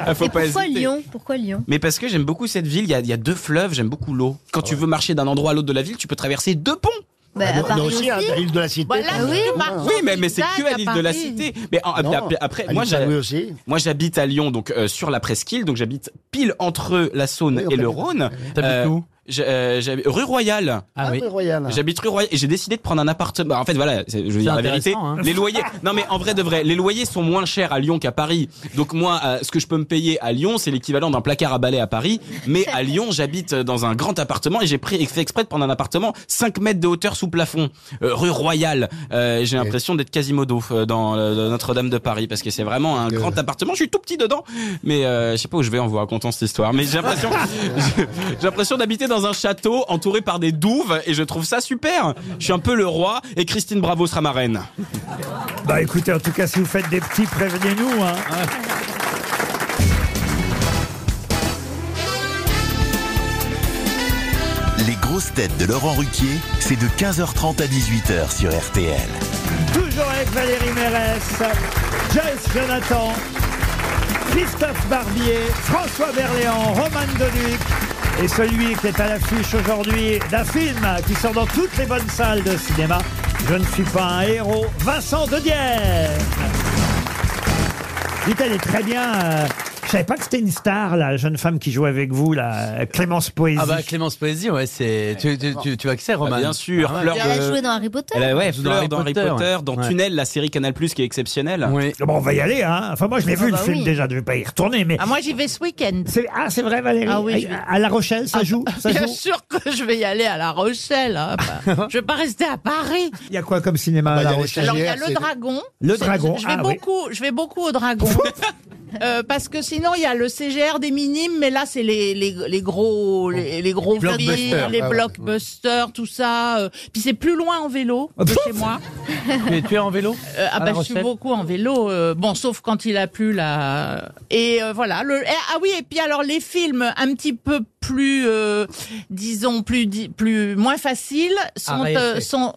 Speaker 4: Ah, Faut
Speaker 3: Et
Speaker 4: pas
Speaker 3: pourquoi
Speaker 4: hésiter.
Speaker 3: Lyon Pourquoi Lyon
Speaker 4: Mais parce que j'aime beaucoup cette ville. Il y a, il y a deux fleuves, j'aime beaucoup l'eau. Quand tu veux marcher d'un endroit à l'autre de la ville, tu peux traverser deux ponts.
Speaker 3: Bah,
Speaker 6: Ah,
Speaker 3: à Paris aussi.
Speaker 6: l'île de hein, la Cité.
Speaker 4: Bah,
Speaker 8: Voilà,
Speaker 3: Ah
Speaker 6: par
Speaker 8: oui,
Speaker 6: exemple.
Speaker 8: Marc-
Speaker 4: Oui, mais, mais c'est
Speaker 8: Zigzag
Speaker 4: que à
Speaker 8: à
Speaker 4: l'île de la
Speaker 8: Paris.
Speaker 4: Cité. Mais en-
Speaker 6: Non,
Speaker 4: après, après,
Speaker 6: à
Speaker 4: moi,
Speaker 6: l'île
Speaker 4: j'ha-
Speaker 6: Saint-Louis aussi.
Speaker 4: moi, j'habite à Lyon, donc euh, sur la presqu'île, donc j'habite pile entre la Saône
Speaker 6: Oui, on
Speaker 4: et le
Speaker 6: peut-
Speaker 4: Rhône.
Speaker 5: T'habites où
Speaker 4: j'ai- euh, j'habite- rue Royale.
Speaker 6: Ah oui. Royal.
Speaker 4: J'habite rue Royale et j'ai décidé de prendre un appartement. En fait, voilà, c'est- je veux dire la vérité.
Speaker 5: intéressant, hein.
Speaker 4: Les loyers, non mais en vrai de vrai, les loyers sont moins chers à Lyon qu'à Paris. Donc moi, euh, ce que je peux me payer à Lyon, c'est l'équivalent d'un placard à balai à Paris. Mais à Lyon, j'habite euh, dans un grand appartement et j'ai pris fait exprès de prendre un appartement 5 mètres de hauteur sous plafond, Euh, rue Royale. Euh, j'ai l'impression d'être Quasimodo euh, dans euh, Notre-Dame de Paris parce que c'est vraiment un grand appartement. Je suis tout petit dedans, mais euh, je sais pas où je vais en vous racontant cette histoire. Mais j'ai l'impression, j'ai l'impression d'habiter dans un château entouré par des douves et je trouve ça super. Je suis un peu le roi et Christine Bravo sera ma reine.
Speaker 2: Bah écoutez, en tout cas, si vous faites des petits, prévenez-nous. hein.
Speaker 1: Les grosses têtes de Laurent Ruquier, c'est de 15h30 à 18h sur RTL.
Speaker 2: Toujours avec Valérie Mérès, Joyce Jonathan, Christophe Barbier, François Berléand, Roman Deluc et celui qui est à l'affiche aujourd'hui d'un film qui sort dans toutes les bonnes salles de cinéma. Je ne suis pas un héros, Vincent Dedière. Dites, elle est très bien. euh, je savais pas que c'était une star, la jeune femme qui joue avec vous, la euh, Clémence Poésie.
Speaker 5: Ah bah Clémence Poésie, ouais, c'est. Tu, tu, tu, tu vois que c'est, Roman
Speaker 4: bien sûr,
Speaker 5: Ah ouais.
Speaker 4: Fleur
Speaker 3: Elle a joué dans Harry Potter.
Speaker 4: Elle a, ouais,
Speaker 5: Dans
Speaker 4: Fleur
Speaker 5: Harry
Speaker 4: dans Harry
Speaker 5: Potter,
Speaker 4: Potter,
Speaker 5: ouais.
Speaker 4: dans
Speaker 5: Ouais.
Speaker 4: Tunnel, la série Canal qui est exceptionnelle.
Speaker 2: Bon, on va y aller, hein. Enfin, moi, je l'ai
Speaker 4: Ah
Speaker 2: vu
Speaker 4: bah
Speaker 2: le film
Speaker 4: oui.
Speaker 2: déjà, je vais pas y retourner, mais.
Speaker 8: Ah, moi, j'y vais ce week-end.
Speaker 2: C'est- Ah, c'est vrai, Valérie
Speaker 8: Ah oui, je vais.
Speaker 2: À à La Rochelle, ça joue ça
Speaker 8: Bien
Speaker 2: joue
Speaker 8: sûr que je vais y aller à La Rochelle. hein. Bah, je vais pas rester à Paris.
Speaker 2: Bah, Il y a quoi comme cinéma à La Rochelle
Speaker 8: Alors, Ah bah, il y a le dragon.
Speaker 2: Le
Speaker 8: Je-
Speaker 2: dragon,
Speaker 8: Je vais,
Speaker 2: ah oui.
Speaker 8: beaucoup, je vais beaucoup au dragon. Euh, parce que sinon, il y a le CGR des minimes, mais là, c'est les, les, les gros, les, les gros films,
Speaker 5: Blockbusters.
Speaker 8: les
Speaker 5: Ah ouais.
Speaker 8: blockbusters, tout ça. euh. Puis c'est plus loin en vélo que chez moi.
Speaker 5: Tu es- tu es en vélo
Speaker 8: Euh, ah
Speaker 5: à La
Speaker 8: bah, je suis
Speaker 5: Rochelle
Speaker 8: beaucoup en vélo. euh, bon, sauf quand il a plu là. Et euh, voilà. Le, eh, ah oui, et puis alors les films un petit peu plus, euh, disons plus di- plus moins faciles sont
Speaker 17: RSC.
Speaker 8: euh, sont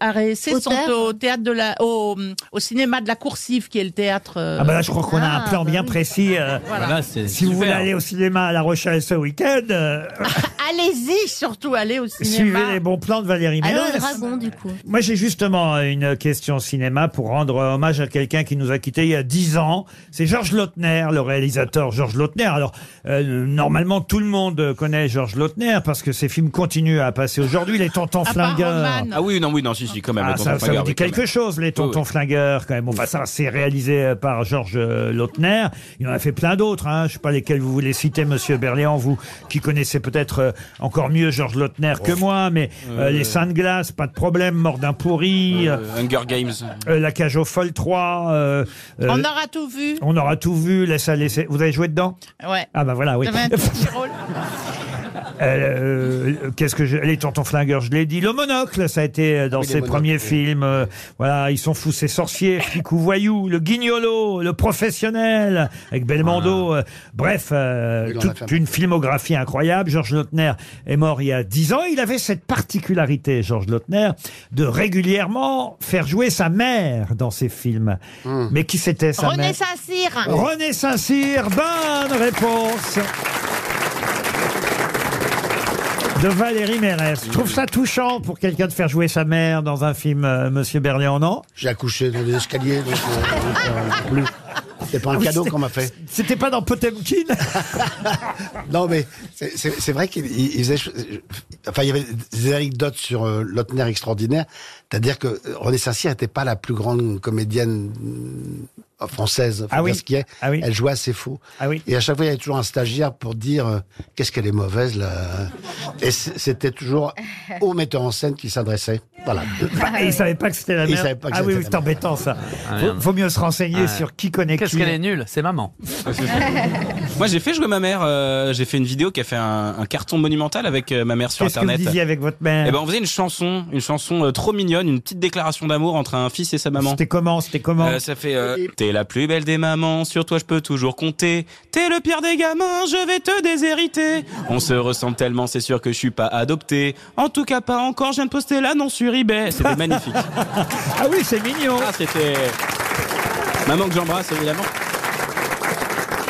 Speaker 8: arrêtés
Speaker 3: Au
Speaker 8: sont
Speaker 3: théâtre.
Speaker 8: au théâtre de la au, au cinéma de la Coursive qui est le théâtre. euh,
Speaker 2: Ah bah là, je crois qu'on a un
Speaker 8: Ah,
Speaker 2: plan bien précis. euh,
Speaker 8: Voilà.
Speaker 5: Voilà, c'est
Speaker 2: si vous
Speaker 5: super.
Speaker 2: voulez aller au cinéma à La Rochelle ce week-end, euh,
Speaker 8: Allez-y, surtout allez au cinéma.
Speaker 2: suivez les bons plans de Valérie
Speaker 3: Allons
Speaker 2: Mérès.
Speaker 3: au dragon, du coup.
Speaker 2: Moi, j'ai justement euh, une question cinéma pour rendre euh, hommage à quelqu'un qui nous a quittés il y a dix ans. C'est Georges Lautner, le réalisateur Georges Lautner. Alors, euh, normalement, tout le monde connaît Georges Lautner parce que ses films continuent à passer aujourd'hui. Les Tontons Flingueurs.
Speaker 4: Ah oui, non, oui, non, si, si, quand même.
Speaker 2: Ah,
Speaker 4: attends,
Speaker 2: ça,
Speaker 4: on
Speaker 2: ça
Speaker 4: regarde,
Speaker 2: vous dit
Speaker 4: oui, quand
Speaker 2: quelque
Speaker 4: même.
Speaker 2: chose, les tontons flingueurs, quand même. Enfin, ça, c'est réalisé euh, par Georges euh, Lautner. Il en a fait plein d'autres, hein. Je sais pas lesquels vous voulez citer, monsieur Berléand, vous, qui connaissez peut-être euh, encore mieux Georges Lautner que moi, mais euh,
Speaker 4: Euh.
Speaker 2: les Saints de glace, pas de problème, mort d'un pourri, euh,
Speaker 4: Euh, Hunger Games.
Speaker 2: euh, la cage aux folles 3, euh, euh,
Speaker 8: On aura tout vu.
Speaker 2: on aura tout vu, laisse aller, c'est- vous avez joué dedans?
Speaker 8: Ouais.
Speaker 2: Ah, bah voilà, oui.
Speaker 8: J'avais un petit rôle.
Speaker 2: Euh, euh, Qu'est-ce que je... Les tontons flingueurs, je l'ai dit. Le monocle, ça a été euh, dans
Speaker 4: Oui, les
Speaker 2: ses
Speaker 4: monocles,
Speaker 2: premiers
Speaker 4: oui.
Speaker 2: films. euh, voilà, ils sont fous, ces sorciers, flics ou voyous, le guignolo, le professionnel, avec Belmondo. euh, bref, euh,
Speaker 6: Oui, dans la
Speaker 2: toute
Speaker 6: femme.
Speaker 2: une filmographie incroyable. Georges Lautner est mort il y a dix ans. Il avait cette particularité, Georges Lautner, de régulièrement faire jouer sa mère dans ses films.
Speaker 4: Hum.
Speaker 2: Mais qui c'était sa
Speaker 8: René
Speaker 2: mère
Speaker 8: Saint-Cyr.
Speaker 2: René Saint-Cyr, bonne réponse de Valérie Mérès. Je trouve ça touchant pour quelqu'un de faire jouer sa mère dans un film, euh, Monsieur Berléand, non
Speaker 6: J'ai accouché dans des escaliers, donc euh, donc, euh, je peux plus. C'est pas un
Speaker 2: Ah Oui,
Speaker 6: cadeau
Speaker 2: c'est-
Speaker 6: qu'on m'a fait.
Speaker 2: C'était pas dans Potemkin
Speaker 6: Non, mais c'est- c'est c'est vrai qu'il il- il faisait. ch- euh, Enfin, il y avait des anecdotes sur euh, Lautner extraordinaires. C'est-à-dire que euh, René Saint-Cyr n'était pas la plus grande comédienne euh, française. faut
Speaker 2: Ah oui.
Speaker 6: dire ce qui est.
Speaker 2: Ah oui.
Speaker 6: Elle jouait assez faux.
Speaker 2: Ah oui.
Speaker 6: Et à chaque fois, il y avait toujours un stagiaire pour dire euh, qu'est-ce qu'elle est mauvaise, là. Et c- c'était toujours au metteur en scène qui s'adressait. Voilà.
Speaker 2: Bah, Il savait pas que c'était la
Speaker 6: euh, Il
Speaker 2: mère.
Speaker 6: savait pas que
Speaker 2: ah oui,
Speaker 6: c'était
Speaker 2: oui,
Speaker 6: la
Speaker 2: c'est embêtant ça.
Speaker 5: Ah,
Speaker 2: Faut,
Speaker 5: merde.
Speaker 2: faut mieux se renseigner
Speaker 4: Ah,
Speaker 5: Ouais.
Speaker 2: sur qui connaît
Speaker 5: Qu'est-ce
Speaker 2: qui.
Speaker 5: qu'elle est nulle, c'est maman.
Speaker 4: Moi, j'ai fait jouer ma mère. euh, j'ai fait une vidéo qui a fait un, un carton monumental avec euh, ma mère sur
Speaker 2: Qu'est-ce que vous
Speaker 4: Internet.
Speaker 2: disiez avec votre mère
Speaker 4: Eh ben, on faisait une chanson, une chanson euh, trop mignonne, une petite déclaration d'amour entre un fils et sa maman.
Speaker 2: C'était comment C'était comment
Speaker 4: Euh, ça fait euh, T'es la plus belle des mamans, sur toi je peux toujours compter. T'es le pire des gamins, je vais te déshériter. On se ressemble tellement, c'est sûr que je suis pas adopté. En tout cas, pas encore, je viens de poster l'annonce sur eBay. C'était magnifique.
Speaker 2: Ah oui, c'est mignon.
Speaker 4: Ah, c'était. Maman que j'embrasse, évidemment.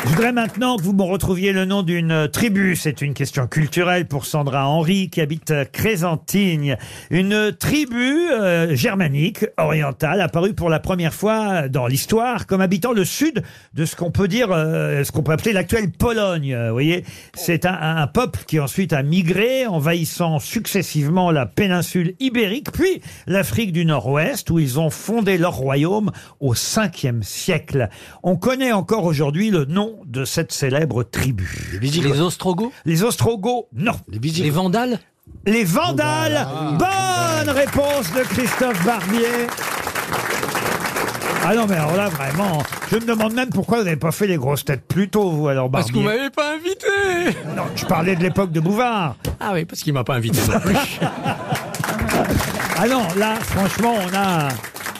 Speaker 2: Je voudrais maintenant que vous me retrouviez le nom d'une euh, tribu. C'est une question culturelle pour Sandra Henry qui habite euh, Crézantigne. Une euh, tribu euh, germanique, orientale, apparue pour la première fois dans l'histoire comme habitant le sud de ce qu'on peut dire, euh, ce qu'on peut appeler l'actuelle Pologne. euh, Vous voyez, c'est un, un- un peuple qui ensuite a migré, envahissant successivement la péninsule ibérique, puis l'Afrique du Nord-Ouest, où ils ont fondé leur royaume au 5e siècle. On connaît encore aujourd'hui le nom de cette célèbre tribu.
Speaker 6: Les
Speaker 7: Les Ostrogoths
Speaker 2: Les Ostrogoths, non.
Speaker 7: Les Vandales
Speaker 2: Les Vandales, bonne réponse de Christophe Barbier. Ah non, mais alors là, vraiment, je me demande même pourquoi vous n'avez pas fait les grosses têtes plus tôt, vous, alors,
Speaker 7: Parce qu'on
Speaker 2: Barbier.
Speaker 7: m'avait pas invité
Speaker 2: Non, je parlais de l'époque de Bouvard.
Speaker 7: Ah oui, parce qu'il m'a pas invité non plus.
Speaker 2: Ah non, là, franchement, on a.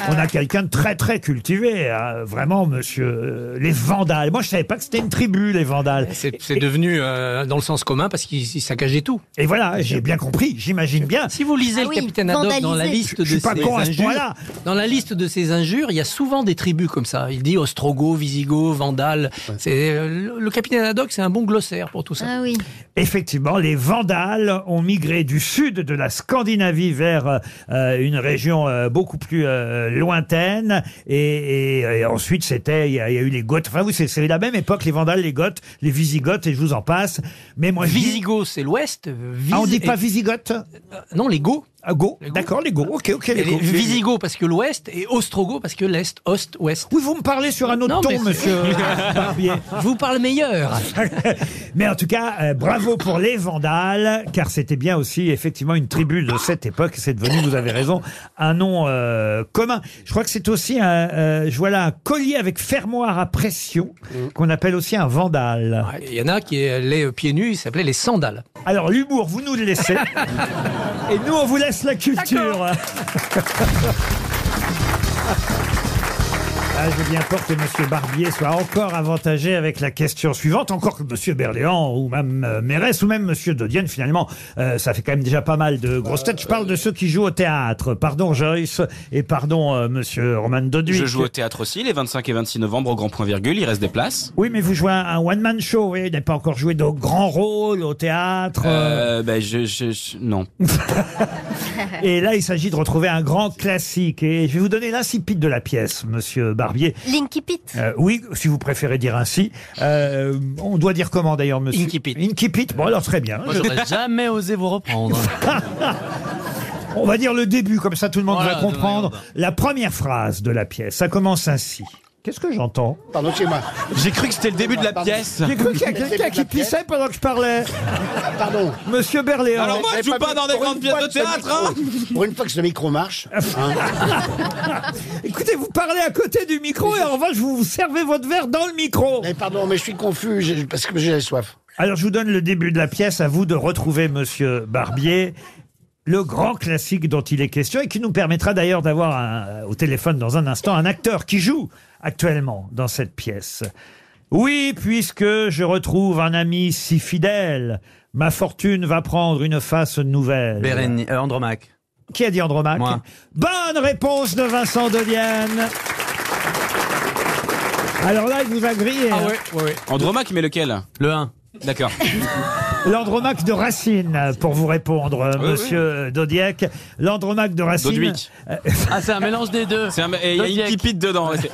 Speaker 2: On a quelqu'un de très très cultivé, hein. vraiment, monsieur. euh, Les Vandales. Moi, je savais pas que c'était une tribu, les Vandales.
Speaker 7: C'est c'est devenu euh, dans le sens commun parce qu'il il saccageait tout.
Speaker 2: Et voilà, j'ai bien compris, j'imagine bien.
Speaker 7: Si vous lisez
Speaker 3: Ah
Speaker 7: le
Speaker 3: oui,
Speaker 7: Capitaine Haddock dans la
Speaker 3: vandaliser.
Speaker 7: liste
Speaker 2: Je
Speaker 7: de
Speaker 2: suis
Speaker 7: ses
Speaker 2: pas con à ce
Speaker 7: injures,
Speaker 2: point-là.
Speaker 7: dans la liste de ses injures, il y a souvent des tribus comme ça. Il dit Ostrogoth, Visigoth, Vandale. C'est euh, le- le Capitaine Haddock, c'est un bon glossaire pour tout ça.
Speaker 3: Ah oui.
Speaker 2: Effectivement, les Vandales ont migré du sud de la Scandinavie vers euh, une région euh, beaucoup plus euh, lointaine. Et, et- et ensuite, c'était, il y, a il y a eu les Goths. Enfin, vous, c'est c'est la même époque, les Vandales, les Goths, les Visigoths, et je vous en passe. Mais moi,
Speaker 7: Visigoth, c'est l'Ouest. euh, Vis-
Speaker 2: Ah, on dit pas Ah,
Speaker 7: et-
Speaker 2: Visigoth
Speaker 7: Non, les Goths.
Speaker 2: Go, d'accord, les Goths. Ok, ok,
Speaker 7: Et
Speaker 2: les
Speaker 7: les
Speaker 2: Goths.
Speaker 7: Visigoths parce que l'Ouest et Ostrogoths parce que l'Est, Ost, Ouest.
Speaker 2: Oui, vous me parlez sur un autre ton, monsieur Barbier. Ah,
Speaker 7: Je vous parle meilleur.
Speaker 2: Mais en tout cas, euh, bravo pour les Vandales, car c'était bien aussi effectivement une tribu de cette époque. C'est devenu, vous avez raison, un nom euh, commun. Je crois que c'est aussi un, euh, je vois là un collier avec fermoir à pression qu'on appelle aussi un Vandale.
Speaker 7: Il y en a qui allaient pieds nus, ils s'appelaient les sandales.
Speaker 2: Alors l'humour, vous nous le laissez. Et nous, on vous laisse la culture. Ah, je veux bien peur que M. Barbier soit encore avantagé avec la question suivante, encore que M. Berléand ou même euh, Mérès ou même M. Dodienne, finalement, euh, ça fait quand même déjà pas mal de grosses têtes. Je parle de ceux qui jouent au théâtre. Pardon Joyce et pardon euh, M. Roman Doduy.
Speaker 4: Je joue au théâtre aussi les 25 et 26 novembre au Grand Point Virgule, il reste des places.
Speaker 2: Oui, mais vous jouez un un one-man show, vous voyez, il n'a pas encore joué de grands rôles au théâtre.
Speaker 4: Euh, ben je, je- je- non.
Speaker 2: Et là, il s'agit de retrouver un grand classique. Et je vais vous donner l'insipide de la pièce, monsieur Barbier.
Speaker 3: L'Inkipit.
Speaker 2: Euh, oui, si vous préférez dire ainsi. Euh, on doit dire comment d'ailleurs, monsieur Inkipit. Inkipit, bon alors très bien.
Speaker 5: Moi, j'aurais jamais osé vous reprendre.
Speaker 2: On va dire le début, comme ça tout le monde
Speaker 5: Voilà,
Speaker 2: va
Speaker 5: tout le monde
Speaker 2: comprendre. La première phrase de la pièce, ça commence ainsi. Qu'est-ce que j'entends
Speaker 6: Pardon, chez moi.
Speaker 4: J'ai cru que c'était le début de la
Speaker 6: Pardon.
Speaker 4: pièce.
Speaker 2: J'ai cru qu'il y a
Speaker 6: Le
Speaker 2: quelqu'un
Speaker 6: début de
Speaker 2: qui
Speaker 6: la pièce.
Speaker 2: pissait pendant que je parlais.
Speaker 6: Pardon.
Speaker 2: Monsieur Berléand.
Speaker 4: Alors moi, je joue pas dans des
Speaker 6: Pour une
Speaker 4: grandes pièces
Speaker 6: fois
Speaker 4: de
Speaker 6: que ce
Speaker 4: théâtre, hein
Speaker 6: micro- Pour une fois que ce micro marche. hein.
Speaker 2: Écoutez, vous parlez à côté du micro et en revanche, vous vous servez votre verre dans le micro.
Speaker 6: Mais pardon, mais je suis confus j'ai- parce que j'ai soif.
Speaker 2: Alors, je vous donne le début de la pièce. À vous de retrouver Monsieur Barbier. Le grand classique dont il est question et qui nous permettra d'ailleurs d'avoir un- au téléphone dans un instant un acteur qui joue actuellement dans cette pièce. Oui, puisque je retrouve un ami si fidèle, ma fortune va prendre une face nouvelle.
Speaker 5: Béréni- euh, Andromaque.
Speaker 2: Qui a dit Andromaque
Speaker 5: Moi.
Speaker 2: Bonne réponse de Vincent Dodienne. Alors là, il vous a grillé.
Speaker 5: Ah
Speaker 2: hein.
Speaker 4: Andromaque, mais lequel
Speaker 5: Le 1.
Speaker 4: D'accord.
Speaker 2: L'Andromaque de Racine, pour vous répondre, euh,
Speaker 4: Oui,
Speaker 2: monsieur Dodiac. L'Andromaque de Racine.
Speaker 4: Doduic.
Speaker 5: Ah, c'est un mélange des deux.
Speaker 4: C'est un- et Il y a une
Speaker 5: Dodiac.
Speaker 4: pipite dedans. ouais, c'est-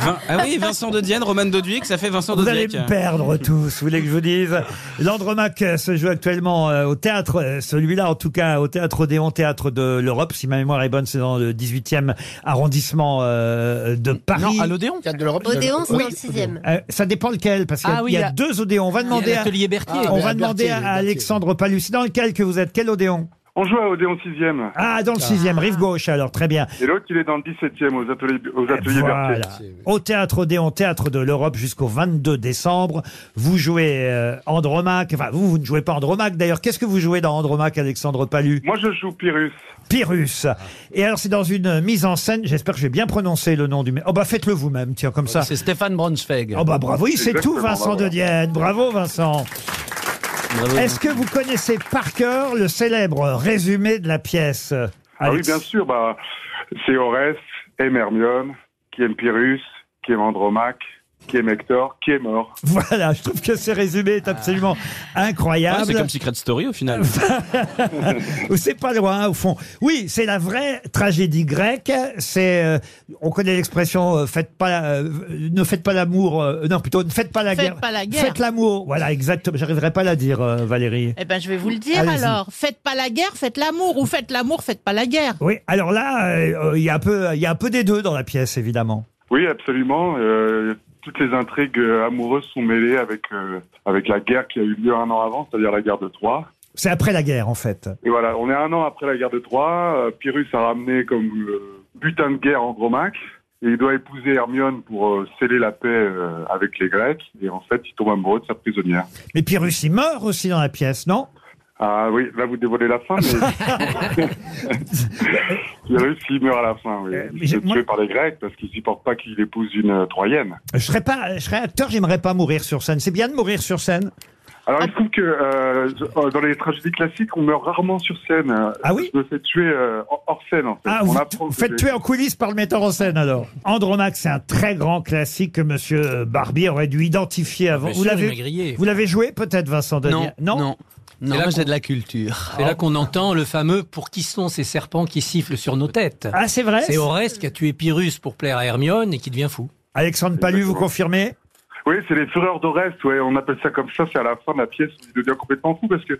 Speaker 4: Vin- Ah oui, Vincent de Dienne, Roman de Duic, ça fait Vincent de
Speaker 2: Vous allez
Speaker 4: Duic.
Speaker 2: me perdre tous, vous voulez que je vous dise. L'Andromaque euh, se joue actuellement euh, au théâtre, euh, celui-là en tout cas au théâtre Odéon, théâtre de l'Europe, si ma mémoire est bonne, c'est dans le 18e arrondissement euh, de Paris.
Speaker 5: Non, à l'Odéon
Speaker 6: Théâtre de l'Europe.
Speaker 3: Odéon, c'est
Speaker 2: Oui.
Speaker 3: dans le sixième.
Speaker 2: Euh, ça dépend lequel, parce qu'il y a,
Speaker 5: Ah oui,
Speaker 2: il y a
Speaker 5: il y a-
Speaker 2: deux Odéons. On va demander à,
Speaker 7: l'atelier Berthier.
Speaker 6: Ah,
Speaker 2: on
Speaker 6: mais
Speaker 2: va demander à,
Speaker 6: à Berthier, Berthier.
Speaker 2: Alexandre Palus. C'est Dans lequel que vous êtes Quel Odéon
Speaker 17: On joue à Odéon 6e.
Speaker 2: Ah, dans le sixième, rive gauche alors, très bien.
Speaker 17: Et l'autre, il est dans le 17e aux ateliers, aux
Speaker 2: Et
Speaker 17: ateliers
Speaker 2: voilà.
Speaker 17: Berthier.
Speaker 2: Au théâtre Odéon, théâtre de l'Europe jusqu'au 22 décembre. Vous jouez euh, Andromaque. Enfin, vous, vous ne jouez pas Andromaque d'ailleurs. Qu'est-ce que vous jouez dans Andromaque, Alexandre Palu
Speaker 17: Moi, je joue Pyrrhus. Ah.
Speaker 2: Pyrrhus. Et alors, c'est dans une mise en scène. J'espère que j'ai bien prononcé le nom du. Oh, bah, faites-le vous-même, tiens, comme ça.
Speaker 5: C'est Stéphane Braunschweig.
Speaker 2: Oh, bah, bravo. Il sait tout,
Speaker 17: Exactement,
Speaker 2: Vincent
Speaker 17: bravo.
Speaker 2: de Dienne. Bravo, Vincent.
Speaker 5: Bravo.
Speaker 2: Est-ce que vous connaissez par cœur le célèbre résumé de la pièce euh,
Speaker 17: Ah oui,
Speaker 2: Alex
Speaker 17: bien sûr, bah, c'est Oreste, aime Hermione, qui aime Pyrrhus, qui aime Andromaque, qui aime Hector, qui est mort.
Speaker 2: Voilà, je trouve que ce résumé est absolument
Speaker 4: Ouais,
Speaker 2: incroyable.
Speaker 4: c'est comme Secret Story au final.
Speaker 2: Ou C'est pas loin, au fond. Oui, c'est la vraie tragédie grecque. C'est, euh, on connaît l'expression euh, faites pas, euh, ne faites pas l'amour. euh, non, plutôt ne faites pas la
Speaker 8: Faites
Speaker 2: guerre.
Speaker 8: pas la guerre.
Speaker 2: Faites l'amour. Voilà, exactement. J'arriverai pas à la dire, euh, Valérie.
Speaker 8: Eh ben, je vais vous le dire
Speaker 2: Allez-y.
Speaker 8: alors. Faites pas la guerre, faites l'amour. Ou faites l'amour, faites pas la guerre.
Speaker 2: Oui. Alors là, euh, euh, il y a un peu, il y a un peu des deux dans la pièce, évidemment.
Speaker 17: Oui, absolument. euh, toutes les intrigues euh, amoureuses sont mêlées avec, euh, avec la guerre qui a eu lieu un an avant, c'est-à-dire la guerre de Troie.
Speaker 2: C'est après la guerre, en fait.
Speaker 17: Et voilà, on est un an après la guerre de Troie. euh, Pyrrhus a ramené comme euh, butin de guerre Andromaque. Et il doit épouser Hermione pour euh, sceller la paix euh, avec les Grecs. Et en fait, il tombe amoureux de sa prisonnière.
Speaker 2: Mais Pyrrhus, il meurt aussi dans la pièce, non
Speaker 17: Ah oui, là vous dévoilez la fin, mais. Pyrrhus, il meurt à la fin, oui.
Speaker 2: Euh, mais
Speaker 17: Il se
Speaker 2: j'ai-
Speaker 17: fait
Speaker 2: moi-
Speaker 17: tuer par les Grecs parce qu'il supporte pas qu'il épouse une euh, Troyenne.
Speaker 2: Je serais pas, je serais acteur, j'aimerais pas mourir sur scène. C'est bien de mourir sur scène.
Speaker 17: Alors, il se trouve que euh, je- euh, dans les tragédies classiques, on meurt rarement sur scène. Euh,
Speaker 2: Ah oui
Speaker 17: Je me fais tuer euh, hors- hors scène, en fait.
Speaker 2: Ah,
Speaker 17: on
Speaker 2: vous,
Speaker 17: apprend
Speaker 2: vous
Speaker 17: que
Speaker 2: faites
Speaker 17: j'ai-
Speaker 2: tuer en coulisses par le metteur en scène alors. Andromaque, c'est un très grand classique que Monsieur Barbier aurait dû identifier avant.
Speaker 7: Bien
Speaker 2: Vous
Speaker 7: sûr, il m'a
Speaker 2: l'avez,
Speaker 7: grillé.
Speaker 2: vous l'avez joué peut-être, Vincent Denier
Speaker 5: non, non.
Speaker 7: là
Speaker 5: Non, moi, j'ai
Speaker 7: qu'on-
Speaker 5: de la culture.
Speaker 7: C'est là qu'on entend le fameux Pour qui sont ces serpents qui sifflent sur nos têtes
Speaker 2: Ah, c'est vrai
Speaker 7: C'est Oreste qui a tué Pyrrhus pour plaire à Hermione et qui devient fou.
Speaker 2: Alexandre Palu, vous confirmez
Speaker 17: Oui, c'est les fureurs d'Oreste, ouais, on appelle ça comme ça, c'est à la fin de la pièce où il devient complètement fou parce que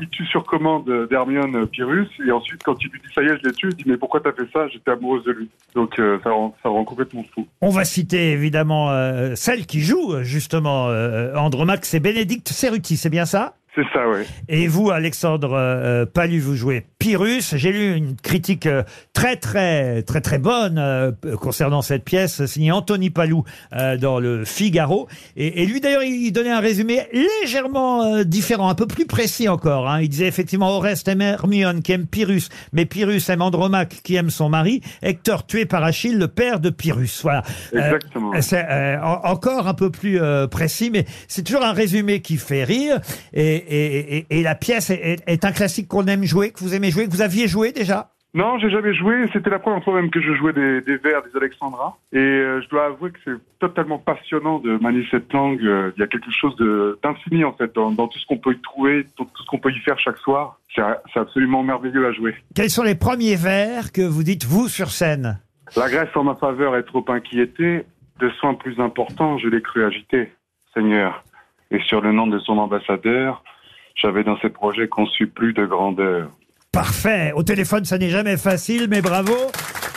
Speaker 17: il tue sur commande euh, d'Hermione euh, Pyrrhus et ensuite quand il lui dit ça y est, je l'ai tué, il dit mais pourquoi t'as fait ça J'étais amoureuse de lui. Donc euh, ça, rend, ça rend complètement fou.
Speaker 2: On va citer évidemment euh, celle qui joue euh, justement euh, Andromaque, c'est Bénédicte Cerruti, c'est bien ça
Speaker 17: C'est ça, ouais.
Speaker 2: Et vous, Alexandre euh, Palu, vous jouez Pyrrhus. J'ai lu une critique euh, très, très, très, très bonne euh, p- concernant cette pièce, signée Anthony Palou euh, dans le Figaro. Et, et lui, d'ailleurs, il donnait un résumé légèrement euh, différent, un peu plus précis encore. hein. Il disait effectivement Oreste aime Hermione qui aime Pyrrhus, mais Pyrrhus aime Andromaque qui aime son mari, Hector tué par Achille, le père de Pyrrhus. Voilà. Euh,
Speaker 17: Exactement.
Speaker 2: c'est euh, en- encore un peu plus euh, précis, mais c'est toujours un résumé qui fait rire. Et, et- et- et la pièce est, est- est un classique qu'on aime jouer, que vous aimez jouer, que vous aviez joué déjà.
Speaker 17: Non, j'ai jamais joué, c'était la première fois même que je jouais des, des vers, des alexandrins. Et euh, je dois avouer que c'est totalement passionnant de manier cette langue. Euh, Il y a quelque chose de- d'infini en fait dans, dans tout ce qu'on peut y trouver, tout, tout ce qu'on peut y faire chaque soir. C'est c'est absolument merveilleux à jouer.
Speaker 2: Quels sont les premiers vers que vous dites vous sur scène
Speaker 17: La Grèce en ma faveur est trop inquiétée. De soins plus importants, je l'ai cru agiter, Seigneur. Et sur le nom de son ambassadeur, j'avais dans ses projets conçu plus de grandeur.
Speaker 2: Parfait. Au téléphone, ça n'est jamais facile, mais bravo.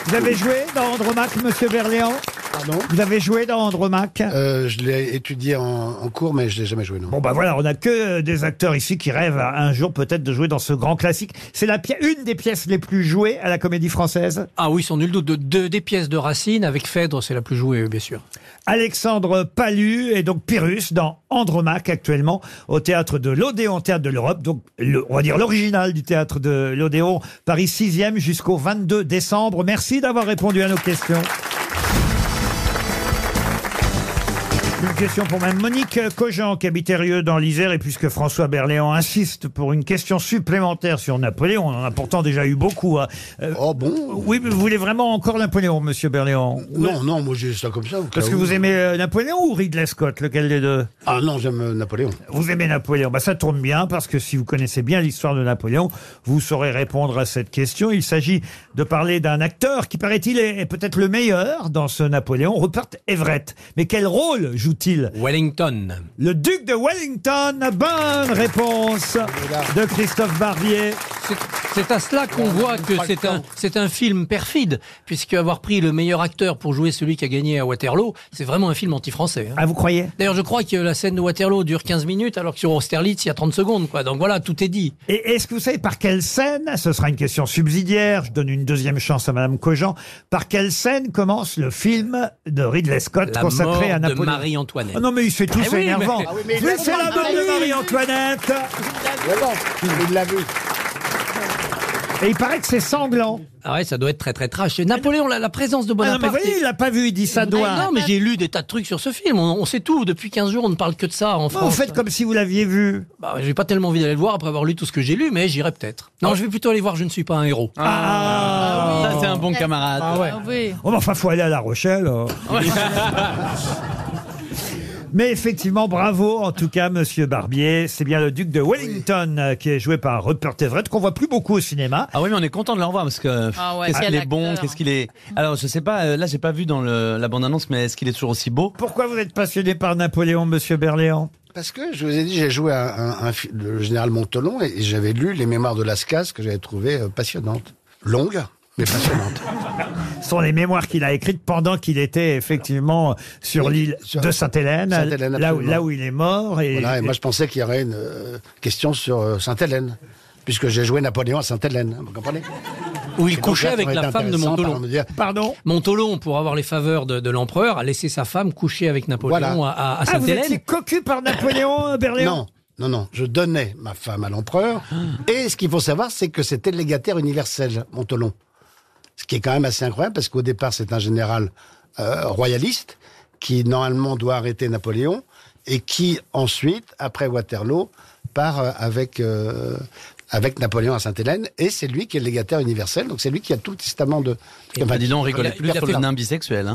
Speaker 2: Vous avez joué dans Andromaque, Monsieur Berléand
Speaker 6: Pardon Euh,
Speaker 2: Vous avez joué dans Andromaque
Speaker 6: Je l'ai étudié en, en cours, mais je l'ai jamais joué, non.
Speaker 2: Bon bah voilà, on a que euh, des acteurs ici qui rêvent euh, un jour peut-être de jouer dans ce grand classique. C'est la pièce, une des pièces les plus jouées à la Comédie Française.
Speaker 7: Ah oui, sans nul doute. De, de- des pièces de Racine, avec Phèdre, c'est la plus jouée, bien sûr.
Speaker 2: Alexandre Palu et donc Pyrrhus dans Andromaque actuellement au théâtre de l'Odéon, théâtre de l'Europe. Donc le- on va dire l'original du théâtre de l'Odéon, Paris 6e jusqu'au 22 décembre. Merci d'avoir répondu à nos questions. Une question pour Mme Monique Cogent, qui habite Hérieux dans l'Isère, et puisque François Berléand insiste pour une question supplémentaire sur Napoléon, on en a pourtant déjà eu beaucoup. hein. Euh,
Speaker 6: oh bon
Speaker 2: Oui, mais vous voulez vraiment encore Napoléon, Monsieur Berléand
Speaker 6: Non, non, moi j'ai ça comme ça. au cas
Speaker 2: Parce que
Speaker 6: où.
Speaker 2: vous aimez euh, Napoléon ou Ridley Scott, lequel des deux
Speaker 6: Ah non, j'aime euh, Napoléon.
Speaker 2: Vous aimez Napoléon bah, Ça tourne bien parce que si vous connaissez bien l'histoire de Napoléon, vous saurez répondre à cette question. Il s'agit de parler d'un acteur qui, paraît-il, est est peut-être le meilleur dans ce Napoléon, Rupert Everett. Mais quel rôle joue-t-il
Speaker 7: Wellington.
Speaker 2: Le duc de Wellington, bonne réponse de Christophe Barbier.
Speaker 7: C'est à cela qu'on voit que c'est un, c'est un film perfide, puisque avoir pris le meilleur acteur pour jouer celui qui a gagné à Waterloo, c'est vraiment un film anti-français. hein.
Speaker 2: Ah, vous croyez
Speaker 7: D'ailleurs, je crois que la scène de Waterloo dure 15 minutes, alors que sur Austerlitz, il y a 30 secondes, quoi. Donc voilà, tout est dit.
Speaker 2: Et est-ce que vous savez par quelle scène Ce sera une question subsidiaire. Je donne une deuxième chance à Madame Cogent. Par quelle scène commence le film de Ridley Scott
Speaker 7: La
Speaker 2: consacré
Speaker 7: mort
Speaker 2: à
Speaker 7: de
Speaker 2: Napoléon
Speaker 7: Marie-Antoinette.
Speaker 2: Ah non mais il se fait tout,
Speaker 7: Eh
Speaker 2: c'est
Speaker 7: oui, mais-
Speaker 2: énervant.
Speaker 7: Ah oui,
Speaker 2: mais
Speaker 7: mais il l'a vu.
Speaker 2: c'est la mort
Speaker 7: Ah,
Speaker 2: de
Speaker 7: il l'a vu.
Speaker 2: Marie-Antoinette.
Speaker 6: Il l'a vu.
Speaker 2: Et il paraît que c'est sanglant.
Speaker 7: Ah ouais, ça doit être très très trash. Et Napoléon, la, la présence de
Speaker 2: Ah non,
Speaker 7: Bonaparte.
Speaker 2: mais voyez, il l'a pas vu, il dit ça doit.
Speaker 7: Ah non, mais j'ai lu des tas de trucs sur ce film. On, on sait tout. Depuis 15 jours, on ne parle que de ça en
Speaker 2: Vous
Speaker 7: France.
Speaker 2: faites comme si vous l'aviez vu.
Speaker 7: Bah, j'ai pas tellement envie d'aller le voir après avoir lu tout ce que j'ai lu, mais j'irai peut-être. Non, je vais plutôt aller voir Je ne suis pas un héros.
Speaker 5: Ah, Ça, c'est un bon camarade.
Speaker 7: Ah ouais.
Speaker 2: Oh, mais enfin, faut aller à La Rochelle. euh.
Speaker 3: Ah,
Speaker 2: Mais effectivement, bravo en tout cas, Monsieur Barbier. C'est bien le duc de Wellington euh, qui est joué par Rupert Everett, qu'on voit plus beaucoup au cinéma.
Speaker 5: Ah oui, mais on est content de le revoir parce que pff,
Speaker 2: Ah ouais,
Speaker 5: qu'est-ce
Speaker 2: quel
Speaker 5: qu'il est bon,
Speaker 2: acteur.
Speaker 5: qu'est-ce qu'il est. Alors je sais pas, euh, là j'ai pas vu dans le- la bande-annonce, mais est-ce qu'il est toujours aussi beau
Speaker 2: Pourquoi vous êtes passionné par Napoléon, Monsieur Berléand
Speaker 6: Parce que je vous ai dit, j'ai joué à un, un fi- le général Montolon et j'avais lu les mémoires de Lascaz que j'avais trouvées euh, passionnantes. Longues, mais passionnantes.
Speaker 2: Ce sont les mémoires qu'il a écrites pendant qu'il était effectivement sur l'île de Sainte-Hélène,
Speaker 6: Sainte-Hélène,
Speaker 2: là, où-
Speaker 6: absolument.
Speaker 2: là où il est mort. Et,
Speaker 6: Voilà, et moi je pensais qu'il y aurait une euh, question sur euh, Sainte-Hélène, puisque j'ai joué Napoléon à Sainte-Hélène, vous comprenez
Speaker 7: Où il
Speaker 6: Et donc,
Speaker 7: couchait
Speaker 6: là, ça
Speaker 7: avec
Speaker 6: aurait
Speaker 7: la
Speaker 6: été
Speaker 7: femme de
Speaker 6: intéressant,
Speaker 7: Montolon.
Speaker 6: par me dire-
Speaker 2: Pardon
Speaker 7: Montolon, pour avoir les faveurs de, de l'empereur, a laissé sa femme coucher avec Napoléon
Speaker 6: Voilà.
Speaker 7: à, à- à
Speaker 6: Ah, vous
Speaker 7: Sainte-Hélène.
Speaker 6: étiez
Speaker 2: cocu par Napoléon, euh, Berléon
Speaker 6: Non, non, non. Je donnais ma femme à l'empereur.
Speaker 5: Ah.
Speaker 6: Et ce qu'il faut savoir, c'est que c'était le légataire universel, Montolon. Ce qui est quand même assez incroyable, parce qu'au départ, c'est un général euh, royaliste qui, normalement, doit arrêter Napoléon et qui, ensuite, après Waterloo, part euh, avec, euh, avec Napoléon à Sainte-Hélène, et c'est lui qui est le légataire universel, donc c'est lui qui a tout le testament de...
Speaker 5: Bah, dis donc, on
Speaker 6: Il
Speaker 5: rigolait
Speaker 6: a-
Speaker 5: plus
Speaker 6: il a
Speaker 5: pour
Speaker 6: fait-
Speaker 5: le nain bisexuel. hein.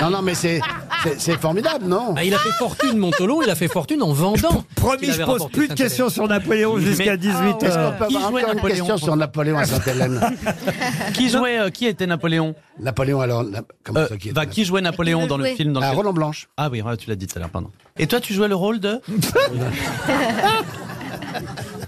Speaker 6: Non, non, mais c'est c'est- c'est formidable, non
Speaker 7: Ah, il a fait fortune, Montolo, il a fait fortune en vendant.
Speaker 2: Promis,
Speaker 7: Il avait
Speaker 2: je pose
Speaker 7: rapporté
Speaker 2: plus de
Speaker 7: Saint-Hélène.
Speaker 2: questions sur Napoléon jusqu'à
Speaker 5: Mais-
Speaker 2: 18
Speaker 6: Est-ce qu'on
Speaker 2: heures.
Speaker 6: peut avoir encore une question sur Napoléon à Sainte-Hélène
Speaker 5: Qui jouait, euh, qui était Napoléon
Speaker 6: Napoléon alors, comment
Speaker 5: ça, qui, jouait Napoléon dans le
Speaker 6: jouait
Speaker 5: film dans
Speaker 6: Ah,
Speaker 5: lequel-
Speaker 6: Roland Blanche.
Speaker 5: Ah oui, ouais, tu l'as dit tout à l'heure, pardon. Et toi, tu jouais le rôle de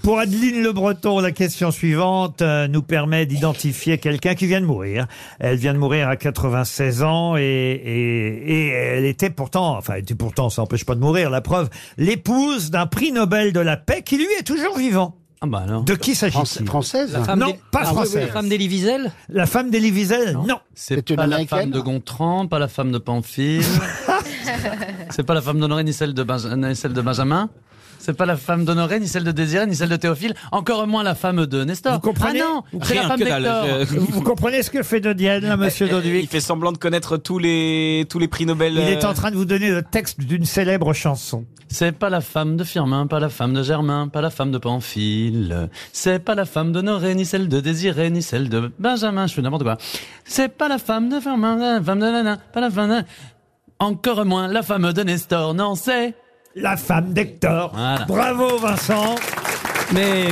Speaker 2: Pour Adeline Le Breton, la question suivante euh, nous permet d'identifier quelqu'un qui vient de mourir. Elle vient de mourir à 96 ans et, et- et elle était pourtant, enfin, elle était pourtant, ça n'empêche pas de mourir, la preuve, l'épouse d'un prix Nobel de la paix qui lui est toujours vivant.
Speaker 5: Ah bah alors.
Speaker 2: De qui s'agit-il
Speaker 6: Française
Speaker 7: La femme
Speaker 2: Non,
Speaker 7: d'Elie-
Speaker 2: pas
Speaker 7: Ah oui,
Speaker 2: française.
Speaker 7: oui, La femme d'Elie Wiesel
Speaker 2: La femme d'Elie Wiesel Non.
Speaker 5: C'est
Speaker 6: une
Speaker 5: pas la
Speaker 6: Américaine
Speaker 5: femme de Gontran, pas la femme de Pamphile. c'est pas la femme d'Honoré ni celle de, Benja- ni celle de Benjamin. C'est pas la femme d'Honoré, ni celle de Désiré, ni celle de Théophile. Encore moins la femme de Nestor. Vous
Speaker 2: comprenez
Speaker 5: ah non, c'est la
Speaker 4: Rien
Speaker 5: femme
Speaker 4: que dalle,
Speaker 5: d'Hector.
Speaker 4: je-
Speaker 2: Vous comprenez ce que fait de Diane, là, Euh, monsieur Doduy
Speaker 4: Il fait semblant de connaître tous les, tous les prix Nobel.
Speaker 2: Il est
Speaker 4: euh,
Speaker 2: en train de vous donner le texte d'une célèbre chanson.
Speaker 5: C'est pas la femme de Firmin, pas la femme de Germain, pas la femme de Pamphile. C'est pas la femme d'Honoré, ni celle de Désiré, ni celle de Benjamin. Je fais n'importe quoi. C'est pas la femme de Firmin, pas la femme de Nana, pas la femme de... Encore moins la femme de Nestor. Non, c'est...
Speaker 2: La femme d'Hector.
Speaker 5: Voilà.
Speaker 2: Bravo, Vincent.
Speaker 7: Mais.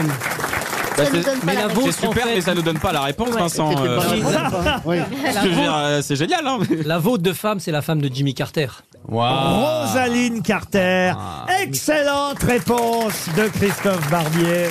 Speaker 4: bah,
Speaker 3: Ça nous
Speaker 4: c'est-
Speaker 3: donne pas
Speaker 7: mais
Speaker 3: la
Speaker 7: la
Speaker 3: réponse.
Speaker 4: C'est
Speaker 7: vôtre, en
Speaker 4: super,
Speaker 7: fait-
Speaker 4: mais ça nous donne pas la réponse, Vincent.
Speaker 6: C'était
Speaker 7: Bah,
Speaker 4: euh,
Speaker 6: pas
Speaker 4: je
Speaker 6: la bonne, hein. Oui.
Speaker 4: veux dire, euh, C'est génial, hein
Speaker 7: La vôtre de femme, c'est la femme de Jimmy Carter.
Speaker 2: Rosaline Carter. Excellente réponse de Christophe Barbier.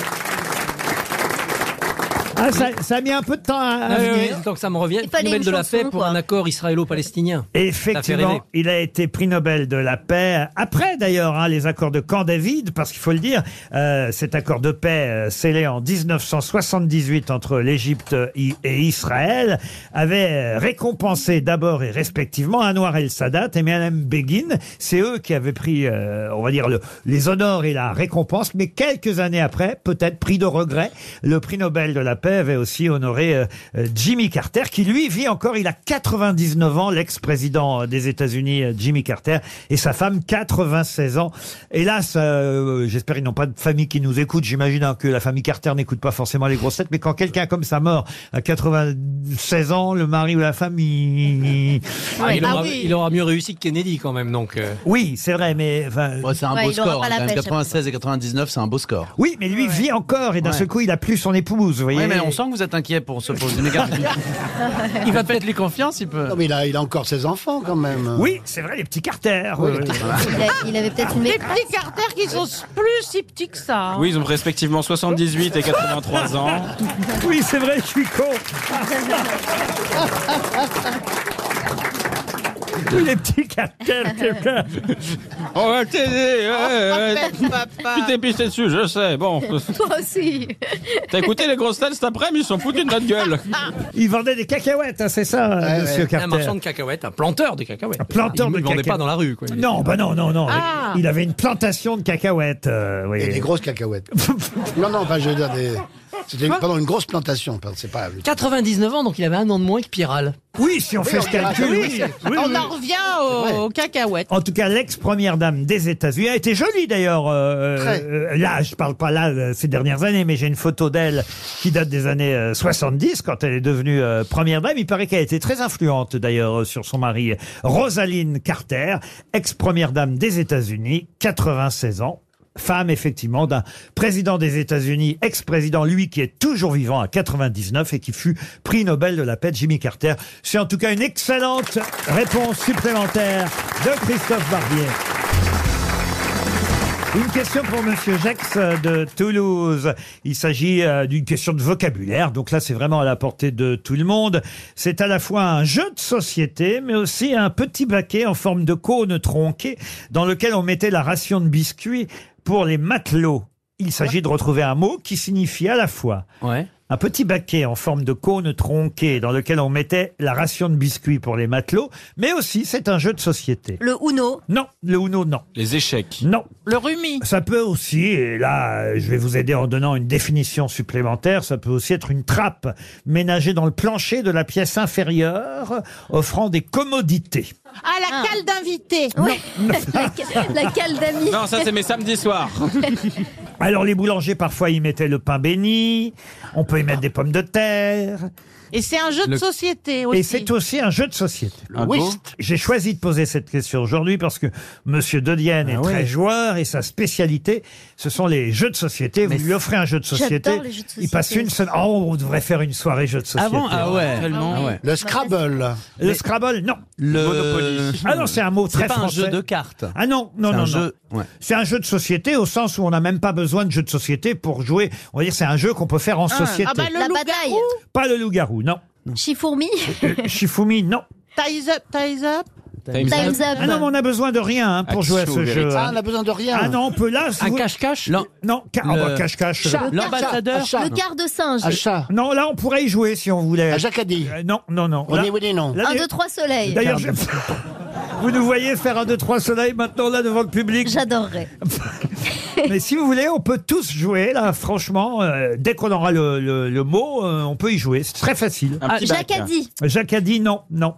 Speaker 2: Ah, ça, ça a mis un peu de temps à, à
Speaker 7: Ah oui,
Speaker 2: venir.
Speaker 7: oui, tant que ça me revienne,
Speaker 3: Il fallait
Speaker 7: Nobel
Speaker 3: une
Speaker 7: de la
Speaker 3: chanson,
Speaker 7: paix pour
Speaker 3: quoi.
Speaker 7: un accord israélo-palestinien. Ça fait
Speaker 2: Effectivement,
Speaker 7: rêver.
Speaker 2: il a été prix Nobel de la paix. Après, d'ailleurs, hein, les accords de Camp David, parce qu'il faut le dire, euh, cet accord de paix euh, scellé en 1978 entre l'Égypte i- et Israël avait euh, récompensé d'abord et respectivement Anwar El Sadat et Madame Begin. C'est eux qui avaient pris, euh, on va dire, le- les honneurs et la récompense. Mais quelques années après, peut-être prix de regret, le prix Nobel de la paix avait aussi honoré euh, euh, Jimmy Carter, qui lui vit encore, il a 99 ans, l'ex-président euh, des États-Unis, euh, Jimmy Carter, et sa femme, 96 ans. Hélas, euh, j'espère qu'ils n'ont pas de famille qui nous écoute. J'imagine hein, que la famille Carter n'écoute pas forcément les grosses têtes, mais quand quelqu'un comme ça meurt à 96 ans, le mari ou la femme, il-
Speaker 7: Ah, il,
Speaker 8: Ah
Speaker 7: aura,
Speaker 8: oui.
Speaker 7: il aura mieux réussi que Kennedy quand même, donc. euh.
Speaker 2: Oui, c'est vrai, mais... enfin,
Speaker 5: Ouais, c'est un
Speaker 3: Ouais,
Speaker 5: beau
Speaker 3: il aura
Speaker 5: score.
Speaker 3: pas
Speaker 5: hein,
Speaker 3: la
Speaker 5: quand même.
Speaker 3: pêche,
Speaker 5: 96 et 99, c'est un beau score.
Speaker 2: Oui, mais lui vit encore, et d'un
Speaker 5: Ouais.
Speaker 2: seul coup, il a plus son épouse, vous voyez.
Speaker 5: Oui, mais on sent que vous êtes inquiet pour ce pose. Mais gars, il va peut-être lui confiance, il peut.
Speaker 6: Non, mais il a, il a encore ses enfants quand même.
Speaker 2: Oui, c'est vrai, les petits Carter.
Speaker 6: Oui,
Speaker 2: ouais,
Speaker 6: les
Speaker 2: ouais.
Speaker 3: Il, a- il avait peut-être une
Speaker 8: Les
Speaker 3: maîtresse.
Speaker 8: petits carters qui sont plus si petits que ça. hein.
Speaker 4: Oui, ils ont respectivement 78 et 83 ans.
Speaker 2: Oui, c'est vrai, je suis con. Oui, les petits cartels, quelqu'un.
Speaker 4: On va t'aider. ouais, ouais.
Speaker 8: Parfait, papa.
Speaker 4: Tu t'es pissé dessus, je sais. Bon,
Speaker 3: Toi aussi.
Speaker 4: t'as écouté les grosses têtes cet après-midi, ils sont foutus de notre gueule.
Speaker 3: Ah.
Speaker 2: Ils vendaient des cacahuètes, hein, c'est ça,
Speaker 6: Ah, Ouais,
Speaker 2: monsieur
Speaker 6: ouais.
Speaker 7: Un
Speaker 2: Carter
Speaker 7: marchand de cacahuètes, un planteur de cacahuètes.
Speaker 2: Un planteur
Speaker 7: il
Speaker 2: de
Speaker 7: ne vendait
Speaker 2: cacahuètes.
Speaker 7: pas dans la rue, quoi. Il-
Speaker 2: Non, bah non, non, non.
Speaker 8: Ah.
Speaker 2: Il avait une plantation de cacahuètes. euh, oui.
Speaker 6: Et des grosses cacahuètes. non, non, enfin, je veux dire, des... c'était une, pardon, une grosse plantation. pardon, C'est pas.
Speaker 7: 99 ans, donc il avait un an de moins que Piral.
Speaker 2: Oui, si on fait ce calcul, oui. Oui,
Speaker 8: On
Speaker 2: oui.
Speaker 8: en revient aux,
Speaker 6: Ouais.
Speaker 8: aux cacahuètes.
Speaker 2: En tout cas, l'ex-première dame des États-Unis a été jolie d'ailleurs. euh,
Speaker 6: Très.
Speaker 2: euh, là, je parle pas là euh, ces dernières années, mais j'ai une photo d'elle qui date des années euh, 70 quand elle est devenue euh, première dame. Il paraît qu'elle a été très influente d'ailleurs euh, sur son mari Rosaline Carter, ex-première dame des États-Unis, 96 ans. Femme, effectivement, d'un président des États-Unis, ex-président, lui qui est toujours vivant à 99 et qui fut prix Nobel de la paix, Jimmy Carter. C'est en tout cas une excellente réponse supplémentaire de Christophe Barbier. Une question pour Monsieur Jax euh, de Toulouse. Il s'agit euh, d'une question de vocabulaire, donc là c'est vraiment à la portée de tout le monde. C'est à la fois un jeu de société, mais aussi un petit baquet en forme de cône tronqué dans lequel on mettait la ration de biscuits pour les matelots. Il s'agit de retrouver un mot qui signifie à la fois
Speaker 5: Ouais.
Speaker 2: un petit baquet en forme de cône tronqué dans lequel on mettait la ration de biscuits pour les matelots, mais aussi c'est un jeu de société.
Speaker 3: Le Uno.
Speaker 2: Non, le Uno, non.
Speaker 4: Les échecs.
Speaker 2: Non,
Speaker 8: Le rumi.
Speaker 2: ça peut aussi, et là euh, je vais vous aider en donnant une définition supplémentaire, ça peut aussi être une trappe ménagée dans le plancher de la pièce inférieure, offrant des commodités.
Speaker 8: Ah, la cale d'invité.
Speaker 3: La cale d'amis.
Speaker 4: Non, ça c'est mes samedis soirs.
Speaker 2: Alors les boulangers parfois y mettaient le pain béni, on peut y mettre des pommes de terre.
Speaker 8: Et c'est un jeu de
Speaker 2: Le-
Speaker 8: société
Speaker 2: Et
Speaker 8: aussi.
Speaker 2: c'est aussi un jeu de société.
Speaker 8: Ah bon whist.
Speaker 2: J'ai choisi de poser cette question aujourd'hui parce que Monsieur Dodienne est très joueur et sa spécialité, ce sont les jeux de société. Vous lui offrez un jeu de
Speaker 6: J'adore
Speaker 2: société,
Speaker 6: les jeux de
Speaker 2: il passe
Speaker 6: société.
Speaker 2: une semaine. Oh, on devrait faire une soirée jeu de société.
Speaker 6: bon Ah ouais. Tellement. Ah ouais. Le Scrabble.
Speaker 2: Le Scrabble, non.
Speaker 5: Le- Monopoly.
Speaker 2: Ah non, c'est un mot
Speaker 5: C'est
Speaker 2: très
Speaker 5: pas un
Speaker 2: français.
Speaker 5: jeu de cartes.
Speaker 2: Ah non, non,
Speaker 5: C'est
Speaker 2: non,
Speaker 5: un
Speaker 2: non.
Speaker 5: jeu- ouais.
Speaker 2: C'est un jeu de société au sens où on n'a même pas besoin de jeu de société pour jouer. On va dire c'est un jeu qu'on peut faire en société.
Speaker 8: Ah bah le
Speaker 3: La
Speaker 8: loup
Speaker 3: bataille.
Speaker 2: Pas le loup-garou, non.
Speaker 3: Chifourmi.
Speaker 2: Euh, Shifumi, non.
Speaker 8: Ties up, ties up.
Speaker 3: Time's Time's up. up.
Speaker 2: Ah non, mais on a besoin de rien hein,
Speaker 6: Ah,
Speaker 2: pour jouer à ce jeu. hein.
Speaker 6: besoin de rien.
Speaker 2: Ah non, on peut là. Un cache-cache Non, ca- ah
Speaker 6: Le-
Speaker 2: bah, cache-cache.
Speaker 6: Chat.
Speaker 2: Le-
Speaker 6: L'ambassadeur. Un chat.
Speaker 3: Le quart de singe.
Speaker 2: Non, là, on pourrait y jouer si on voulait. À Jacadie. non, non, non.
Speaker 6: On
Speaker 2: Là-
Speaker 6: est oui, non.
Speaker 2: là,
Speaker 3: Un, deux, trois soleils.
Speaker 2: D'ailleurs, je- vous nous voyez faire un, deux, trois soleils maintenant là devant le public.
Speaker 3: J'adorerais.
Speaker 2: Mais si vous voulez, on peut tous jouer là, franchement. euh, dès qu'on aura le, le- le mot, euh, on peut y jouer. C'est très facile.
Speaker 4: Un
Speaker 3: Ah,
Speaker 4: petit bac. Jacadie.
Speaker 2: Jacadie, non, non.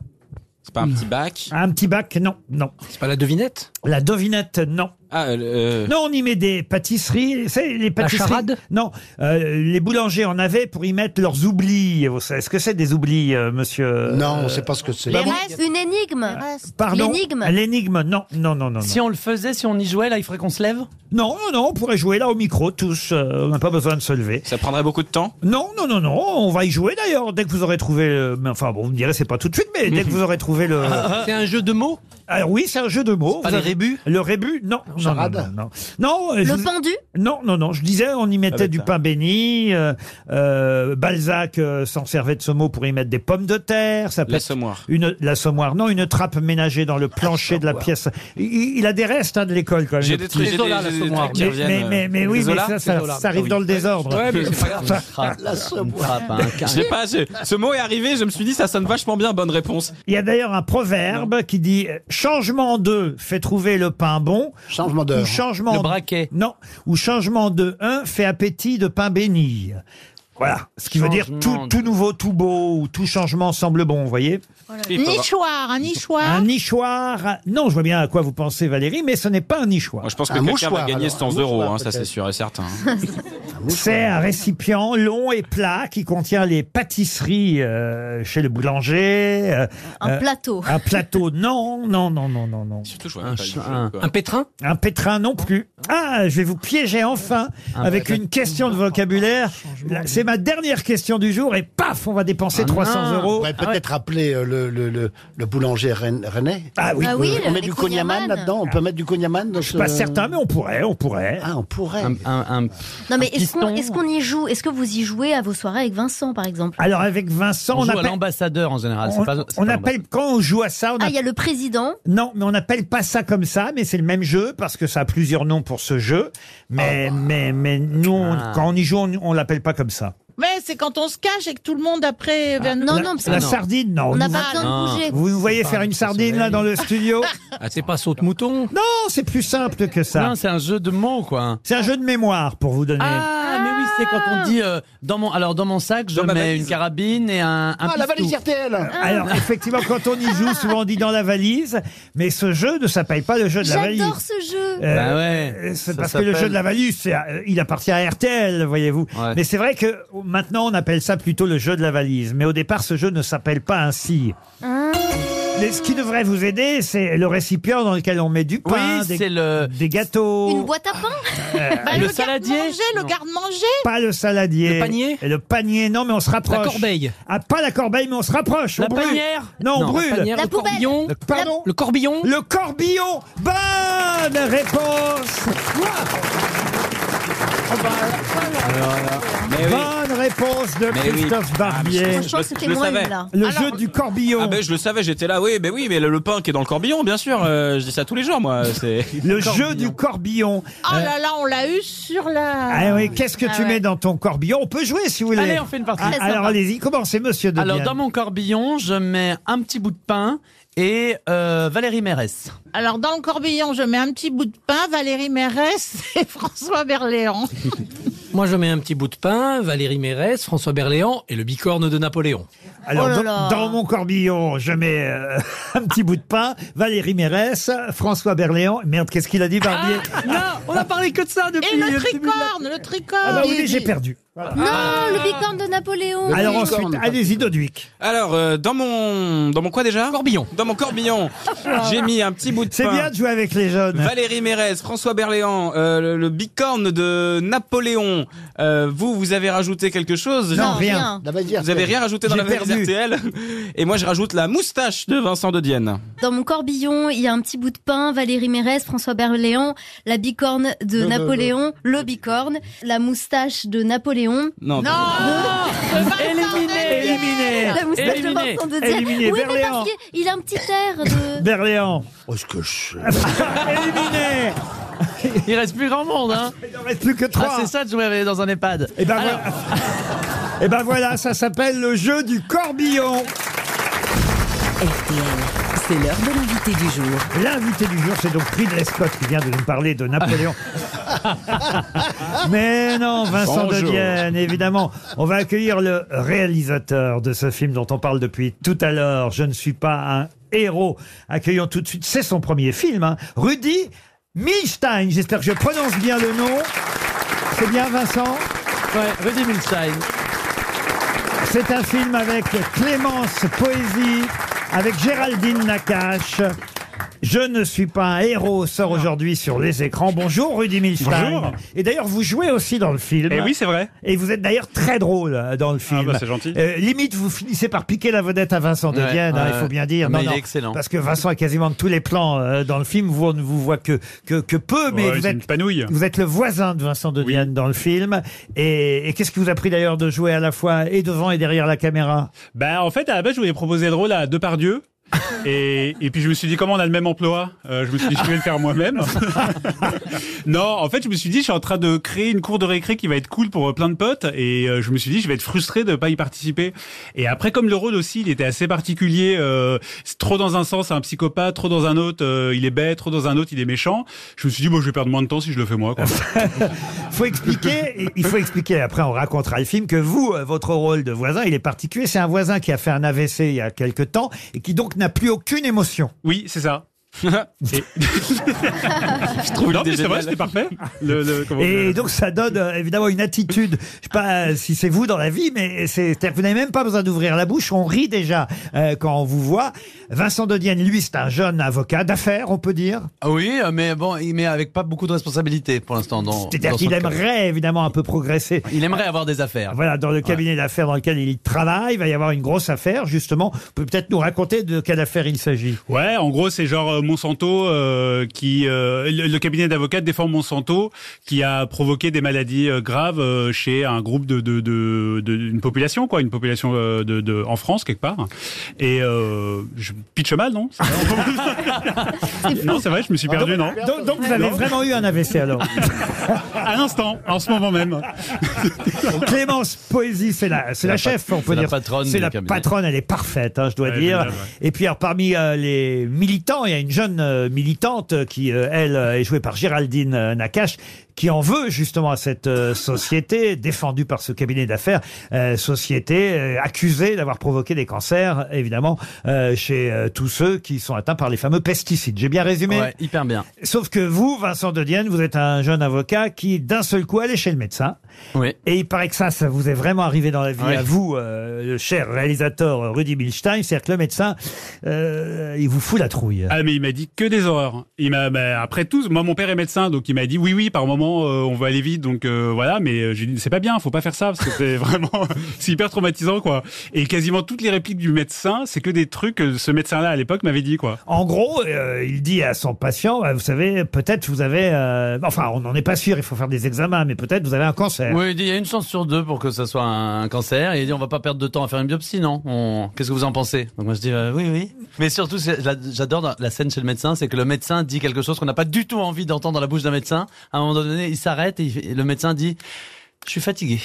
Speaker 4: C'est pas un petit bac.
Speaker 2: Un petit bac, non, non.
Speaker 4: C'est pas la devinette
Speaker 2: La devinette, non.
Speaker 4: Ah, euh,
Speaker 2: Non, on y met des pâtisseries. Vous savez, les pâtisseries.
Speaker 4: charade
Speaker 2: Non, euh, les boulangers en avaient pour y mettre leurs oublis. Vous savez, Est-ce que c'est des oublis, euh, monsieur
Speaker 6: Non, on sait pas ce que c'est.
Speaker 2: Bah,
Speaker 3: Les
Speaker 2: bon,
Speaker 3: restes. Une énigme.
Speaker 2: Pardon
Speaker 3: L'énigme.
Speaker 2: L'énigme, non, non, non, non.
Speaker 5: Si on le faisait, si on y jouait, là, il faudrait qu'on se lève
Speaker 2: Non, non, on pourrait jouer là au micro tous. euh, on n'a pas besoin de se lever.
Speaker 4: Ça prendrait beaucoup de temps
Speaker 2: Non, non, non, non. On va y jouer d'ailleurs dès que vous aurez trouvé. le- mais Enfin bon, vous me direz c'est pas tout de suite, mais dès que vous aurez trouvé le.
Speaker 7: C'est un jeu de mots
Speaker 2: Alors oui, c'est un jeu de mots.
Speaker 7: pas
Speaker 2: Vous
Speaker 7: les
Speaker 2: avez-
Speaker 7: rébus
Speaker 2: Le rébus, non. non, Non, non,
Speaker 7: Charade
Speaker 2: non. Non, euh, je
Speaker 3: Le
Speaker 2: vous-
Speaker 3: pendu
Speaker 2: Non, non, non. Je disais, on y mettait
Speaker 4: Avec
Speaker 2: du
Speaker 4: ça.
Speaker 2: pain béni. euh, euh, Balzac euh, s'en servait de ce mot pour y mettre des pommes de terre. Ça peut être
Speaker 4: L'assommoir.
Speaker 2: Une l'assommoir. Non, une trappe ménagée dans le plancher de la pièce. Il, il a des restes hein, de l'école quand même.
Speaker 4: J'ai
Speaker 2: le
Speaker 4: des
Speaker 2: petit-
Speaker 4: trucs- j'ai des- Zola, j'ai
Speaker 2: mais,
Speaker 4: des trucs qui
Speaker 2: mais-
Speaker 4: reviennent,
Speaker 2: mais-
Speaker 4: euh,
Speaker 2: mais- mais
Speaker 4: les
Speaker 2: oui, mais
Speaker 4: Zola
Speaker 2: ça, ça-
Speaker 4: Zola.
Speaker 2: ça arrive dans le désordre.
Speaker 4: Ah Ouais, mais c'est pas grave.
Speaker 5: L'assommoir.
Speaker 4: hein, Je sais pas, je- ce mot est arrivé, je me suis dit, ça sonne vachement bien, bonne réponse.
Speaker 2: Il y a d'ailleurs un proverbe qui dit euh, changement de fait trouver le pain bon.
Speaker 6: Changement
Speaker 2: Ou
Speaker 6: d'heure.
Speaker 2: changement
Speaker 5: Le braquet.
Speaker 2: Non. Ou changement de un fait appétit de pain béni. Voilà. Ce qui veut dire tout,
Speaker 5: Changement
Speaker 2: tout nouveau, tout beau, ou tout changement semble bon, vous voyez.
Speaker 8: Nichoir, un nichoir.
Speaker 2: Un nichoir. Non, je vois bien à quoi vous pensez, Valérie, mais ce n'est pas un nichoir.
Speaker 4: Moi, je pense que
Speaker 2: Un
Speaker 4: quelqu'un va
Speaker 2: mouchoir,
Speaker 4: gagner
Speaker 2: alors.
Speaker 4: 100
Speaker 2: Un
Speaker 4: euros,
Speaker 2: mouchoir,
Speaker 4: hein, ça c'est
Speaker 2: peut-être.
Speaker 4: sûr et certain.
Speaker 2: C'est un récipient long et plat qui contient les pâtisseries euh, chez le boulanger. euh,
Speaker 3: Un
Speaker 2: euh,
Speaker 3: plateau.
Speaker 2: Un plateau, non, non, non, non, non, non.
Speaker 4: Surtout, je vois même pas le jeu, quoi.
Speaker 2: pétrin Un pétrin non plus. Ah, je vais vous piéger enfin avec une question de vocabulaire. Là, C'est ma dernière question du jour et paf, on va dépenser 300
Speaker 6: On
Speaker 2: euros. Ah
Speaker 6: pourrait peut-être appeler euh, le, le, le, le boulanger Ren- rennais.
Speaker 2: Ah oui. Ah oui,
Speaker 6: on
Speaker 2: le-
Speaker 6: met
Speaker 2: les
Speaker 6: du cognaman
Speaker 3: cognaman.
Speaker 2: Ah
Speaker 6: là-dedans. On peut mettre du cognaman dans
Speaker 2: Je suis pas certain, mais on pourrait, on pourrait.
Speaker 6: Ah, on pourrait.
Speaker 3: Non, mais est-ce qu'on est-ce qu'on y joue Est-ce que vous y jouez à vos soirées avec Vincent, par exemple
Speaker 2: Alors avec Vincent,
Speaker 5: On,
Speaker 2: on,
Speaker 5: joue à
Speaker 2: appelle,
Speaker 5: l'ambassadeur en général. c'est
Speaker 2: on-
Speaker 5: pas- c'est
Speaker 2: on
Speaker 5: pas
Speaker 2: appelle quand on joue à ça. on
Speaker 3: Ah, il y a le président.
Speaker 2: Non, mais on n'appelle pas ça comme ça, mais c'est le même jeu parce que ça a plusieurs noms pour ce jeu. Mais mais mais nous, on-
Speaker 5: bah, Ah.
Speaker 2: quand on y joue, on, on l'appelle pas comme ça.
Speaker 8: Mais c'est quand on se cache et que tout le monde après vient nous-
Speaker 3: Non,
Speaker 2: la,
Speaker 3: non, parce que
Speaker 2: la
Speaker 3: non.
Speaker 2: sardine, non.
Speaker 3: On n'a
Speaker 2: Vous-
Speaker 3: pas besoin
Speaker 5: Non.
Speaker 3: de bouger.
Speaker 2: Vous nous voyez
Speaker 5: pas
Speaker 2: faire
Speaker 5: un
Speaker 2: une
Speaker 5: petit soleil.
Speaker 2: sardine là dans le studio
Speaker 5: l'ambassadeur. Ah, c'est pas saute-mouton
Speaker 2: Non, c'est plus simple que ça.
Speaker 5: Non, c'est un jeu de mots, quoi.
Speaker 2: C'est un jeu de mémoire pour vous donner.
Speaker 5: Ah, mais oui, c'est quand on dit euh, dans mon alors dans mon sac, je
Speaker 4: Dans ma
Speaker 5: mets
Speaker 4: valise.
Speaker 5: une carabine et un, un
Speaker 6: Ah, la
Speaker 5: pistou.
Speaker 6: valise RTL
Speaker 2: Alors effectivement, quand on y
Speaker 3: Ah.
Speaker 2: joue, souvent on dit dans la valise, mais ce jeu ne s'appelle pas le jeu de la valise.
Speaker 3: J'adore ce jeu.
Speaker 2: Euh,
Speaker 5: Bah ouais,
Speaker 2: euh, c'est
Speaker 5: ça
Speaker 2: parce que le
Speaker 5: s'appelle-
Speaker 2: jeu de la valise, c'est, euh, il appartient à RTL, voyez-vous.
Speaker 5: Ouais.
Speaker 2: Mais c'est vrai que maintenant on appelle ça plutôt le jeu de la valise. Mais au départ, ce jeu ne s'appelle pas ainsi.
Speaker 7: Hein
Speaker 2: Mais ce qui devrait vous aider, c'est le récipient dans lequel on met du pain,
Speaker 5: Oui,
Speaker 2: des,
Speaker 5: c'est le
Speaker 2: des gâteaux. Euh,
Speaker 3: Une boîte à pain
Speaker 8: Bah,
Speaker 5: le
Speaker 8: le,
Speaker 5: saladier
Speaker 8: garde-manger, le garde-manger.
Speaker 2: Pas le saladier.
Speaker 5: Le panier
Speaker 2: Et Le panier, non, mais on se rapproche.
Speaker 5: la corbeille,
Speaker 2: Ah, pas la corbeille, mais on se rapproche.
Speaker 5: la
Speaker 2: on brûle.
Speaker 5: panière.
Speaker 2: Non, on brûle.
Speaker 5: la panière,
Speaker 3: La
Speaker 5: le
Speaker 3: poubelle.
Speaker 5: corbillon,
Speaker 2: Le- Pardon
Speaker 5: le corbillon.
Speaker 2: Le corbillon. Bonne réponse.
Speaker 4: Mais oui.
Speaker 2: Bonne réponse de
Speaker 4: Mais oui. Ah,
Speaker 2: Christophe Barbier.
Speaker 3: Franchement,
Speaker 4: je- je
Speaker 3: c'était
Speaker 4: le
Speaker 3: moins
Speaker 4: savais.
Speaker 3: une, là.
Speaker 2: Le jeu du corbillon.
Speaker 4: Ah ben je le savais, j'étais là, oui, mais oui, mais le, le pain qui est dans le corbillon, bien sûr, euh, je dis ça tous les jours, moi. C'est
Speaker 2: Le jeu du corbillon.
Speaker 8: Oh là là, on l'a eu sur la.
Speaker 2: Ah oui, qu'est-ce que
Speaker 3: Ah
Speaker 2: tu
Speaker 3: ouais.
Speaker 2: mets dans ton corbillon On peut jouer si vous voulez.
Speaker 5: Allez, on fait une partie.
Speaker 2: Ah,
Speaker 3: Très
Speaker 2: alors
Speaker 3: sympa.
Speaker 2: allez-y, commencez monsieur de
Speaker 5: Alors dans mon corbillon, je mets un petit bout de pain et euh, Valérie Mérès.
Speaker 8: Alors, dans le corbillon, je mets un petit bout de pain, Valérie Mérès et François Berléand.
Speaker 7: Moi, je mets un petit bout de pain, Valérie Mérès, François Berléand et le bicorne de Napoléon.
Speaker 3: Oh
Speaker 2: Alors, dans- dans, mon corbillon, je mets euh, un petit bout de pain, Valérie Mérès, François Berléand. Merde, qu'est-ce qu'il a dit, Barbier
Speaker 3: Ah.
Speaker 7: Non, on a parlé que de ça depuis
Speaker 8: Et le tricorne, le tricorne.
Speaker 2: euh, Ah bah oui, j'ai perdu.
Speaker 3: Non, le bicorne de Napoléon.
Speaker 2: Alors ensuite, allez-y, Dodwick.
Speaker 4: Alors, euh, dans mon. Dans mon quoi déjà
Speaker 7: Corbillon.
Speaker 4: Dans mon corbillon,
Speaker 5: Ah.
Speaker 4: j'ai mis un petit bout de pain.
Speaker 2: C'est bien de jouer avec les jeunes.
Speaker 4: Valérie Mérez, François Berléand, euh, le, le bicorne de Napoléon. Euh, vous, vous avez rajouté quelque chose
Speaker 2: Non, rien. rien.
Speaker 4: Vous avez rien rajouté dans
Speaker 2: J'ai
Speaker 4: la valise
Speaker 2: perdu.
Speaker 4: RTL. Et moi, je rajoute la moustache de Vincent de Dienne.
Speaker 3: Dans mon corbillon, il y a un petit bout de pain, Valérie Mérès, François Berléand, la bicorne de
Speaker 4: Non, non,
Speaker 3: Napoléon, le bicorne, la moustache de Napoléon.
Speaker 4: Non.
Speaker 3: non
Speaker 2: Éliminé Éliminé
Speaker 3: La moustache de Vincent de Dienne.
Speaker 2: Éliminé
Speaker 3: oui, mais
Speaker 2: Berléand
Speaker 3: parce qu'il a un petit air de...
Speaker 2: Berléand
Speaker 6: Oh, ce que je...
Speaker 2: Éliminé
Speaker 5: Il reste plus grand monde, hein
Speaker 2: Il en reste plus que trois.
Speaker 5: Ah, c'est ça de jouer dans un EHPAD.
Speaker 2: Et ben, voilà. Et ben voilà, ça s'appelle le jeu du corbillon.
Speaker 9: C'est l'heure de l'invité du jour.
Speaker 2: L'invité du jour, c'est donc Ridley Scott qui vient de nous parler de Napoléon. Mais non, Vincent de
Speaker 18: Bonjour.
Speaker 2: Dienne, évidemment. On va accueillir le réalisateur de ce film dont on parle depuis tout à l'heure. Je ne suis pas un héros. Accueillons tout de suite, c'est son premier film, hein. Rudy Milstein. J'espère que je prononce bien le nom. C'est bien, Vincent
Speaker 5: Ouais, Rudy Milstein.
Speaker 2: C'est un film avec Clémence Poésie, avec Géraldine Nakache. Je ne suis pas un héros sort aujourd'hui sur les écrans. Bonjour Rudy Milstein.
Speaker 19: Bonjour.
Speaker 2: Et d'ailleurs, vous jouez aussi dans le film.
Speaker 19: Eh oui, c'est vrai.
Speaker 2: Et vous êtes d'ailleurs très drôle euh, dans le film.
Speaker 19: bah, c'est gentil.
Speaker 2: Euh, limite, vous finissez par piquer la vedette à Vincent de
Speaker 5: Ouais,
Speaker 2: Vienne, hein,
Speaker 5: ouais,
Speaker 2: il faut bien dire.
Speaker 5: mais il est excellent.
Speaker 2: Parce que Vincent est quasiment de tous les plans euh, dans le film. Vous, on ne vous voit que, que, que peu, mais
Speaker 19: Ouais,
Speaker 2: vous
Speaker 19: c'est
Speaker 2: êtes.
Speaker 19: une panouille.
Speaker 2: Vous êtes le voisin de Vincent de Dienne dans le film. Et, et qu'est-ce qui vous a pris d'ailleurs de jouer à la fois et devant et derrière la caméra
Speaker 19: Bah, en fait, à la base, je voulais proposer le rôle à Depardieu. Et, et puis je me suis dit comment on a le même emploi Euh, Je me suis dit je vais le faire moi-même. non, en fait je me suis dit je suis en train de créer une cour de récré qui va être cool pour euh, plein de potes et euh, je me suis dit je vais être frustré de pas y participer. Et après comme le rôle aussi il était assez particulier, euh, c'est trop dans un sens c'est un psychopathe, trop dans un autre euh, il est bête, trop dans un autre il est méchant. Je me suis dit bon je vais perdre moins de temps si je le fais moi. Quoi.
Speaker 2: faut expliquer, il faut expliquer, après on racontera le film, que vous, euh, votre rôle de voisin, il est particulier. C'est un voisin qui a fait un AVC il y a quelque temps et qui donc n'a plus aucune émotion.
Speaker 19: Oui, c'est ça. Je trouve non mais
Speaker 2: l'idée
Speaker 19: c'est vrai
Speaker 2: géniale.
Speaker 19: c'était parfait. Le- le- comment-
Speaker 2: Et
Speaker 19: le-
Speaker 2: donc ça donne euh, évidemment une attitude. Je sais pas euh, si c'est vous dans la vie, mais c'est- c'est-à-dire que vous n'avez même pas besoin d'ouvrir la bouche. On rit déjà euh, quand on vous voit. Vincent Dodienne, lui, c'est un jeune avocat d'affaires, on peut dire.
Speaker 5: Ah Oui, euh, mais bon, il met avec pas beaucoup de responsabilités pour l'instant. dans-
Speaker 2: C'est-à-dire
Speaker 5: dans son
Speaker 2: qu'il
Speaker 5: cas.
Speaker 2: aimerait évidemment un peu progresser.
Speaker 5: Il aimerait avoir des affaires.
Speaker 2: Voilà, dans le cabinet d'affaires dans lequel il travaille, il va y avoir une grosse affaire, justement. Vous pouvez peut-être nous raconter de quelle affaire il s'agit.
Speaker 19: Ouais, en gros, c'est genre euh, Monsanto euh, qui euh, le, le cabinet d'avocats défend Monsanto qui a provoqué des maladies euh, graves euh, chez un groupe de, de, de, de- une population quoi, une population euh, de, de en France quelque part. Et euh, je pitch mal, non C'est vrai Non, c'est vrai, je me suis perdu, non
Speaker 2: Ah, Donc, donc vous avez
Speaker 19: Non.
Speaker 2: vraiment eu un AVC alors
Speaker 19: À l'instant, en ce moment même.
Speaker 2: Clémence Poésie, c'est la, c'est
Speaker 19: la
Speaker 2: la
Speaker 19: pat-
Speaker 2: chef, on peut
Speaker 19: c'est la
Speaker 2: dire.
Speaker 19: patronne
Speaker 2: C'est
Speaker 19: du
Speaker 2: la
Speaker 19: cabinet.
Speaker 2: patronne, elle est parfaite, hein, je dois
Speaker 19: Ouais,
Speaker 2: dire.
Speaker 19: génial, ouais.
Speaker 2: Et puis alors parmi euh, les militants, il y a une jeune euh, militante qui, euh, elle, euh, est jouée par Géraldine euh, Nakache, qui en veut justement à cette euh, société, défendue par ce cabinet d'affaires, euh, société euh, accusée d'avoir provoqué des cancers, évidemment, euh, chez euh, tous ceux qui sont atteints par les fameux pesticides. J'ai bien résumé
Speaker 5: Ouais, hyper bien.
Speaker 2: Sauf que vous, Vincent de Dienne, vous êtes un jeune avocat qui, d'un seul coup, allait chez le médecin.
Speaker 5: Oui.
Speaker 2: Et il paraît que ça, ça vous est vraiment arrivé dans la vie
Speaker 5: Oui.
Speaker 2: à vous, euh, le cher réalisateur Rudy Milstein. C'est-à-dire que le médecin, euh, il vous fout la trouille.
Speaker 19: Ah mais il m'a dit que des horreurs. Il m'a bah, après tout, moi mon père est médecin donc il m'a dit oui oui par moment euh, on va aller vite donc euh, voilà mais euh, j'ai dit c'est pas bien, faut pas faire ça parce que c'est vraiment c'est hyper traumatisant quoi. Et quasiment toutes les répliques du médecin, c'est que des trucs que ce médecin là à l'époque m'avait dit quoi.
Speaker 2: En gros, euh, il dit à son patient, Ah, vous savez, peut-être vous avez... euh, Enfin, on n'en est pas sûr, il faut faire des examens, mais peut-être vous avez un cancer.
Speaker 5: Oui, il dit, il y a une chance sur deux pour que ça soit un cancer. Et il dit, on va pas perdre de temps à faire une biopsie, non On- Qu'est-ce que vous en pensez Donc moi je dis, euh, oui, oui. Mais surtout, c'est- j'a- j'adore dans la scène chez le médecin, c'est que le médecin dit quelque chose qu'on n'a pas du tout envie d'entendre dans la bouche d'un médecin. À un moment donné, il s'arrête et, il fait- et le médecin dit, je suis fatigué.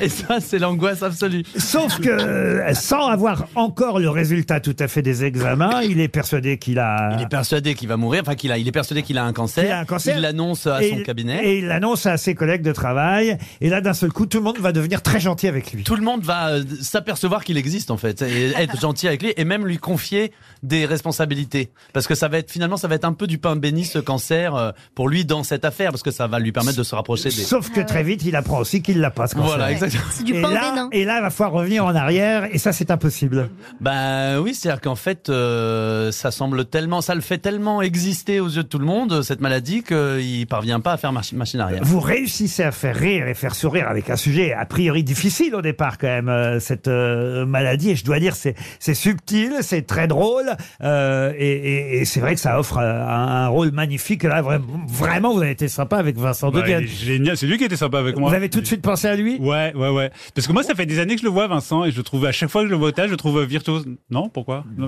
Speaker 5: Et ça, c'est l'angoisse absolue.
Speaker 2: Sauf que, euh, sans avoir encore le résultat tout à fait des examens, il est persuadé qu'il a...
Speaker 5: Il est persuadé qu'il va mourir, enfin qu'il a, il est persuadé qu'il a un cancer.
Speaker 2: qu'il a un cancer.
Speaker 5: Il l'annonce à
Speaker 2: Et
Speaker 5: son
Speaker 2: il-
Speaker 5: cabinet.
Speaker 2: Et il l'annonce à ses collègues de travail. Et là, d'un seul coup, tout le monde va devenir très gentil avec lui.
Speaker 5: Tout le monde va euh, s'apercevoir qu'il existe en fait, et être gentil avec lui, et même lui confier des responsabilités, parce que ça va être finalement ça va être un peu du pain béni ce cancer euh, pour lui dans cette affaire, parce que ça va lui permettre de se rapprocher des.
Speaker 2: Sauf que très vite, il apprend aussi qu'il l'a pas. ce cancer.
Speaker 5: Voilà, exactement. Ah C'est du
Speaker 2: et
Speaker 5: pain
Speaker 2: là,
Speaker 5: bénin.
Speaker 2: et là, il va falloir revenir en arrière, et ça, c'est impossible.
Speaker 5: Bah oui, c'est-à-dire qu'en fait, euh, ça semble tellement, ça le fait tellement exister aux yeux de tout le monde cette maladie qu'il parvient pas à faire marche- machine arrière.
Speaker 2: Vous réussissez à faire rire et faire sourire avec un sujet a priori difficile au départ quand même, euh, cette euh, maladie. Et je dois dire, c'est c'est subtil, c'est très drôle. euh, et et- et c'est vrai que ça offre euh, un, un rôle magnifique. Là, vra- vraiment, vous avez été sympa avec Vincent
Speaker 19: Bah, il
Speaker 2: Deguenne.
Speaker 19: est génial, c'est lui qui était sympa avec moi.
Speaker 2: Vous avez tout de suite pensé à lui
Speaker 19: Ouais, ouais, ouais. Parce que moi, ça fait des années que je le vois, Vincent, et je le trouve à chaque fois que je le vois au théâtre, je le trouve euh, virtuose. Non, pourquoi
Speaker 6: Mm.
Speaker 19: Non.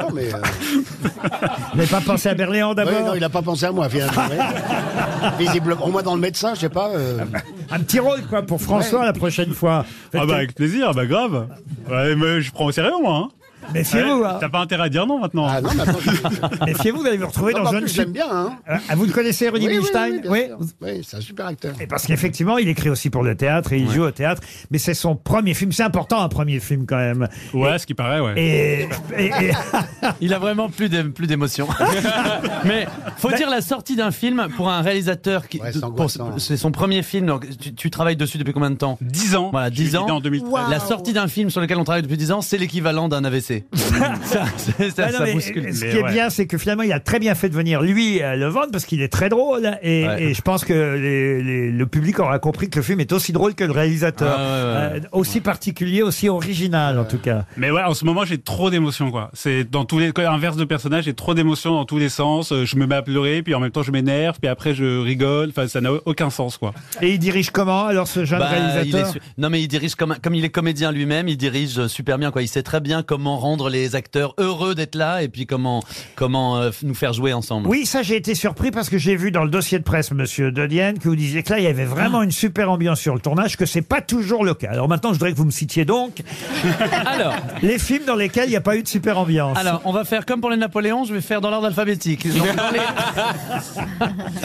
Speaker 6: Non, mais. euh,
Speaker 2: Vous n'avez pas pensé à Berléand d'abord
Speaker 6: oui, non, il n'a pas pensé à moi, finalement. oui. Visiblement. Au moins, dans le médecin, je sais pas. euh,
Speaker 2: Un petit rôle quoi pour François la prochaine fois.
Speaker 19: Ah bah avec plaisir, bah grave. Ouais, mais je prends au sérieux moi. Hein.
Speaker 2: Méfiez-vous,
Speaker 19: Ouais,
Speaker 2: hein.
Speaker 19: T'as pas intérêt à dire non maintenant. Ah
Speaker 6: non,
Speaker 2: Méfiez-vous, vous allez vous retrouver
Speaker 6: Non,
Speaker 2: dans
Speaker 6: mais en
Speaker 2: un
Speaker 6: plus, je l'aime bien, hein.
Speaker 2: Euh, vous le connaissez, Rudy
Speaker 6: Oui, oui,
Speaker 2: Milstein
Speaker 6: oui, bien sûr. Oui, c'est un super acteur.
Speaker 2: Et parce qu'effectivement, il écrit aussi pour le théâtre et il joue au théâtre. Mais c'est son premier film. C'est important, un premier film quand même.
Speaker 19: Ouais, ce qui paraît, ouais.
Speaker 2: Et, et- et-
Speaker 5: Il a vraiment plus d'é- plus d'émotion. Mais faut dire la sortie d'un film pour un réalisateur qui pour- c'est son premier film. Donc tu, tu travailles dessus depuis combien de temps
Speaker 19: 10 ans.
Speaker 5: Voilà, 10
Speaker 19: suis
Speaker 5: ans.
Speaker 19: guidé en 2013. Wow.
Speaker 5: La sortie d'un film sur lequel on travaille depuis 10 ans, c'est l'équivalent d'un AVC. ça, c'est- ça-
Speaker 2: Ah non,
Speaker 5: ça
Speaker 2: mais
Speaker 5: bouscule.
Speaker 2: Ce qui est bien, c'est que finalement, il a très bien fait de venir lui euh, le vendre parce qu'il est très drôle. Et,
Speaker 5: Ouais.
Speaker 2: et je pense que les- les- le public aura compris que le film est aussi drôle que le réalisateur.
Speaker 19: Ah, ouais, ouais.
Speaker 2: Euh, aussi particulier, aussi original en tout cas.
Speaker 19: Mais ouais, en ce moment j'ai trop d'émotions quoi. C'est dans tous les inverse de personnage, j'ai trop d'émotions dans tous les sens. Euh, Je me mets à pleurer, puis en même temps je m'énerve, puis après je rigole. Enfin, ça n'a aucun sens quoi.
Speaker 2: Et il dirige comment alors ce jeune
Speaker 5: Bah, il est
Speaker 2: réalisateur
Speaker 5: su- non mais il dirige comme un- comme il est comédien lui-même, il dirige euh, super bien quoi. Il sait très bien comment rendre les acteurs heureux d'être là et puis comment comment euh, f- nous faire jouer ensemble.
Speaker 2: Oui, ça j'ai été surpris parce que j'ai vu dans le dossier de presse, Monsieur Dodienne, que vous disiez que là il y avait vraiment
Speaker 5: Ah.
Speaker 2: une super ambiance sur le tournage, que c'est pas toujours le cas. Alors maintenant, je voudrais que vous me citiez donc
Speaker 5: Alors.
Speaker 2: les films dans lesquels il n'y a pas eu de super ambiance.
Speaker 5: Alors, on va faire comme pour les Napoléons, je vais faire dans l'ordre alphabétique. Donc, dans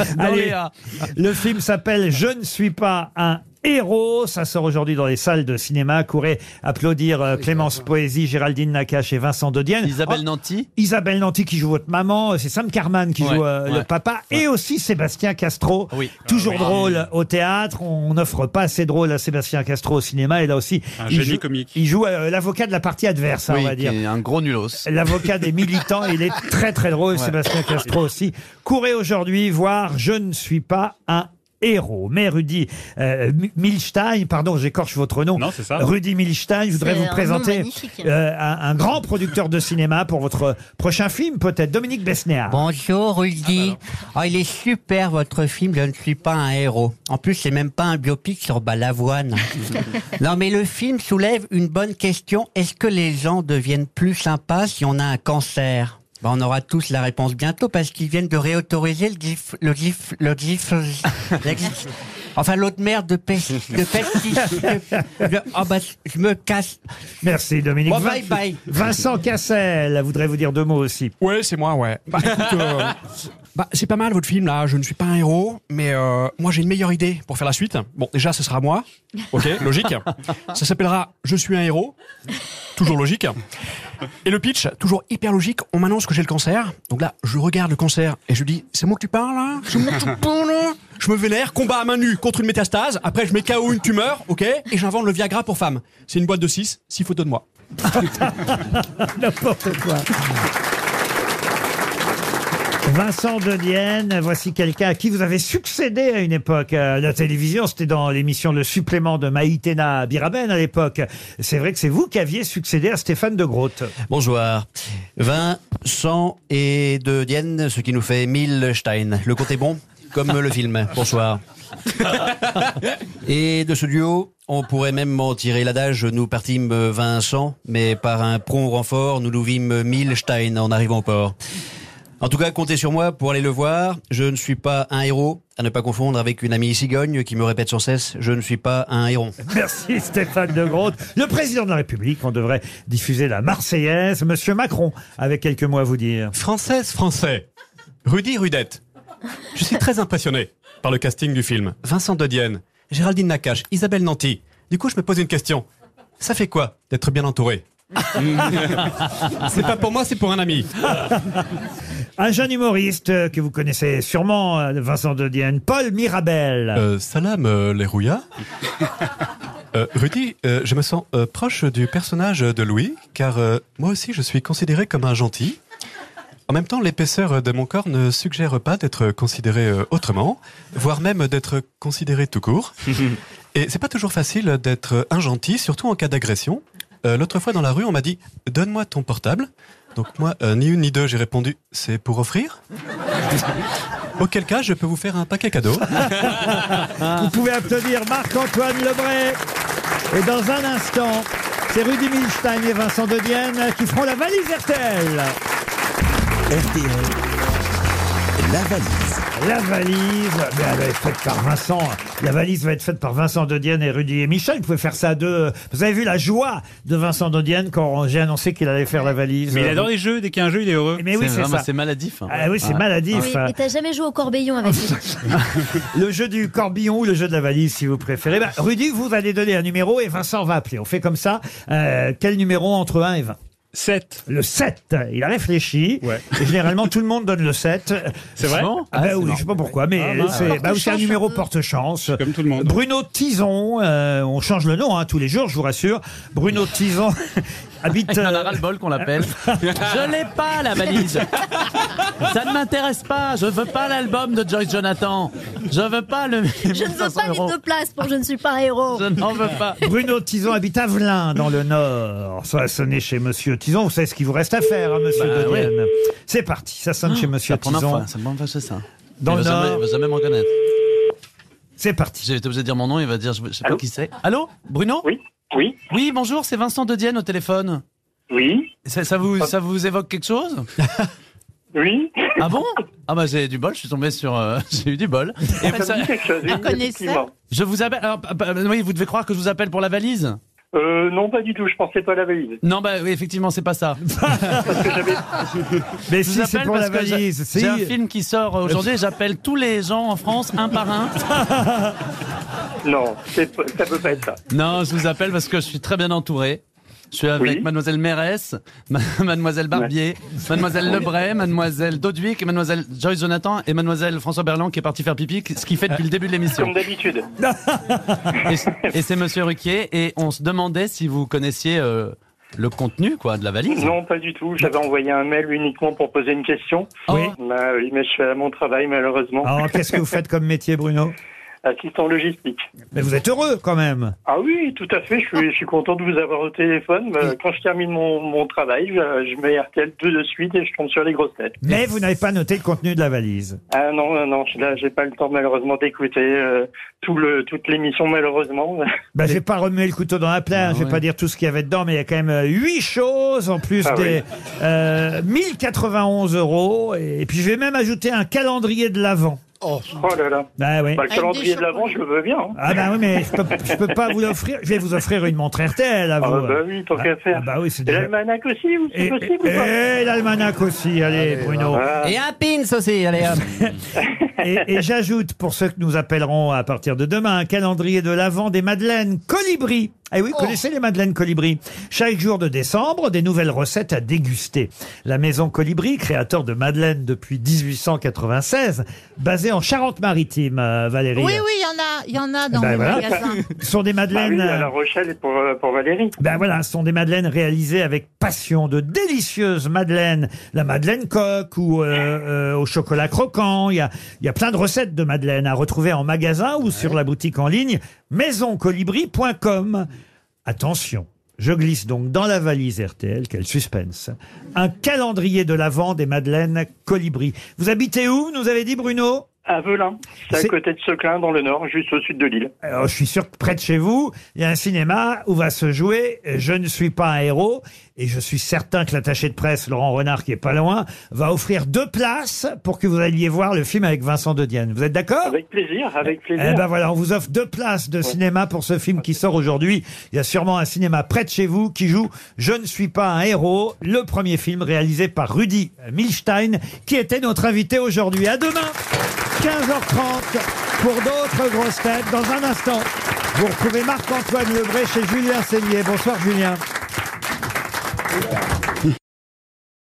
Speaker 5: les- dans
Speaker 2: Allez,
Speaker 5: les A.
Speaker 2: le film s'appelle Je ne suis pas un héros. Ça sort aujourd'hui dans les salles de cinéma. Courez applaudir euh, Clémence Poésie, Géraldine Nakache et Vincent Dodienne.
Speaker 5: Isabelle
Speaker 2: Oh,
Speaker 5: Nanty.
Speaker 2: Isabelle Nanty qui joue votre maman, c'est Sam Carman qui
Speaker 5: Ouais,
Speaker 2: joue euh, le
Speaker 5: ouais. Ah
Speaker 2: papa et aussi Sébastien Castro,
Speaker 5: Oui.
Speaker 2: toujours drôle au théâtre. On n'offre pas assez drôle à Sébastien Castro au cinéma et là aussi
Speaker 19: Un
Speaker 2: il
Speaker 19: génie
Speaker 2: joue,
Speaker 19: comique.
Speaker 2: il joue euh, l'avocat de la partie adverse, hein,
Speaker 5: Oui,
Speaker 2: on va
Speaker 5: qui
Speaker 2: dire.
Speaker 5: est un gros nulos.
Speaker 2: L'avocat des militants, il est très très drôle,
Speaker 5: Ouais.
Speaker 2: Sébastien Castro aussi. Courez aujourd'hui voir Je ne suis pas un héros. Mais Rudy euh, Mi- Milstein, pardon, j'écorche votre nom.
Speaker 19: Non, c'est ça.
Speaker 2: Rudy Milstein, je voudrais
Speaker 19: C'est
Speaker 2: vous
Speaker 19: un nom
Speaker 2: présenter
Speaker 19: magnifique.
Speaker 2: euh, un, un grand producteur de cinéma pour votre prochain film, peut-être, Dominique Besnéard. Ah, bah
Speaker 18: Bonjour Rudy. Oh, il est super votre film, je ne suis pas un héros. En plus, c'est même pas un biopic sur Balavoine. non mais le film soulève une bonne question. Est-ce que les gens deviennent plus sympas si on a un cancer Ben, on aura tous la réponse bientôt parce qu'ils viennent de réautoriser le glyph... Le glyph... Le glyph... la glyph- Enfin, l'autre merde de peste... De pesticide. De- Oh, bah, je me casse.
Speaker 2: Merci Dominique.
Speaker 18: Bon,
Speaker 2: Vin-
Speaker 18: bye, bye.
Speaker 2: Vincent Cassel voudrait vous dire deux mots aussi.
Speaker 20: Ouais, c'est moi, ouais. Bah, écoute, euh, bah, c'est pas mal votre film là. Je ne suis pas un héros, mais euh, moi j'ai une meilleure idée pour faire la suite. Bon, déjà ce sera moi. Ok, logique. Ça s'appellera Je suis un héros. Toujours logique. Et le pitch, toujours hyper logique. On m'annonce que j'ai le cancer. Donc là, je regarde le cancer et je lui dis C'est moi que tu parles là Je me pas là Je me vénère, combat à main nue contre une métastase. Après, je mets KO une tumeur, ok Et j'invente le Viagra pour femme. C'est une boîte de 6, 6 photos de moi.
Speaker 2: N'importe quoi. Vincent Dedienne, voici quelqu'un à qui vous avez succédé à une époque. euh, À la télévision, c'était dans l'émission Le Supplément de Maïtena Biraben à l'époque. C'est vrai que c'est vous qui aviez succédé à Stéphane de Grotte.
Speaker 18: Bonjour. 100 et de Dienne, ce qui nous fait 1000 Stein. Le compte est bon, comme le film. Bonsoir. Et de ce duo, on pourrait même en tirer l'adage nous partîmes euh, Vincent, mais par un prompt renfort, nous nous vîmes 1000 Stein en arrivant au port.
Speaker 21: En tout cas, comptez sur moi pour aller le voir. Je ne suis pas un héros, à ne pas confondre avec une amie cigogne qui me répète sans cesse, je ne suis pas un héron.
Speaker 2: Merci Stéphane de Groot. Le président de la République, on devrait diffuser la Marseillaise. Monsieur Macron avait quelques mots à vous dire.
Speaker 22: Française, français. Rudy Rudette. Je suis très impressionné par le casting du film. Vincent Dodienne, Géraldine Nakache, Isabelle Nanty. Du coup, je me pose une question. Ça fait quoi d'être bien entouré C'est pas pour moi, c'est pour un ami.
Speaker 2: Un jeune humoriste euh, que vous connaissez sûrement, euh, Vincent de Dienne, Paul Mirabel.
Speaker 22: Euh, salam, euh, les rouillards. Euh, Rudy, euh, je me sens euh, proche du personnage de Louis, car euh, moi aussi je suis considéré comme un gentil. En même temps, l'épaisseur de mon corps ne suggère pas d'être considéré euh, autrement, voire même d'être considéré tout court. Et c'est pas toujours facile d'être un gentil, surtout en cas d'agression. Euh, L'autre fois dans la rue, on m'a dit Donne-moi ton portable. Donc moi, euh, ni une ni deux, j'ai répondu C'est pour offrir Auquel cas, je peux vous faire un paquet cadeau.
Speaker 2: Vous pouvez applaudir Marc-Antoine Lebray. Et dans un instant, c'est Rudy Milstein et Vincent de Dienne qui feront la valise RTL.
Speaker 1: La valise.
Speaker 2: La valise, mais elle va être faite par Vincent. La valise va être faite par Vincent Dodienne et Rudy et Michel. Vous pouvez faire ça à deux. Vous avez vu la joie de Vincent Dodienne quand j'ai annoncé qu'il allait faire la valise.
Speaker 19: Mais il adore les jeux, dès qu'il y a un jeu, il est heureux.
Speaker 2: Eh, Mais oui, c'est ça.
Speaker 5: maladif.
Speaker 2: Ah oui, c'est maladif.
Speaker 3: Oui, et t'as jamais joué au corbillon avec lui.
Speaker 2: Le jeu du corbillon ou le jeu de la valise, si vous préférez. Bah, Rudy, vous allez donner un numéro et Vincent va appeler. On fait comme ça. Euh, quel numéro entre 1 et 20 7. Le 7. Il a réfléchi. Et généralement, tout le monde donne le 7.
Speaker 19: C'est vrai
Speaker 2: Ah, bah
Speaker 19: Ah,
Speaker 2: oui,
Speaker 19: c'est
Speaker 2: je sais pas pourquoi, mais
Speaker 19: Ah, mince.
Speaker 2: c'est bah,
Speaker 19: Porte-chance,
Speaker 2: c'est un numéro porte-chance. Comme
Speaker 19: tout le monde.
Speaker 2: Bruno Tison, euh, on change le nom hein, tous les jours, je vous rassure. Bruno Tison habite.
Speaker 5: On en a
Speaker 2: euh,
Speaker 5: ras-le-bol qu'on l'appelle. je l'ai pas, la valise. Ça ne m'intéresse pas. Je veux pas l'album de Joyce Jonathan. Je veux pas le.
Speaker 3: Je ne veux pas vivre de place pour je ne suis pas un héros.
Speaker 5: Je n'en veux pas.
Speaker 2: Bruno Tison habite Avelin, dans le Nord. Ça a sonné chez Monsieur Tison. Vous savez ce qu'il vous reste à faire, hein, Monsieur
Speaker 5: Bah, Ah,
Speaker 2: Dodienne. C'est parti, ça sonne chez Monsieur
Speaker 5: Ça prend un
Speaker 2: Tison.
Speaker 5: fois, Ça me fait ça.
Speaker 2: Dans
Speaker 5: il
Speaker 2: le
Speaker 5: va jamais,
Speaker 2: Nord.
Speaker 5: il va jamais me reconnaître.
Speaker 2: C'est parti.
Speaker 5: J'ai été obligé de dire mon nom, il va dire je, je sais pas qui c'est. Allô Bruno Oui.
Speaker 23: Oui.
Speaker 5: Oui, bonjour, c'est Vincent de Dienne au téléphone.
Speaker 23: Oui.
Speaker 5: Ça, ça vous, ça vous évoque quelque chose
Speaker 23: Oui.
Speaker 5: Ah bon Ah bah j'ai du bol, je suis tombé sur... euh, j'ai eu du bol. Et
Speaker 23: Ça me dit quelque chose, oui, Elle connaissait effectivement.
Speaker 5: Je vous appelle... alors, pa- pa- oui, vous devez croire que je vous appelle pour la valise
Speaker 23: Euh, non, pas du tout, je pensais pas à la valise.
Speaker 5: Non, bah oui, effectivement, c'est pas ça.
Speaker 2: Mais
Speaker 5: Je
Speaker 2: si,
Speaker 5: vous
Speaker 2: c'est
Speaker 5: appelle
Speaker 2: pour la
Speaker 5: parce que j'ai-
Speaker 2: valise. Si.
Speaker 5: J'ai un film qui sort aujourd'hui, et j'appelle tous les gens en France, un par un.
Speaker 23: Non, c'est pas- ça peut pas être ça.
Speaker 5: Non, je vous appelle parce que je suis très bien entouré. Je suis avec
Speaker 23: Oui.
Speaker 5: mademoiselle Mérès, ma- mademoiselle Barbier, mademoiselle Lebray, mademoiselle Dodwick, mademoiselle Joyce Jonathan et mademoiselle François Berland qui est partie faire pipi, ce qui fait depuis le début de l'émission.
Speaker 23: Comme d'habitude.
Speaker 5: Et, et c'est monsieur Ruquier et on se demandait si vous connaissiez euh, le contenu quoi de la valise.
Speaker 23: Non, pas du tout. J'avais envoyé un mail uniquement pour poser une question.
Speaker 2: Oui.
Speaker 23: Bah oui, mais je suis à mon travail, malheureusement.
Speaker 2: Alors, Ah, qu'est-ce que vous faites comme métier, Bruno
Speaker 23: Assistant logistique.
Speaker 2: Mais vous êtes heureux quand même.
Speaker 23: Ah oui, tout à fait. Je suis, je suis content de vous avoir au téléphone. Bah, Quand je termine mon, mon travail, je, je mets RTL tout de suite et je tombe sur les grosses têtes.
Speaker 2: Mais vous n'avez pas noté le contenu de la valise.
Speaker 23: Ah non, non, non, je- là, j'ai pas le temps malheureusement d'écouter euh, tout le toute l'émission malheureusement.
Speaker 2: Bah, j'ai pas remué le couteau dans la
Speaker 5: Ah
Speaker 2: plaie, hein, je vais pas dire tout ce qu'il y avait dedans, mais il y a quand même euh, huit choses en plus
Speaker 23: Ah
Speaker 2: des euh, 1091 euros. Et puis je vais même ajouter un calendrier de l'Avent.
Speaker 23: Oh, là là.
Speaker 2: Bah oui.
Speaker 23: Bah, le calendrier de l'avant, je le veux bien. hein.
Speaker 2: Ah bah oui, mais je peux, je peux pas vous l'offrir. Je vais vous offrir une montre RTL à
Speaker 23: Ah
Speaker 2: vous.
Speaker 23: bah oui, tant qu'à faire.
Speaker 2: euh, bah oui, c'est
Speaker 23: Et
Speaker 2: déjà...
Speaker 23: l'almanach aussi, ou c'est
Speaker 2: Et,
Speaker 23: possible ou pas
Speaker 2: et l'almanach aussi, allez, Bruno.
Speaker 23: voilà.
Speaker 18: Et un pins aussi, allez hop.
Speaker 2: Et, et j'ajoute, pour ceux que nous appellerons à partir de demain, un calendrier de l'Avent des Madeleines Colibri. Eh
Speaker 8: Oh.
Speaker 2: oui, vous connaissez les Madeleines Colibri Chaque jour de décembre, des nouvelles recettes à déguster. La maison Colibri, créateur de Madeleine depuis 1896, basée en Charente-Maritime, euh, Valérie.
Speaker 8: Oui, oui, il y en a, il y en a
Speaker 2: Eh
Speaker 8: dans
Speaker 2: ben
Speaker 8: les
Speaker 2: voilà.
Speaker 8: magasins.
Speaker 2: Ce sont des
Speaker 23: Ah
Speaker 2: Madeleines...
Speaker 23: oui, à
Speaker 2: euh,
Speaker 23: La Rochelle et pour, euh, pour Valérie.
Speaker 2: ben voilà, ce sont des madeleines réalisées avec passion, de délicieuses madeleines. La madeleine coque ou euh, euh, au chocolat croquant. Il y a, il y a plein de recettes de madeleines à retrouver en magasin ou sur la boutique en ligne maisoncolibri.com. Attention, je glisse donc dans la valise RTL, quel suspense, un calendrier de l'avant des madeleines colibri. Vous habitez où, vous nous avez dit Bruno
Speaker 23: à Velin. C'est à côté de Seclin, dans le nord, juste au sud de l'île.
Speaker 2: Alors, je suis sûr que près de chez vous, il y a un cinéma où va se jouer Je ne suis pas un héros. Et je suis certain que l'attaché de presse, Laurent Renard, qui est pas loin, va offrir deux places pour que vous alliez voir le film avec Vincent de Dienne. Vous êtes d'accord
Speaker 23: Avec plaisir, avec plaisir.
Speaker 2: Eh ben voilà, on vous offre deux places de cinéma pour ce film qui sort aujourd'hui. Il y a sûrement un cinéma près de chez vous qui joue Je ne suis pas un héros, le premier film réalisé par Rudy Milstein, qui était notre invité aujourd'hui. À demain, 15h30, pour d'autres grosses têtes. Dans un instant, vous retrouvez Marc-Antoine Lebré chez Julien Cellier. Bonsoir Julien.